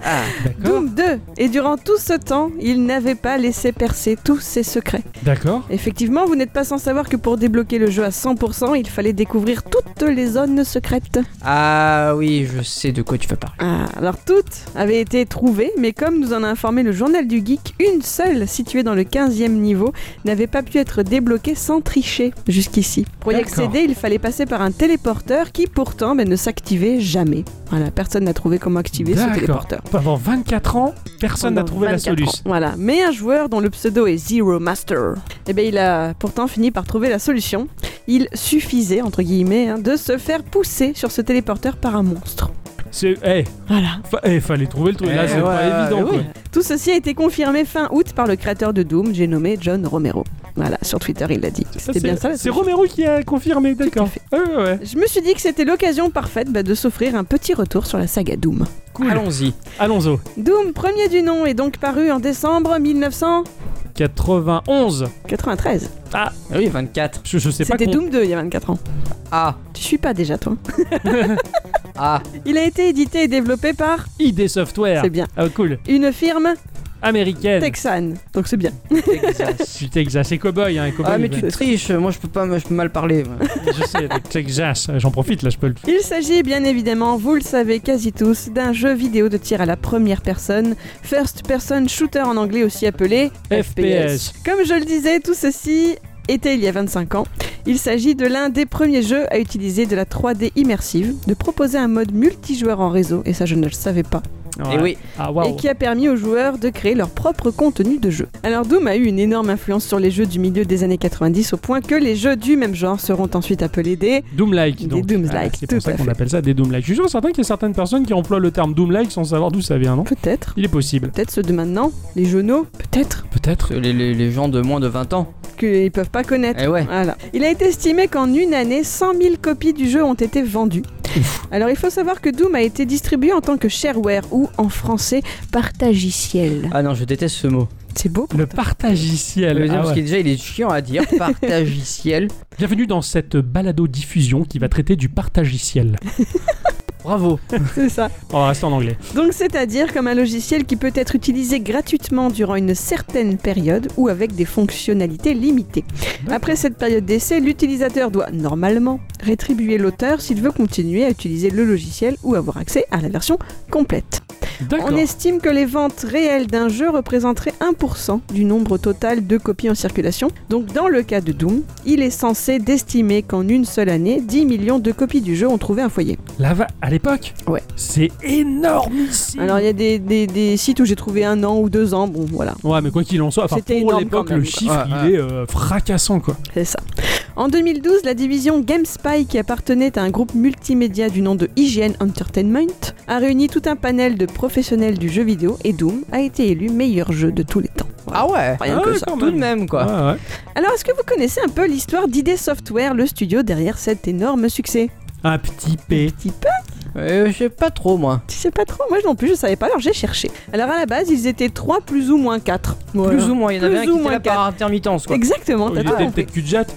[SPEAKER 1] Ah,
[SPEAKER 2] D'accord.
[SPEAKER 3] Doom 2 Et durant tout ce temps, il n'avait pas laissé percer tous ses secrets.
[SPEAKER 2] D'accord.
[SPEAKER 3] Effectivement, vous n'êtes pas sans savoir que pour débloquer le jeu à 100%, il fallait découvrir toutes les zones secrètes.
[SPEAKER 1] ah oui, je sais de quoi tu vas parler.
[SPEAKER 3] Ah, alors toutes avaient été trouvées, mais comme nous en a informé le journal du geek, une seule, située dans le 15e niveau, n'avait pas pu être débloquée sans tricher jusqu'ici. Pour y
[SPEAKER 2] D'accord.
[SPEAKER 3] accéder, il fallait passer par un téléporteur qui pourtant ben, ne s'activait jamais. Voilà, personne n'a trouvé comment activer ce
[SPEAKER 2] D'accord.
[SPEAKER 3] téléporteur.
[SPEAKER 2] Pendant 24 ans, personne n'a
[SPEAKER 3] Pendant
[SPEAKER 2] trouvé la
[SPEAKER 3] 24
[SPEAKER 2] soluce.
[SPEAKER 3] ans. Voilà, mais un joueur dont le pseudo est Zero Master, eh ben il a pourtant fini par trouver la solution. Il suffisait, entre guillemets, hein, de se faire pousser sur ce téléporteur par un monstre.
[SPEAKER 2] C'est. Eh,
[SPEAKER 3] Voilà.
[SPEAKER 2] fa- eh, fallait trouver le truc. Là,
[SPEAKER 1] Eh,
[SPEAKER 2] c'est
[SPEAKER 1] ouais,
[SPEAKER 2] pas
[SPEAKER 1] ouais,
[SPEAKER 2] évident.
[SPEAKER 1] ouais.
[SPEAKER 2] quoi.
[SPEAKER 3] Tout ceci a été confirmé fin août par le créateur de Doom, j'ai nommé John Romero. Voilà, sur Twitter il l'a dit.
[SPEAKER 2] Ça,
[SPEAKER 3] C'était bien ça la
[SPEAKER 2] C'est
[SPEAKER 3] solution.
[SPEAKER 2] Romero qui a confirmé, d'accord. Ah,
[SPEAKER 3] fait.
[SPEAKER 2] Ouais, ouais, ouais.
[SPEAKER 3] Je me suis dit que c'était l'occasion parfaite bah, de s'offrir un petit retour sur la saga Doom.
[SPEAKER 2] Cool.
[SPEAKER 1] Allons-y.
[SPEAKER 2] Allons-y.
[SPEAKER 3] Doom, premier du nom, est donc paru en décembre 1993.
[SPEAKER 2] 91.
[SPEAKER 1] Ah oui, 24.
[SPEAKER 2] Je, je sais pas.
[SPEAKER 3] C'était
[SPEAKER 2] qu'on-
[SPEAKER 3] Doom 2 il y a 24 ans.
[SPEAKER 1] Ah,
[SPEAKER 3] Tu suis pas déjà toi
[SPEAKER 1] ah,
[SPEAKER 3] Il a été édité et développé par,
[SPEAKER 2] ID Software.
[SPEAKER 3] c'est bien,
[SPEAKER 2] Ah, cool.
[SPEAKER 3] une firme
[SPEAKER 2] Eh Américaine.
[SPEAKER 3] texane. Donc c'est bien.
[SPEAKER 1] [laughs] Texas.
[SPEAKER 2] Du Texas. C'est cowboy, hein. Cowboy,
[SPEAKER 1] Ah, mais
[SPEAKER 2] ouais.
[SPEAKER 1] tu triches, moi je peux pas je peux mal parler. moi.
[SPEAKER 2] Je sais, le Texas. J'en profite, là, je peux le.
[SPEAKER 3] Il s'agit bien évidemment, vous le savez quasi tous, d'un jeu vidéo de tir à la première personne, First Person Shooter en anglais aussi appelé
[SPEAKER 2] FPS.
[SPEAKER 3] Comme je le disais, tout ceci était il y a 25 ans. Il s'agit de l'un des premiers jeux à utiliser de la 3D immersive, de proposer un mode multijoueur en réseau, et ça je ne le savais pas,
[SPEAKER 1] Et Eh oui,
[SPEAKER 2] Ah, waouh.
[SPEAKER 3] et qui a permis aux joueurs de créer leur propre contenu de jeu. Alors Doom a eu une énorme influence sur les jeux du milieu des années 90 au point que les jeux du même genre seront ensuite appelés des... Des
[SPEAKER 2] Doom-like. donc. Ah,
[SPEAKER 3] Dooms-like,
[SPEAKER 2] c'est
[SPEAKER 3] tout
[SPEAKER 2] pour ça
[SPEAKER 3] à
[SPEAKER 2] qu'on
[SPEAKER 3] fait.
[SPEAKER 2] appelle ça des Doom-like. Je suis sûr certain qu'il y a certaines personnes qui emploient le terme Doom-like sans savoir d'où ça vient, non
[SPEAKER 3] Peut-être.
[SPEAKER 2] Il est possible.
[SPEAKER 3] Peut-être ceux de maintenant, les genoux, peut-être
[SPEAKER 2] Peut-être.
[SPEAKER 1] les, les- les gens de moins de 20 ans.
[SPEAKER 3] qu'ils peuvent pas connaître.
[SPEAKER 1] Eh ouais.
[SPEAKER 3] Voilà. Il a été estimé qu'en une année, 100 000 copies du jeu ont été vendues. Alors il faut savoir que Doom a été distribué en tant que shareware ou en français partagiciel.
[SPEAKER 1] Ah non, je déteste ce mot.
[SPEAKER 3] C'est beau.
[SPEAKER 2] Le partagiciel.
[SPEAKER 1] Mais c'est
[SPEAKER 2] Ah
[SPEAKER 1] Parce
[SPEAKER 2] ouais.
[SPEAKER 1] que déjà, il est chiant à [laughs] dire. Partagiciel.
[SPEAKER 2] Bienvenue dans cette balado-diffusion qui va traiter du partagiciel.
[SPEAKER 1] Bravo.
[SPEAKER 3] C'est ça.
[SPEAKER 2] On va rester en anglais.
[SPEAKER 3] Donc c'est-à-dire comme un logiciel qui peut être utilisé gratuitement durant une certaine période ou avec des fonctionnalités limitées. Après cette période d'essai, l'utilisateur doit normalement rétribuer l'auteur s'il veut continuer à utiliser le logiciel ou avoir accès à la version complète.
[SPEAKER 2] D'accord.
[SPEAKER 3] On estime que les ventes réelles d'un jeu représenteraient 1% du nombre total de copies en circulation. Donc dans le cas de Doom, il est censé d'estimer qu'en une seule année, 10 millions de copies du jeu ont trouvé un foyer.
[SPEAKER 2] La va- à l'époque
[SPEAKER 3] Ouais.
[SPEAKER 2] C'est énorme ici
[SPEAKER 3] Alors il y a des, des- des sites où j'ai trouvé un an ou deux ans, bon voilà,
[SPEAKER 2] Ouais, mais quoi qu'il en soit, enfin,
[SPEAKER 3] C'était
[SPEAKER 2] pour
[SPEAKER 3] énorme
[SPEAKER 2] l'époque,
[SPEAKER 3] quand même.
[SPEAKER 2] le chiffre,
[SPEAKER 1] Ouais,
[SPEAKER 2] il est euh, fracassant, quoi.
[SPEAKER 3] c'est ça. En 2012, la division GameSpy, qui appartenait à un groupe multimédia du nom de IGN Entertainment, a réuni tout un panel de professionnels du jeu vidéo et Doom a été élu meilleur jeu de tous les temps. Voilà.
[SPEAKER 1] Ah ouais.
[SPEAKER 2] Ah,
[SPEAKER 3] Rien que ça.
[SPEAKER 2] quand
[SPEAKER 1] Tout de même, quoi.
[SPEAKER 2] Ouais, ouais.
[SPEAKER 3] Alors, est-ce que vous connaissez un peu l'histoire d'ID Software, le studio derrière cet énorme succès
[SPEAKER 2] Un petit P.
[SPEAKER 3] Petit peu,
[SPEAKER 1] Euh, je sais pas trop, moi.
[SPEAKER 3] tu sais pas trop, moi non plus, je savais pas, alors j'ai cherché. Alors, à la base, ils étaient trois plus ou moins quatre. Voilà.
[SPEAKER 1] Plus ou moins, il y en avait
[SPEAKER 3] Plus
[SPEAKER 1] un
[SPEAKER 3] ou
[SPEAKER 1] qui était
[SPEAKER 3] moins
[SPEAKER 1] là par intermittence, quoi.
[SPEAKER 3] Exactement,
[SPEAKER 2] Oh,
[SPEAKER 3] t'as
[SPEAKER 2] il
[SPEAKER 3] tout
[SPEAKER 2] était
[SPEAKER 3] compris.
[SPEAKER 2] peut-être cul de
[SPEAKER 3] [laughs]
[SPEAKER 2] jatte.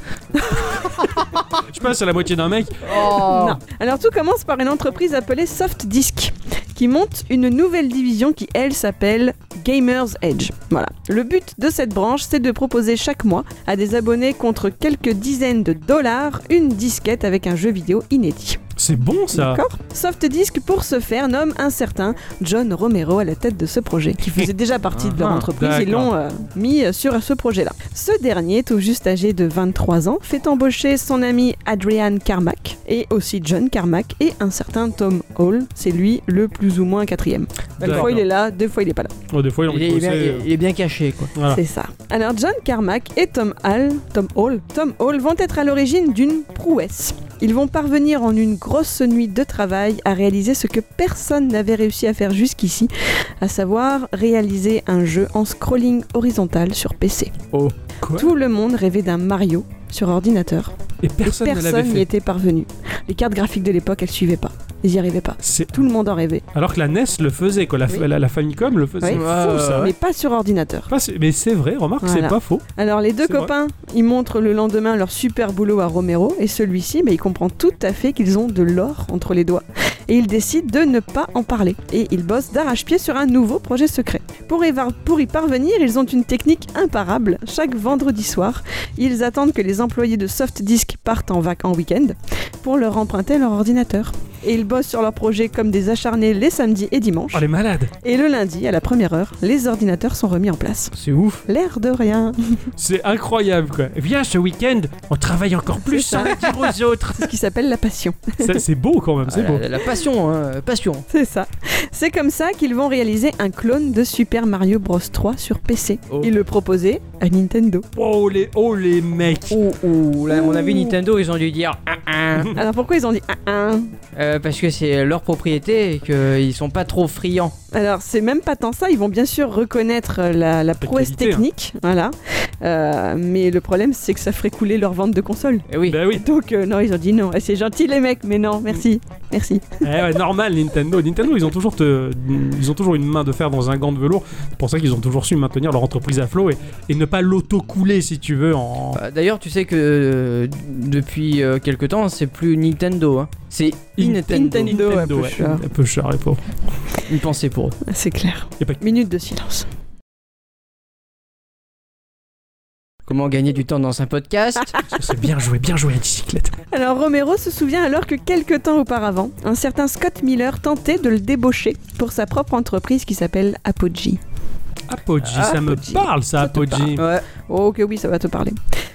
[SPEAKER 2] Je passe à la moitié d'un mec.
[SPEAKER 1] Oh.
[SPEAKER 3] Non. Alors tout commence par une entreprise appelée Soft Disk qui monte une nouvelle division qui elle s'appelle Gamers Edge. Voilà. Le but de cette branche, c'est de proposer chaque mois à des abonnés contre quelques dizaines de dollars une disquette avec un jeu vidéo inédit.
[SPEAKER 2] C'est bon, ça.
[SPEAKER 3] D'accord Soft Disk pour ce faire nomme un certain John Romero à la tête de ce projet qui faisait déjà partie de leur
[SPEAKER 2] Ah,
[SPEAKER 3] entreprise, ils
[SPEAKER 2] d'accord.
[SPEAKER 3] l'ont euh, mis euh, sur ce projet-là. Ce dernier, tout juste âgé de 23 ans, fait embaucher son ami Adrian Carmack et aussi John Carmack et un certain Tom Hall, c'est lui le plus ou moins quatrième. Des
[SPEAKER 2] D'accord.
[SPEAKER 3] fois il est là, des fois il est pas là.
[SPEAKER 2] Oh, des fois, il a
[SPEAKER 1] Il
[SPEAKER 2] envie
[SPEAKER 1] est, il
[SPEAKER 2] de
[SPEAKER 1] est bien,
[SPEAKER 2] bosser, euh,
[SPEAKER 1] il est bien caché, quoi.
[SPEAKER 2] voilà.
[SPEAKER 3] C'est ça. Alors John Carmack et Tom Hall, Tom Hall, Tom Hall vont être à l'origine d'une prouesse. Ils vont parvenir en une grosse nuit de travail à réaliser ce que personne n'avait réussi à faire jusqu'ici, à savoir réaliser un jeu en scrolling horizontal sur PC.
[SPEAKER 2] Oh, quoi
[SPEAKER 3] Tout le monde rêvait d'un Mario sur ordinateur.
[SPEAKER 2] euh. Et personne,
[SPEAKER 3] Et
[SPEAKER 2] ne l'avait
[SPEAKER 3] personne n'y
[SPEAKER 2] fait.
[SPEAKER 3] était parvenu. Les cartes graphiques de l'époque, elles suivaient pas. Ils y arrivaient pas.
[SPEAKER 2] C'est-
[SPEAKER 3] Tout le monde en rêvait.
[SPEAKER 2] Alors que la NES le faisait, quoi. La,
[SPEAKER 3] Oui.
[SPEAKER 2] la, la Famicom le faisait.
[SPEAKER 3] Oui.
[SPEAKER 2] C'est fou, ça.
[SPEAKER 3] Mais pas sur ordinateur.
[SPEAKER 2] Pas- c'est- Mais c'est vrai, remarque, c'est
[SPEAKER 3] Voilà.
[SPEAKER 2] pas faux. Oh,
[SPEAKER 3] Alors les deux
[SPEAKER 2] C'est vrai.
[SPEAKER 3] copains, ils montrent le lendemain bah, leur super boulot à Romero et celui-ci, mais il comprend tout à fait qu'ils ont de l'or entre les doigts et il décide de ne pas en parler. Et ils bossent d'arrache-pied sur un nouveau projet secret. Pour, éva- pour y parvenir, ils ont une technique imparable. Chaque vendredi soir, ils attendent que les employés de Softdisk partent en vacances en week-end pour leur emprunter leur ordinateur. Et ils bossent sur leur projet comme des acharnés les samedis et dimanches.
[SPEAKER 2] Oh, les malades
[SPEAKER 3] Et le lundi, à la première heure, les ordinateurs sont remis en place.
[SPEAKER 2] C'est ouf
[SPEAKER 3] L'air de rien,
[SPEAKER 2] C'est incroyable, quoi. Viens, ce week-end, on travaille encore plus, hein, dire aux
[SPEAKER 3] [laughs]
[SPEAKER 2] autres
[SPEAKER 3] ce qui s'appelle la passion.
[SPEAKER 2] Ça, C'est beau, quand
[SPEAKER 3] Oh
[SPEAKER 2] même, c'est
[SPEAKER 1] Ah,
[SPEAKER 2] beau.
[SPEAKER 1] la, la passion, hein, passion.
[SPEAKER 3] C'est ça. C'est comme ça qu'ils vont réaliser un clone de Super Mario Bros 3 sur PC
[SPEAKER 2] Oh.
[SPEAKER 3] et le proposer
[SPEAKER 2] [laughs]
[SPEAKER 3] à Nintendo.
[SPEAKER 2] Oh, les, oh, les mecs
[SPEAKER 1] Ouh, ouh, là, à mon avis, Nintendo, ils ont dû dire Ah, ah
[SPEAKER 3] Alors pourquoi ils ont dit ah. un
[SPEAKER 1] Euh, parce que c'est leur propriété et qu'ils sont pas trop friands.
[SPEAKER 3] Alors c'est même pas tant ça, ils vont bien sûr reconnaître euh, la, la prouesse
[SPEAKER 2] qualité, hein.
[SPEAKER 3] technique, voilà. Euh, mais le problème c'est que ça ferait couler leur vente de consoles.
[SPEAKER 1] Eh oui.
[SPEAKER 2] Bah oui,
[SPEAKER 3] Donc euh, non, ils ont dit non. Et C'est gentil les mecs, mais non, merci, merci.
[SPEAKER 2] Eh ouais, normal Nintendo. Nintendo, ils ont toujours te- ils ont toujours une main de fer dans un gant de velours. C'est pour ça qu'ils ont toujours su maintenir leur entreprise à flot et, et ne pas l'auto-couler si tu veux en
[SPEAKER 1] Bah, D'ailleurs, tu sais que euh, depuis euh, quelque temps, c'est plus Nintendo. hein. C'est
[SPEAKER 2] In-
[SPEAKER 1] Nintendo.
[SPEAKER 3] Nintendo. ouais, peu
[SPEAKER 2] ouais.
[SPEAKER 3] cher.
[SPEAKER 2] un peu cher les pauvres.
[SPEAKER 1] Une pensée pour eux.
[SPEAKER 3] Ah, C'est clair.
[SPEAKER 2] Y a pas-
[SPEAKER 3] Minute de silence.
[SPEAKER 1] Comment gagner du temps dans un podcast
[SPEAKER 2] Ça, [laughs] C'est bien joué, bien joué à bicyclette.
[SPEAKER 3] Alors Romero se souvient alors que quelques temps auparavant, un certain Scott Miller tentait de le débaucher pour sa propre entreprise qui s'appelle Apogee.
[SPEAKER 2] Apogee, ça me
[SPEAKER 3] Apogee.
[SPEAKER 2] parle ça, Apogee.
[SPEAKER 1] Ouais.
[SPEAKER 3] Oh que oui, ça va te parler.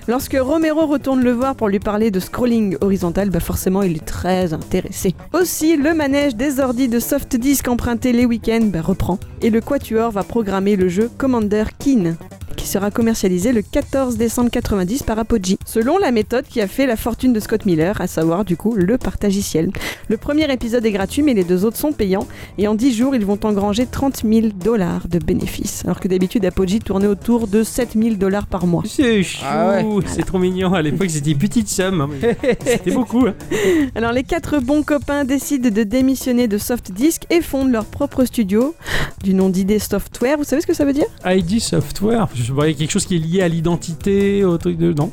[SPEAKER 3] Lorsque Romero retourne le voir pour lui parler de scrolling horizontal, bah forcément il est très intéressé. Aussi, le manège des ordis de soft disk empruntés les week-ends bah, reprend. Et le Quatuor va programmer le jeu Commander Keen qui sera commercialisé le 14 décembre 90 par Apogee, selon la méthode qui a fait la fortune de Scott Miller, à savoir du coup le partagiciel. Le premier épisode est gratuit mais les deux autres sont payants et en 10 jours ils vont engranger 30 000 dollars de bénéfices, alors que d'habitude Apogee tournait autour de 7 000 dollars par mois.
[SPEAKER 2] C'est chou,
[SPEAKER 1] Ah
[SPEAKER 2] c'est trop mignon. À l'époque, c'était une petite somme. hein, [laughs] mais C'était beaucoup. hein.
[SPEAKER 3] Alors les quatre bons copains décident de démissionner de Soft Disk et fondent leur propre studio du nom d'idée Software. Vous savez ce que ça veut dire
[SPEAKER 2] ID Software, je voyais quelque chose qui est lié à l'identité, au truc de non,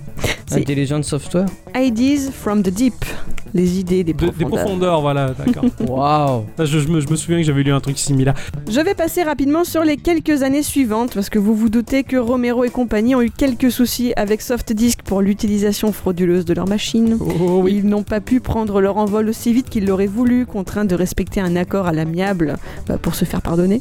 [SPEAKER 3] C'est-
[SPEAKER 1] Intelligent Software.
[SPEAKER 3] Ideas from the Deep, les idées des
[SPEAKER 2] De-
[SPEAKER 3] profondeurs.
[SPEAKER 2] des profondeurs, voilà, [laughs] d'accord.
[SPEAKER 1] Waouh.
[SPEAKER 2] Ah, je, je me, je me souviens que j'avais lu un truc similaire.
[SPEAKER 3] Je vais passer rapidement sur les quelques années suivantes parce que vous vous doutez que Romero et compagnie ont eu quelques soucis avec Soft Disk pour l'utilisation frauduleuse de leur machine.
[SPEAKER 2] Oh, oh, oui.
[SPEAKER 3] Ils n'ont pas pu prendre leur envol aussi vite qu'ils l'auraient voulu, contraints de respecter un accord à l'amiable bah, pour se faire pardonner.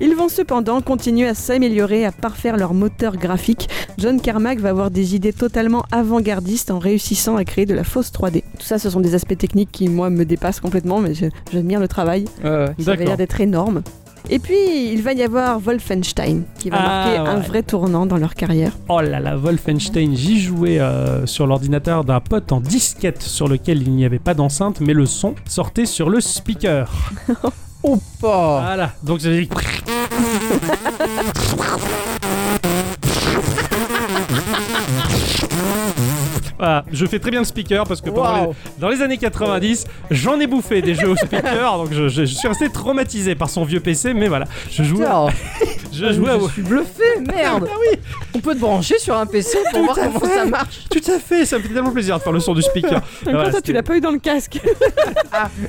[SPEAKER 3] Ils vont cependant continuer à s'améliorer, à parfaire leur moteur graphique. John Carmack va avoir des idées totalement avant-gardistes en réussissant à créer de la fausse 3D. Tout ça, ce sont des aspects techniques qui, moi, me dépassent complètement, mais je- j'admire le travail.
[SPEAKER 1] Ouais, ouais.
[SPEAKER 3] Ça avait
[SPEAKER 2] D'accord.
[SPEAKER 3] l'air d'être énorme. Et puis, il va y avoir Wolfenstein, qui va
[SPEAKER 2] Ah,
[SPEAKER 3] marquer un
[SPEAKER 2] ouais.
[SPEAKER 3] vrai tournant dans leur carrière.
[SPEAKER 2] Oh là là, Wolfenstein, j'y jouais euh, sur l'ordinateur d'un pote en disquette sur lequel il n'y avait pas d'enceinte, mais le son sortait sur le speaker.
[SPEAKER 1] Oh,
[SPEAKER 3] Ah.
[SPEAKER 1] pas.
[SPEAKER 2] Voilà, donc ça faisait- [laughs] Voilà, je fais très bien le speaker parce que pendant
[SPEAKER 1] Waouh.
[SPEAKER 2] les- dans les années 90, j'en ai bouffé des jeux au speaker, donc je, je- je suis resté traumatisé par son vieux PC, mais voilà, je jouais,
[SPEAKER 1] Putain,
[SPEAKER 2] je jouais
[SPEAKER 3] Ah
[SPEAKER 2] à Ah
[SPEAKER 1] je suis bluffé, merde. On peut te brancher sur un PC pour voir comment ça marche.
[SPEAKER 2] Tout à fait, ça me fait tellement plaisir de faire le son du speaker.
[SPEAKER 3] Comme
[SPEAKER 2] Voilà,
[SPEAKER 3] toi,
[SPEAKER 2] c'était-
[SPEAKER 3] tu l'as pas eu dans le casque.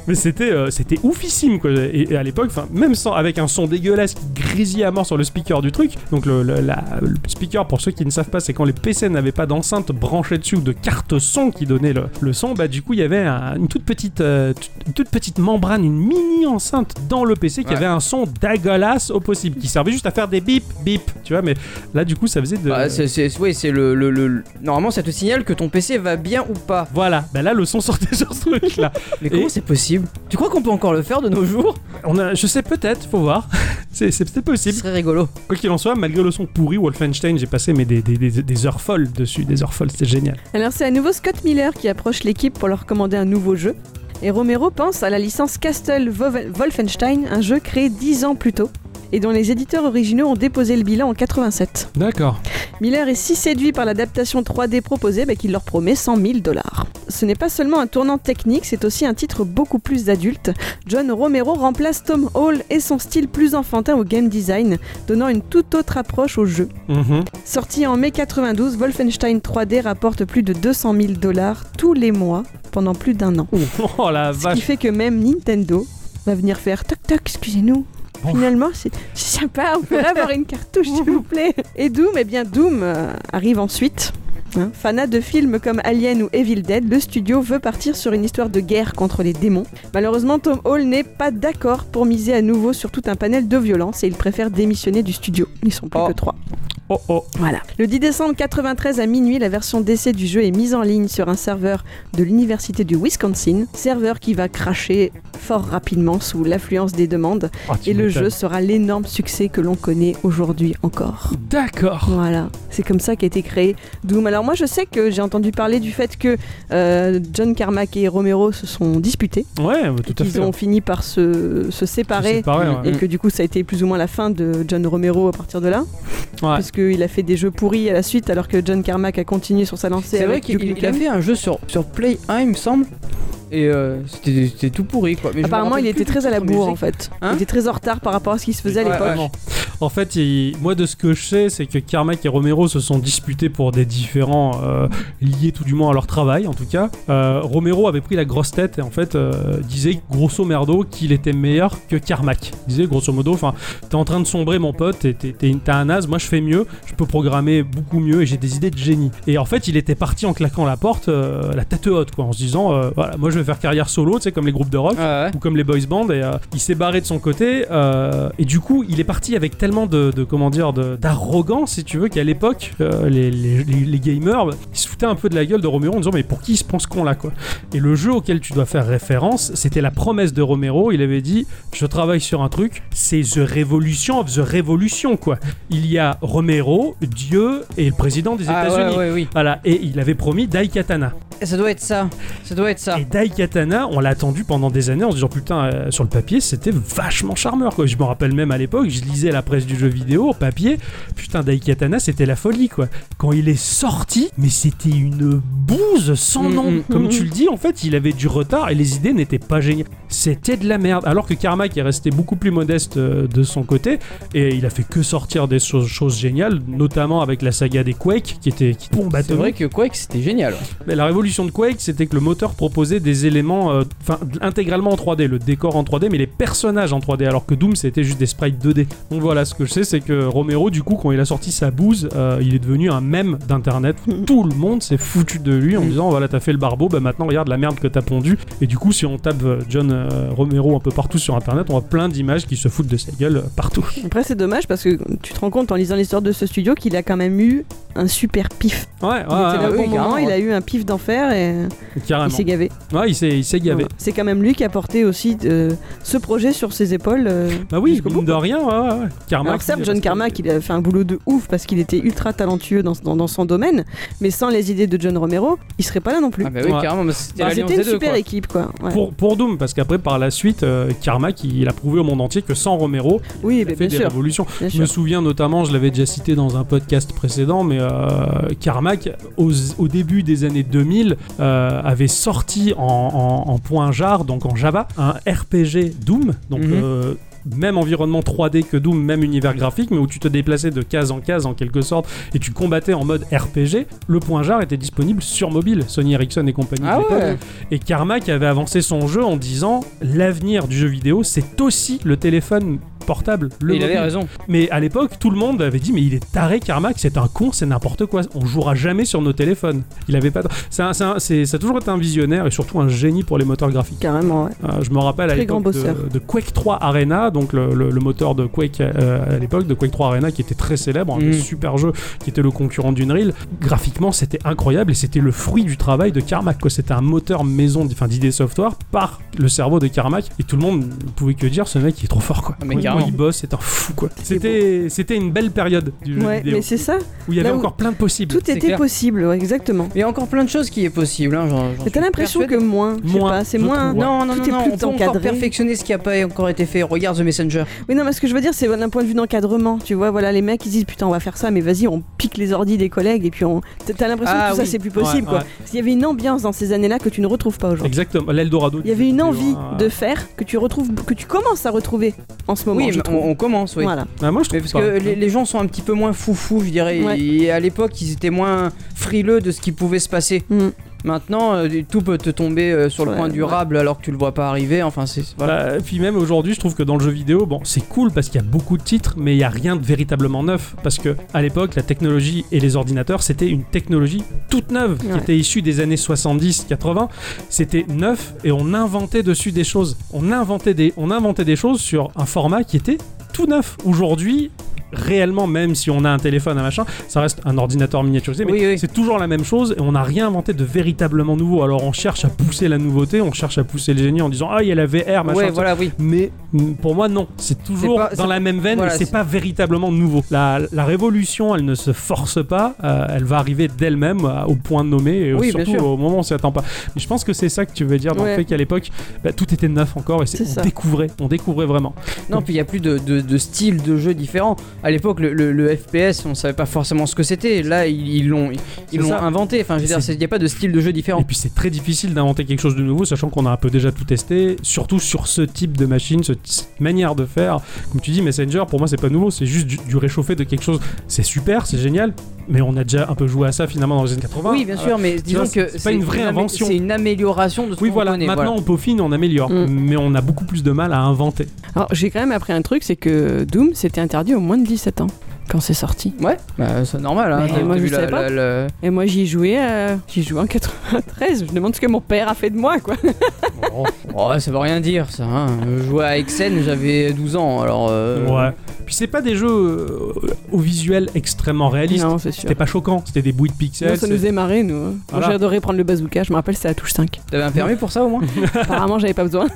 [SPEAKER 2] Mais c'était euh, c'était oufissime quoi. Et, et à l'époque, enfin, même sans avec un son dégueulasse qui grésillait à mort sur le speaker du truc. Donc le, le- la- le speaker, pour ceux qui ne savent pas, c'est quand les PC n'avaient pas d'enceinte branchée dessus ou de carte son qui donnait le, le son. Bah du coup, il y avait un- une toute petite euh, tu- une toute petite membrane, une mini enceinte dans le PC qui
[SPEAKER 1] Ouais.
[SPEAKER 2] avait un son dégueulasse au possible, qui servait juste à faire des bip bip. Tu vois, mais là du coup, ça faisait de
[SPEAKER 1] Bah, c'est, c'est- oui, c'est le, le- le- le- Normalement, ça te signale que ton PC va bien ou pas.
[SPEAKER 2] voilà, bah là le son [laughs] sortait sur ce truc là.
[SPEAKER 1] Mais comment
[SPEAKER 2] Et-
[SPEAKER 1] c'est possible Tu crois qu'on peut encore le faire de nos jours
[SPEAKER 2] On a, je sais peut-être, faut voir. [laughs] c'est c'est- c'est
[SPEAKER 1] Ce
[SPEAKER 2] possible.
[SPEAKER 1] serait rigolo.
[SPEAKER 2] Quoi qu'il en soit, malgré le son pourri, Wolfenstein, j'ai passé mais des, des- des- des heures folles dessus, des heures folles, c'était génial.
[SPEAKER 3] [laughs] Alors c'est à nouveau Scott Miller qui approche l'équipe pour leur commander un nouveau jeu. Et Romero pense à la licence Castle Vol- Wolfenstein, un jeu créé 10 ans plus tôt et dont les éditeurs originaux ont déposé le bilan en 87.
[SPEAKER 2] D'accord.
[SPEAKER 3] Miller est si séduit par l'adaptation 3D proposée bah, qu'il leur promet 100 000 dollars. Ce n'est pas seulement un tournant technique, c'est aussi un titre beaucoup plus adulte. John Romero remplace Tom Hall et son style plus enfantin au game design, donnant une toute autre approche au jeu.
[SPEAKER 2] Mhm.
[SPEAKER 3] Sorti en mai 92, Wolfenstein 3D rapporte plus de 200 000 dollars tous les mois pendant plus d'un an.
[SPEAKER 2] Oh la
[SPEAKER 3] Ce qui
[SPEAKER 2] vache.
[SPEAKER 3] fait que même Nintendo va venir faire toc toc, excusez-nous.
[SPEAKER 2] Bon.
[SPEAKER 3] Finalement, c'est c'est sympa, on peut avoir une cartouche, s'il vous plaît. Et Doom, eh bien Doom euh, arrive ensuite. Hein, fanat de films comme Alien ou Evil Dead, le studio veut partir sur une histoire de guerre contre les démons. Malheureusement, Tom Hall n'est pas d'accord pour miser à nouveau sur tout un panel de violence et il préfère démissionner du studio. Ils sont plus
[SPEAKER 1] Oh.
[SPEAKER 3] que trois.
[SPEAKER 2] Oh oh.
[SPEAKER 3] Voilà. Le 10 décembre 93 à minuit, la version d'essai du jeu est mise en ligne sur un serveur de l'université du Wisconsin, serveur qui va cracher fort rapidement sous l'affluence des demandes
[SPEAKER 2] Ah, tu
[SPEAKER 3] et le
[SPEAKER 2] m'étonnes.
[SPEAKER 3] jeu sera l'énorme succès que l'on connaît aujourd'hui encore.
[SPEAKER 2] D'accord.
[SPEAKER 3] Voilà, c'est comme ça qu'a été créé Doom. Alors moi je sais que j'ai entendu parler du fait que euh, John Carmack et Romero se sont disputés,
[SPEAKER 2] Ouais, bah, tout à fait.
[SPEAKER 3] qu'ils ont fini par se, se séparer
[SPEAKER 2] C'est pareil, ouais.
[SPEAKER 3] et que du coup ça a été plus ou moins la fin de John Romero à partir de là
[SPEAKER 2] Ouais.
[SPEAKER 3] parce qu'il a fait des jeux pourris à la suite alors que John Carmack a continué sur sa lancée.
[SPEAKER 1] C'est vrai
[SPEAKER 3] avec
[SPEAKER 1] qu'il
[SPEAKER 3] Duke
[SPEAKER 1] il- il a
[SPEAKER 3] Nukem.
[SPEAKER 1] fait un jeu sur, sur Play 1, il me semble. Et euh, c'était c'était tout pourri quoi. Mais je me
[SPEAKER 3] Apparemment,
[SPEAKER 1] rappelle
[SPEAKER 3] il était
[SPEAKER 1] plus
[SPEAKER 3] très à la
[SPEAKER 1] du titre
[SPEAKER 3] bourre
[SPEAKER 1] de
[SPEAKER 3] en fait.
[SPEAKER 1] Hein
[SPEAKER 3] il était très en retard par rapport à ce qui se faisait à
[SPEAKER 1] Ouais,
[SPEAKER 3] l'époque.
[SPEAKER 1] ouais.
[SPEAKER 2] En fait, il- moi de ce que je sais, c'est que Carmack et Romero se sont disputés pour des différents euh, liés tout du moins à leur travail en tout cas. Euh, Romero avait pris la grosse tête et en fait euh, disait grosso merdo qu'il était meilleur que Carmack. Il disait grosso modo, enfin, t'es en train de sombrer mon pote, t'es- t'es- t'es- t'as un as, moi je fais mieux, je peux programmer beaucoup mieux et j'ai des idées de génie. Et en fait, il était parti en claquant la porte, euh, la tête haute quoi, en se disant, euh, voilà, moi je vais faire carrière solo, tu sais, comme les groupes de rock
[SPEAKER 1] Ah ouais.
[SPEAKER 2] ou comme les boys band et euh, il s'est barré de son côté euh, et du coup il est parti avec tellement de, de- comment dire de- d'arrogance si tu veux qu'à l'époque euh, les, les- les- les gamers bah, ils se foutaient un peu de la gueule de Romero en disant mais pour qui il se pense qu'on là quoi et le jeu auquel tu dois faire référence c'était la promesse de Romero il avait dit je travaille sur un truc c'est The Revolution of the Revolution quoi il y a Romero Dieu et le président des
[SPEAKER 1] Ah,
[SPEAKER 2] États-Unis
[SPEAKER 1] ouais, ouais, oui.
[SPEAKER 2] voilà et il avait promis Daikatana
[SPEAKER 1] Et Ça doit être ça. Ça doit être ça.
[SPEAKER 2] et Daikatana, on l'a attendu pendant des années en se disant putain, euh, sur le papier, c'était vachement charmeur quoi. Je me rappelle même à l'époque, je lisais la presse du jeu vidéo au papier. Putain, Daikatana, c'était la folie quoi. Quand il est sorti, mais c'était une bouse sans
[SPEAKER 1] Mm,
[SPEAKER 2] nom.
[SPEAKER 1] mm,
[SPEAKER 2] Comme tu le dis, en fait, il avait du retard et les idées n'étaient pas géniales. C'était de la merde. Alors que Carmack est resté beaucoup plus modeste euh, de son côté et il a fait que sortir des choses, choses géniales, notamment avec la saga des Quake qui était qui bombe
[SPEAKER 1] C'est
[SPEAKER 2] atomique.
[SPEAKER 1] vrai que Quake c'était génial. ouais.
[SPEAKER 2] Mais la révolution de Quake, c'était que le moteur proposait des éléments euh, enfin intégralement en 3D, le décor en 3D, mais les personnages en 3D, alors que Doom, c'était juste des sprites 2D. Donc voilà, ce que je sais, c'est que Romero, du coup, quand il a sorti sa bouse, euh, il est devenu un mème
[SPEAKER 3] [laughs]
[SPEAKER 2] d'Internet. Tout le monde s'est foutu de lui en
[SPEAKER 1] Mm.
[SPEAKER 2] disant, voilà, t'as fait le barbeau, bah maintenant, regarde la merde que t'as pondue. Et du coup, si on tape euh, John euh, Romero un peu partout sur Internet, on voit plein d'images qui se foutent de sa gueule euh,
[SPEAKER 3] [laughs]
[SPEAKER 2] partout.
[SPEAKER 3] Après, c'est dommage parce que tu te rends compte en lisant l'histoire de ce studio qu'il a quand même eu un super pif.
[SPEAKER 2] Ouais, ouais,
[SPEAKER 3] il était
[SPEAKER 2] ouais,
[SPEAKER 3] là
[SPEAKER 1] Ah
[SPEAKER 3] au
[SPEAKER 1] oui,
[SPEAKER 3] bon moment,
[SPEAKER 1] carrément,
[SPEAKER 3] il a
[SPEAKER 1] ouais.
[SPEAKER 3] eu un pif d'enfer et il
[SPEAKER 2] carrément.
[SPEAKER 3] s'est gavé.
[SPEAKER 2] Ouais, il s'est il s'est gavé.
[SPEAKER 3] Voilà. C'est quand même lui qui a porté aussi euh, ce projet sur ses épaules. euh,
[SPEAKER 2] Bah oui,
[SPEAKER 3] jusqu'au bout.
[SPEAKER 2] mine de rien, ouais, ouais, ouais. Carmack,
[SPEAKER 3] Alors certes,
[SPEAKER 2] il est
[SPEAKER 3] John
[SPEAKER 2] resté- euh,
[SPEAKER 3] Carmack, il a fait un boulot de ouf parce qu'il était ultra talentueux dans, dans- dans son domaine, mais sans les idées de John Romero, il serait pas là non plus.
[SPEAKER 1] Ah bah oui,
[SPEAKER 2] Ouais.
[SPEAKER 1] carrément, mais c'était
[SPEAKER 3] Enfin,
[SPEAKER 1] l'alliance
[SPEAKER 3] C'était une
[SPEAKER 1] des deux.
[SPEAKER 3] super
[SPEAKER 1] quoi.
[SPEAKER 3] équipe, quoi. Ouais.
[SPEAKER 2] pour, pour Doom, parce qu'après, par la suite, euh, Carmack, il a prouvé au monde entier que sans Romero,
[SPEAKER 3] oui,
[SPEAKER 2] il a fait
[SPEAKER 3] mais Eh ben, bien
[SPEAKER 2] des
[SPEAKER 3] sûr,
[SPEAKER 2] révolutions.
[SPEAKER 3] bien
[SPEAKER 2] Je me
[SPEAKER 3] sûr.
[SPEAKER 2] souviens notamment, je l'avais déjà cité dans un podcast précédent, mais euh, Carmack, aux- au début des années 2000, euh, avait sorti en, en- en point jar, donc en Java, un RPG Doom, donc
[SPEAKER 1] Mhm.
[SPEAKER 2] euh, même environnement 3D que Doom, même univers graphique, mais où tu te déplaçais de case en case en quelque sorte et tu combattais en mode RPG. Le point jar était disponible sur mobile, Sony Ericsson et compagnie. de
[SPEAKER 1] Ah
[SPEAKER 2] l'époque.
[SPEAKER 1] ouais.
[SPEAKER 2] Et Carmack avait avancé son jeu en disant l'avenir du jeu vidéo, c'est aussi le téléphone portable. Le
[SPEAKER 1] Et il avait
[SPEAKER 2] mobile.
[SPEAKER 1] raison.
[SPEAKER 2] Mais à l'époque, tout le monde avait dit mais il est taré Carmack, c'est un con, c'est n'importe quoi. On jouera jamais sur nos téléphones. Il avait pas. de- C'est un- c'est un- c'est- ça a toujours été un visionnaire et surtout un génie pour les moteurs graphiques.
[SPEAKER 3] Carrément, ouais.
[SPEAKER 2] Euh, je me rappelle à
[SPEAKER 3] Très
[SPEAKER 2] l'époque
[SPEAKER 3] grand bosseur.
[SPEAKER 2] de, de Quake 3 Arena, donc le, le- le moteur de Quake euh, à l'époque, de Quake 3 Arena qui était très célèbre, un
[SPEAKER 1] Mm.
[SPEAKER 2] des super jeu qui était le concurrent d'Unreal. Graphiquement, c'était incroyable et c'était le fruit du travail de Carmack. quoi. C'était un moteur maison d- enfin, d'ID Software par le cerveau de Carmack et tout le monde ne pouvait que dire ce mec il est trop fort. Quoi.
[SPEAKER 1] Ah, mais
[SPEAKER 2] Il est comment
[SPEAKER 1] clairement.
[SPEAKER 2] il bosse, c'est un fou quoi. C'était c'était une belle période du jeu
[SPEAKER 3] Ouais,
[SPEAKER 2] vidéo
[SPEAKER 3] mais c'est ça,
[SPEAKER 2] où il y avait
[SPEAKER 3] là où
[SPEAKER 2] encore plein de possibles.
[SPEAKER 3] tout
[SPEAKER 1] c'est
[SPEAKER 3] était
[SPEAKER 1] clair.
[SPEAKER 3] possible, ouais, exactement.
[SPEAKER 1] Il y a encore plein de choses qui est possible. Hein, j'en- j'en
[SPEAKER 3] Mais t'as
[SPEAKER 1] suis
[SPEAKER 3] l'impression que
[SPEAKER 1] persuadé.
[SPEAKER 3] moins, je sais
[SPEAKER 2] Moins,
[SPEAKER 3] pas, c'est
[SPEAKER 2] je
[SPEAKER 3] moins.
[SPEAKER 2] trouve, ouais.
[SPEAKER 1] Non, non,
[SPEAKER 3] tout
[SPEAKER 1] non,
[SPEAKER 3] est
[SPEAKER 1] non,
[SPEAKER 3] plus
[SPEAKER 1] on peut encore
[SPEAKER 3] encadré.
[SPEAKER 1] perfectionner ce qui n'a pas encore été fait. Regarde The Messenger.
[SPEAKER 3] Oui, non, mais ce que je veux dire, c'est d'un point de vue d'encadrement. Tu vois, voilà, les mecs, ils disent putain, on va faire ça, mais vas-y, on pique les ordis des collègues, et puis on. T'as- T'as l'impression
[SPEAKER 1] Ah
[SPEAKER 3] que tout
[SPEAKER 1] oui.
[SPEAKER 3] ça, c'est plus possible,
[SPEAKER 2] Ouais,
[SPEAKER 3] quoi.
[SPEAKER 2] ouais.
[SPEAKER 3] Parce qu'il y avait une ambiance dans ces années-là que tu ne retrouves pas aujourd'hui.
[SPEAKER 2] Exactement, l'Eldorado.
[SPEAKER 3] Il y avait une
[SPEAKER 2] du jeu
[SPEAKER 3] envie
[SPEAKER 2] vidéo, hein.
[SPEAKER 3] de faire que tu retrouves, que tu commences à retrouver en ce moment.
[SPEAKER 1] oui,
[SPEAKER 3] je
[SPEAKER 1] mais
[SPEAKER 3] trouve.
[SPEAKER 1] on, on commence, oui.
[SPEAKER 3] Voilà.
[SPEAKER 2] Ah, moi je
[SPEAKER 1] Mais
[SPEAKER 2] trouve
[SPEAKER 1] parce
[SPEAKER 2] pas.
[SPEAKER 1] que les, les gens sont un petit peu moins foufous, je dirais.
[SPEAKER 3] Ouais.
[SPEAKER 1] Et à l'époque, ils étaient moins frileux de ce qui pouvait se passer.
[SPEAKER 3] Mm.
[SPEAKER 1] Maintenant, euh, tout peut te tomber euh, sur le
[SPEAKER 3] Ouais,
[SPEAKER 1] coin
[SPEAKER 3] ouais.
[SPEAKER 1] durable alors que tu le vois pas arriver. Enfin, c'est voilà.
[SPEAKER 2] Bah, puis même aujourd'hui, je trouve que dans le jeu vidéo, bon, c'est cool parce qu'il y a beaucoup de titres, mais il y a rien de véritablement neuf parce que à l'époque, la technologie et les ordinateurs, c'était une technologie toute neuve qui
[SPEAKER 3] Ouais.
[SPEAKER 2] était issue des années 70-80. C'était neuf et on inventait dessus des choses. On inventait des, on inventait des choses sur un format qui était tout neuf. Aujourd'hui, réellement, même si on a un téléphone, un machin, ça reste un ordinateur miniaturisé, mais
[SPEAKER 1] Oui, oui.
[SPEAKER 2] c'est toujours la même chose et on n'a rien inventé de véritablement nouveau. Alors on cherche à pousser la nouveauté, on cherche à pousser le génie en disant ah il y a la VR,
[SPEAKER 1] ouais,
[SPEAKER 2] machin. tout ça.
[SPEAKER 1] voilà, oui.
[SPEAKER 2] Mais mm, pour moi, non. C'est toujours
[SPEAKER 1] C'est pas-
[SPEAKER 2] dans
[SPEAKER 1] c'est-
[SPEAKER 2] la même veine,
[SPEAKER 1] voilà,
[SPEAKER 2] mais c'est
[SPEAKER 1] c'est-
[SPEAKER 2] pas véritablement nouveau. La, la révolution, elle ne se force pas, euh, elle va arriver d'elle-même euh, au point nommé, et
[SPEAKER 1] Oui, bien
[SPEAKER 2] surtout
[SPEAKER 1] sûr.
[SPEAKER 2] au moment où on s'y attend pas. Mais je pense que c'est ça que tu veux dire dans le
[SPEAKER 3] Ouais.
[SPEAKER 2] fait qu'à l'époque, bah, tout était neuf encore, et c'est-
[SPEAKER 3] C'est
[SPEAKER 2] on
[SPEAKER 3] ça.
[SPEAKER 2] découvrait, on découvrait vraiment.
[SPEAKER 1] Non, puis il y a plus de, de, de styles de jeu différents. À l'époque, le, le- le FPS, on savait pas forcément ce que c'était. Là, ils ils l'ont ils-
[SPEAKER 2] C'est
[SPEAKER 1] ils l'ont
[SPEAKER 2] ça.
[SPEAKER 1] inventé. Enfin, je veux
[SPEAKER 2] C'est-
[SPEAKER 1] dire, c'est- il n'y a pas de style de jeu
[SPEAKER 2] Et
[SPEAKER 1] différent.
[SPEAKER 2] puis c'est très difficile d'inventer quelque chose de nouveau, sachant qu'on a un peu déjà tout testé, surtout sur ce type de machine, ce- cette manière de faire. Comme tu dis, Messenger, pour moi c'est pas nouveau, c'est juste du, du réchauffé de quelque chose. C'est super, c'est génial, mais on a déjà un peu joué à ça finalement dans les années 80.
[SPEAKER 1] Oui, bien
[SPEAKER 2] Euh,
[SPEAKER 1] sûr, mais disons
[SPEAKER 2] c'est-
[SPEAKER 1] que
[SPEAKER 2] c'est pas une vraie
[SPEAKER 1] amé-
[SPEAKER 2] invention.
[SPEAKER 1] C'est une amélioration de ce
[SPEAKER 2] Oui,
[SPEAKER 1] qu'on
[SPEAKER 2] voilà.
[SPEAKER 1] connaît.
[SPEAKER 2] Maintenant,
[SPEAKER 1] voilà.
[SPEAKER 2] on peaufine, on améliore,
[SPEAKER 9] Mm.
[SPEAKER 2] mais on a beaucoup plus de mal à inventer.
[SPEAKER 9] Alors, j'ai quand même appris un truc, c'est que Doom, c'était interdit aux moins de 17 ans quand c'est sorti.
[SPEAKER 1] Ouais, bah, c'est normal. Hein,
[SPEAKER 9] Mais
[SPEAKER 1] T'as-
[SPEAKER 9] moi,
[SPEAKER 1] t'as
[SPEAKER 9] je
[SPEAKER 1] vu la-
[SPEAKER 9] savais pas.
[SPEAKER 1] la- la-
[SPEAKER 9] Et moi, j'y ai joué, euh, j'y ai joué en 93. Je me demande ce que mon père a fait de moi, quoi.
[SPEAKER 2] [laughs]
[SPEAKER 1] Oh, ça veut rien dire ça. Hein. Je jouais à Exen, j'avais 12 ans. Alors. euh,
[SPEAKER 2] Ouais. Puis c'est pas des jeux euh, au visuel extrêmement réalistes.
[SPEAKER 9] Non, c'est sûr.
[SPEAKER 2] C'était pas choquant, c'était des bouts de pixels.
[SPEAKER 9] Nous, ça nous
[SPEAKER 2] c'est-
[SPEAKER 9] faisait marrer, nous. hein.
[SPEAKER 2] Voilà.
[SPEAKER 9] Moi, j'ai adoré prendre le bazooka. Je me rappelle, c'était à la touche
[SPEAKER 1] [laughs]
[SPEAKER 9] 5.
[SPEAKER 1] T'avais un permis pour ça au moins
[SPEAKER 9] Apparemment, j'avais pas besoin.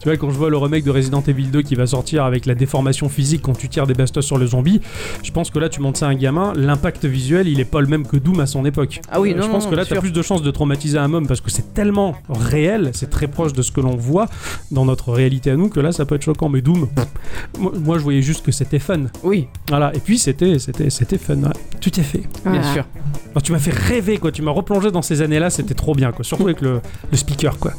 [SPEAKER 2] Tu vois, quand je vois le remake de Resident Evil 2 qui va sortir avec la déformation physique quand tu tires des bastos sur le zombie, je pense que là, tu montes ça à un gamin, l'impact visuel, il est pas le même que Doom à son époque.
[SPEAKER 1] Ah oui,
[SPEAKER 2] Euh,
[SPEAKER 1] non,
[SPEAKER 2] Je
[SPEAKER 1] non,
[SPEAKER 2] pense
[SPEAKER 1] non,
[SPEAKER 2] que là,
[SPEAKER 1] c'est
[SPEAKER 2] t'as
[SPEAKER 1] sûr.
[SPEAKER 2] plus de chances de traumatiser un homme parce que c'est tellement réel, c'est très proche de ce que l'on voit dans notre réalité à nous que là, ça peut être choquant. Mais Doom, pff, moi, moi, je voyais juste que c'était fun.
[SPEAKER 1] Oui,
[SPEAKER 2] Voilà, et puis c'était c'était c'était fun. ouais. Tout est fait.
[SPEAKER 1] bien
[SPEAKER 9] Voilà.
[SPEAKER 1] sûr.
[SPEAKER 2] Enfin, tu m'as fait rêver quoi, tu m'as replongé dans ces années-là, c'était trop bien quoi, surtout avec le, le speaker quoi.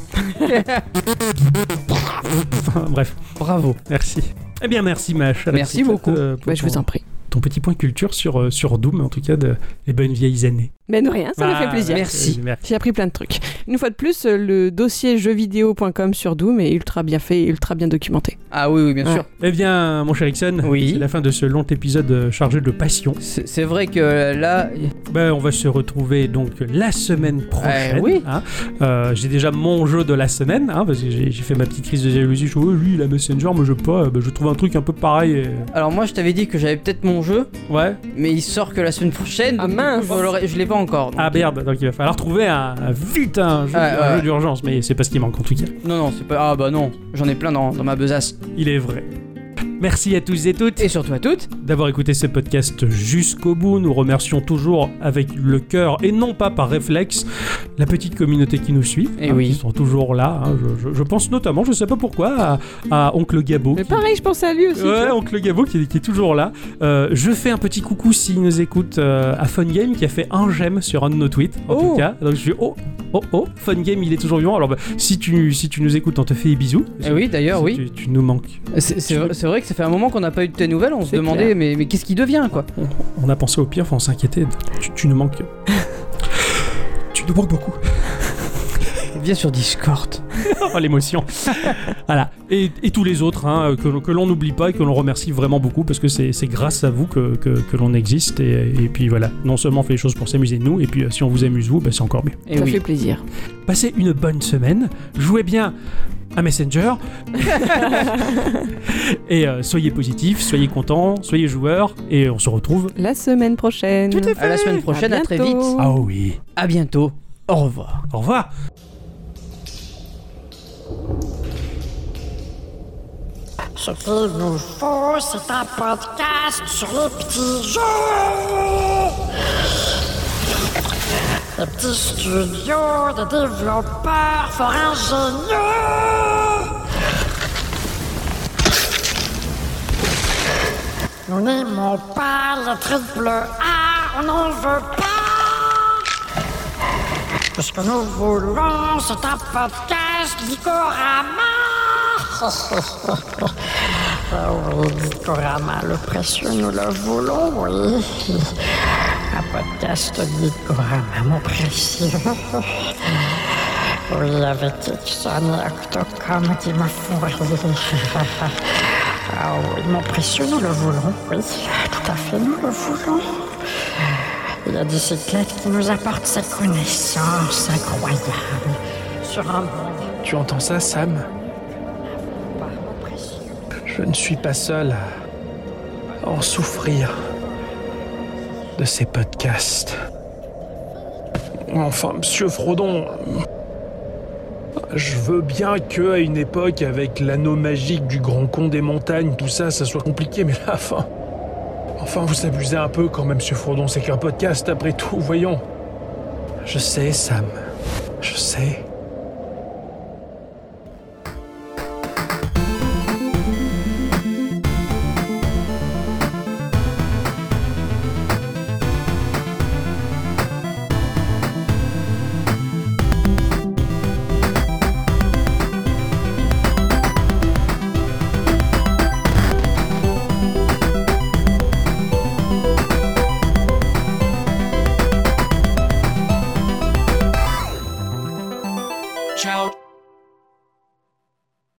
[SPEAKER 2] Enfin, Bref,
[SPEAKER 1] Bravo.
[SPEAKER 2] merci. Eh bien merci ma chère
[SPEAKER 1] Merci
[SPEAKER 2] Alexis,
[SPEAKER 1] beaucoup.
[SPEAKER 2] euh, pour
[SPEAKER 9] Ouais, Bah, je vous
[SPEAKER 2] ton,
[SPEAKER 9] en prie.
[SPEAKER 2] ton petit point culture sur euh, sur Doom en tout cas de les bonnes vieilles années.
[SPEAKER 9] Mais de rien, ça
[SPEAKER 2] Ah,
[SPEAKER 9] m'a fait plaisir.
[SPEAKER 1] Merci.
[SPEAKER 2] euh, merci.
[SPEAKER 9] J'ai appris plein de trucs. Une fois de plus, euh, le dossier jeuxvideo.com sur Doom est ultra bien fait et ultra bien documenté.
[SPEAKER 1] Ah oui, oui, bien sûr.
[SPEAKER 2] Eh bien mon cher Ixon,
[SPEAKER 1] Oui.
[SPEAKER 2] c'est la fin de ce long épisode euh, chargé de passion.
[SPEAKER 1] C'est c'est vrai que euh, là,
[SPEAKER 2] Ben, on va se retrouver donc la semaine prochaine.
[SPEAKER 1] Eh oui.
[SPEAKER 2] hein. Euh, j'ai déjà mon jeu de la semaine, hein, parce que j'ai j'ai fait ma petite crise de jalousie. Je suis, Ouais, lui, il a Messenger, moi je veux pas. Ben, je trouve un truc un peu pareil. euh, et-
[SPEAKER 1] alors moi je t'avais dit que j'avais peut-être mon jeu,
[SPEAKER 2] Ouais. mais
[SPEAKER 1] mais il sort que la semaine prochaine.
[SPEAKER 9] Ah
[SPEAKER 1] donc
[SPEAKER 9] mince.
[SPEAKER 1] je l'aurais- Je l'ai pas encore. donc.
[SPEAKER 2] Ah merde, donc il va falloir trouver un, un- vite un jeu,
[SPEAKER 1] Ouais,
[SPEAKER 2] un
[SPEAKER 1] ouais.
[SPEAKER 2] jeu d'urgence, mais c'est pas ce qui manque en tout cas.
[SPEAKER 1] Non, non, c'est pas. Ah bah non, j'en ai plein dans, dans ma besace.
[SPEAKER 2] Il est vrai. Merci à tous et toutes
[SPEAKER 1] Et surtout à toutes.
[SPEAKER 2] d'avoir écouté ce podcast jusqu'au bout. Nous remercions toujours avec le cœur et non pas par réflexe la petite communauté qui nous suit. hein,
[SPEAKER 1] Eh oui.
[SPEAKER 2] Qui sont toujours là. hein. Je, je- je pense notamment, je sais pas pourquoi, à, à Oncle Gabo.
[SPEAKER 9] Mais
[SPEAKER 2] qui-
[SPEAKER 9] pareil, je pensais à lui aussi. tu
[SPEAKER 2] Ouais,
[SPEAKER 9] vois.
[SPEAKER 2] Oncle Gabo qui, est- qui est toujours là. Euh, je fais un petit coucou s'il nous écoute euh, à Fun Game qui a fait un j'aime sur un de nos tweets en
[SPEAKER 9] Oh.
[SPEAKER 2] tout cas. Donc je suis oh oh oh Fun Game il est toujours vivant. Alors bah, si tu si tu nous écoutes on te fait des bisous.
[SPEAKER 1] Eh oui, d'ailleurs,
[SPEAKER 2] Si
[SPEAKER 1] oui.
[SPEAKER 2] Tu, tu nous manques.
[SPEAKER 1] C'est c'est vrai c'est vrai que ça fait un moment qu'on n'a pas eu de tes nouvelles, on se
[SPEAKER 9] C'est
[SPEAKER 1] demandait,
[SPEAKER 9] clair.
[SPEAKER 1] mais, mais qu'est-ce qui devient quoi
[SPEAKER 2] On, on a pensé au pire, enfin, on s'inquiétait. Tu, tu
[SPEAKER 1] [laughs]
[SPEAKER 2] nous manques. tu nous manques beaucoup.
[SPEAKER 1] Viens sur Discord.
[SPEAKER 2] [laughs] Oh, l'émotion. voilà. Et, et tous les autres hein, que, que l'on n'oublie pas et que l'on remercie vraiment beaucoup parce que c'est c'est grâce à vous que, que- que l'on existe. Et, et puis voilà, non seulement on fait les choses pour s'amuser nous, et puis euh, si on vous amuse vous, bah, c'est encore mieux.
[SPEAKER 1] Et
[SPEAKER 3] Eh
[SPEAKER 9] ça
[SPEAKER 1] oui.
[SPEAKER 9] fait plaisir.
[SPEAKER 2] Passez une bonne semaine, jouez bien
[SPEAKER 1] [laughs]
[SPEAKER 2] à Messenger. et euh, soyez positifs, soyez contents, soyez joueurs, et on se retrouve.
[SPEAKER 9] La semaine prochaine.
[SPEAKER 1] À la semaine prochaine, à très vite.
[SPEAKER 9] bientôt.
[SPEAKER 2] Ah oui.
[SPEAKER 1] À bientôt. Au revoir.
[SPEAKER 2] Au revoir.
[SPEAKER 10] Ce qu'il nous faut, c'est un podcast sur les petits jeux. Les petits studios de développeurs fort ingénieux. Nous n'aimons pas le triple A, on n'en veut pas. Tout ce que nous voulons, c'est un podcast Gikorama. ah oui, Gikorama, le précieux, nous le voulons, oui. Un podcast Gikorama, mon précieux. Oui, avec Ixon et Octocom qui me font rire. Ah oui, mon précieux, nous le voulons, oui. Tout à fait, nous le voulons. Il y a des cyclettes qui nous apportent sa connaissance incroyable sur un monde
[SPEAKER 11] Tu entends ça, Sam
[SPEAKER 10] pas, mon précieux.
[SPEAKER 11] Je ne suis pas seul à en souffrir de ces podcasts. Enfin, monsieur Frodon, je veux bien que à une époque avec l'anneau magique du grand con des montagnes, tout ça, ça soit compliqué, mais là, enfin, enfin, vous abusez un peu quand même, monsieur Frodon. C'est qu'un podcast, après tout, voyons. Je sais, Sam. Je sais.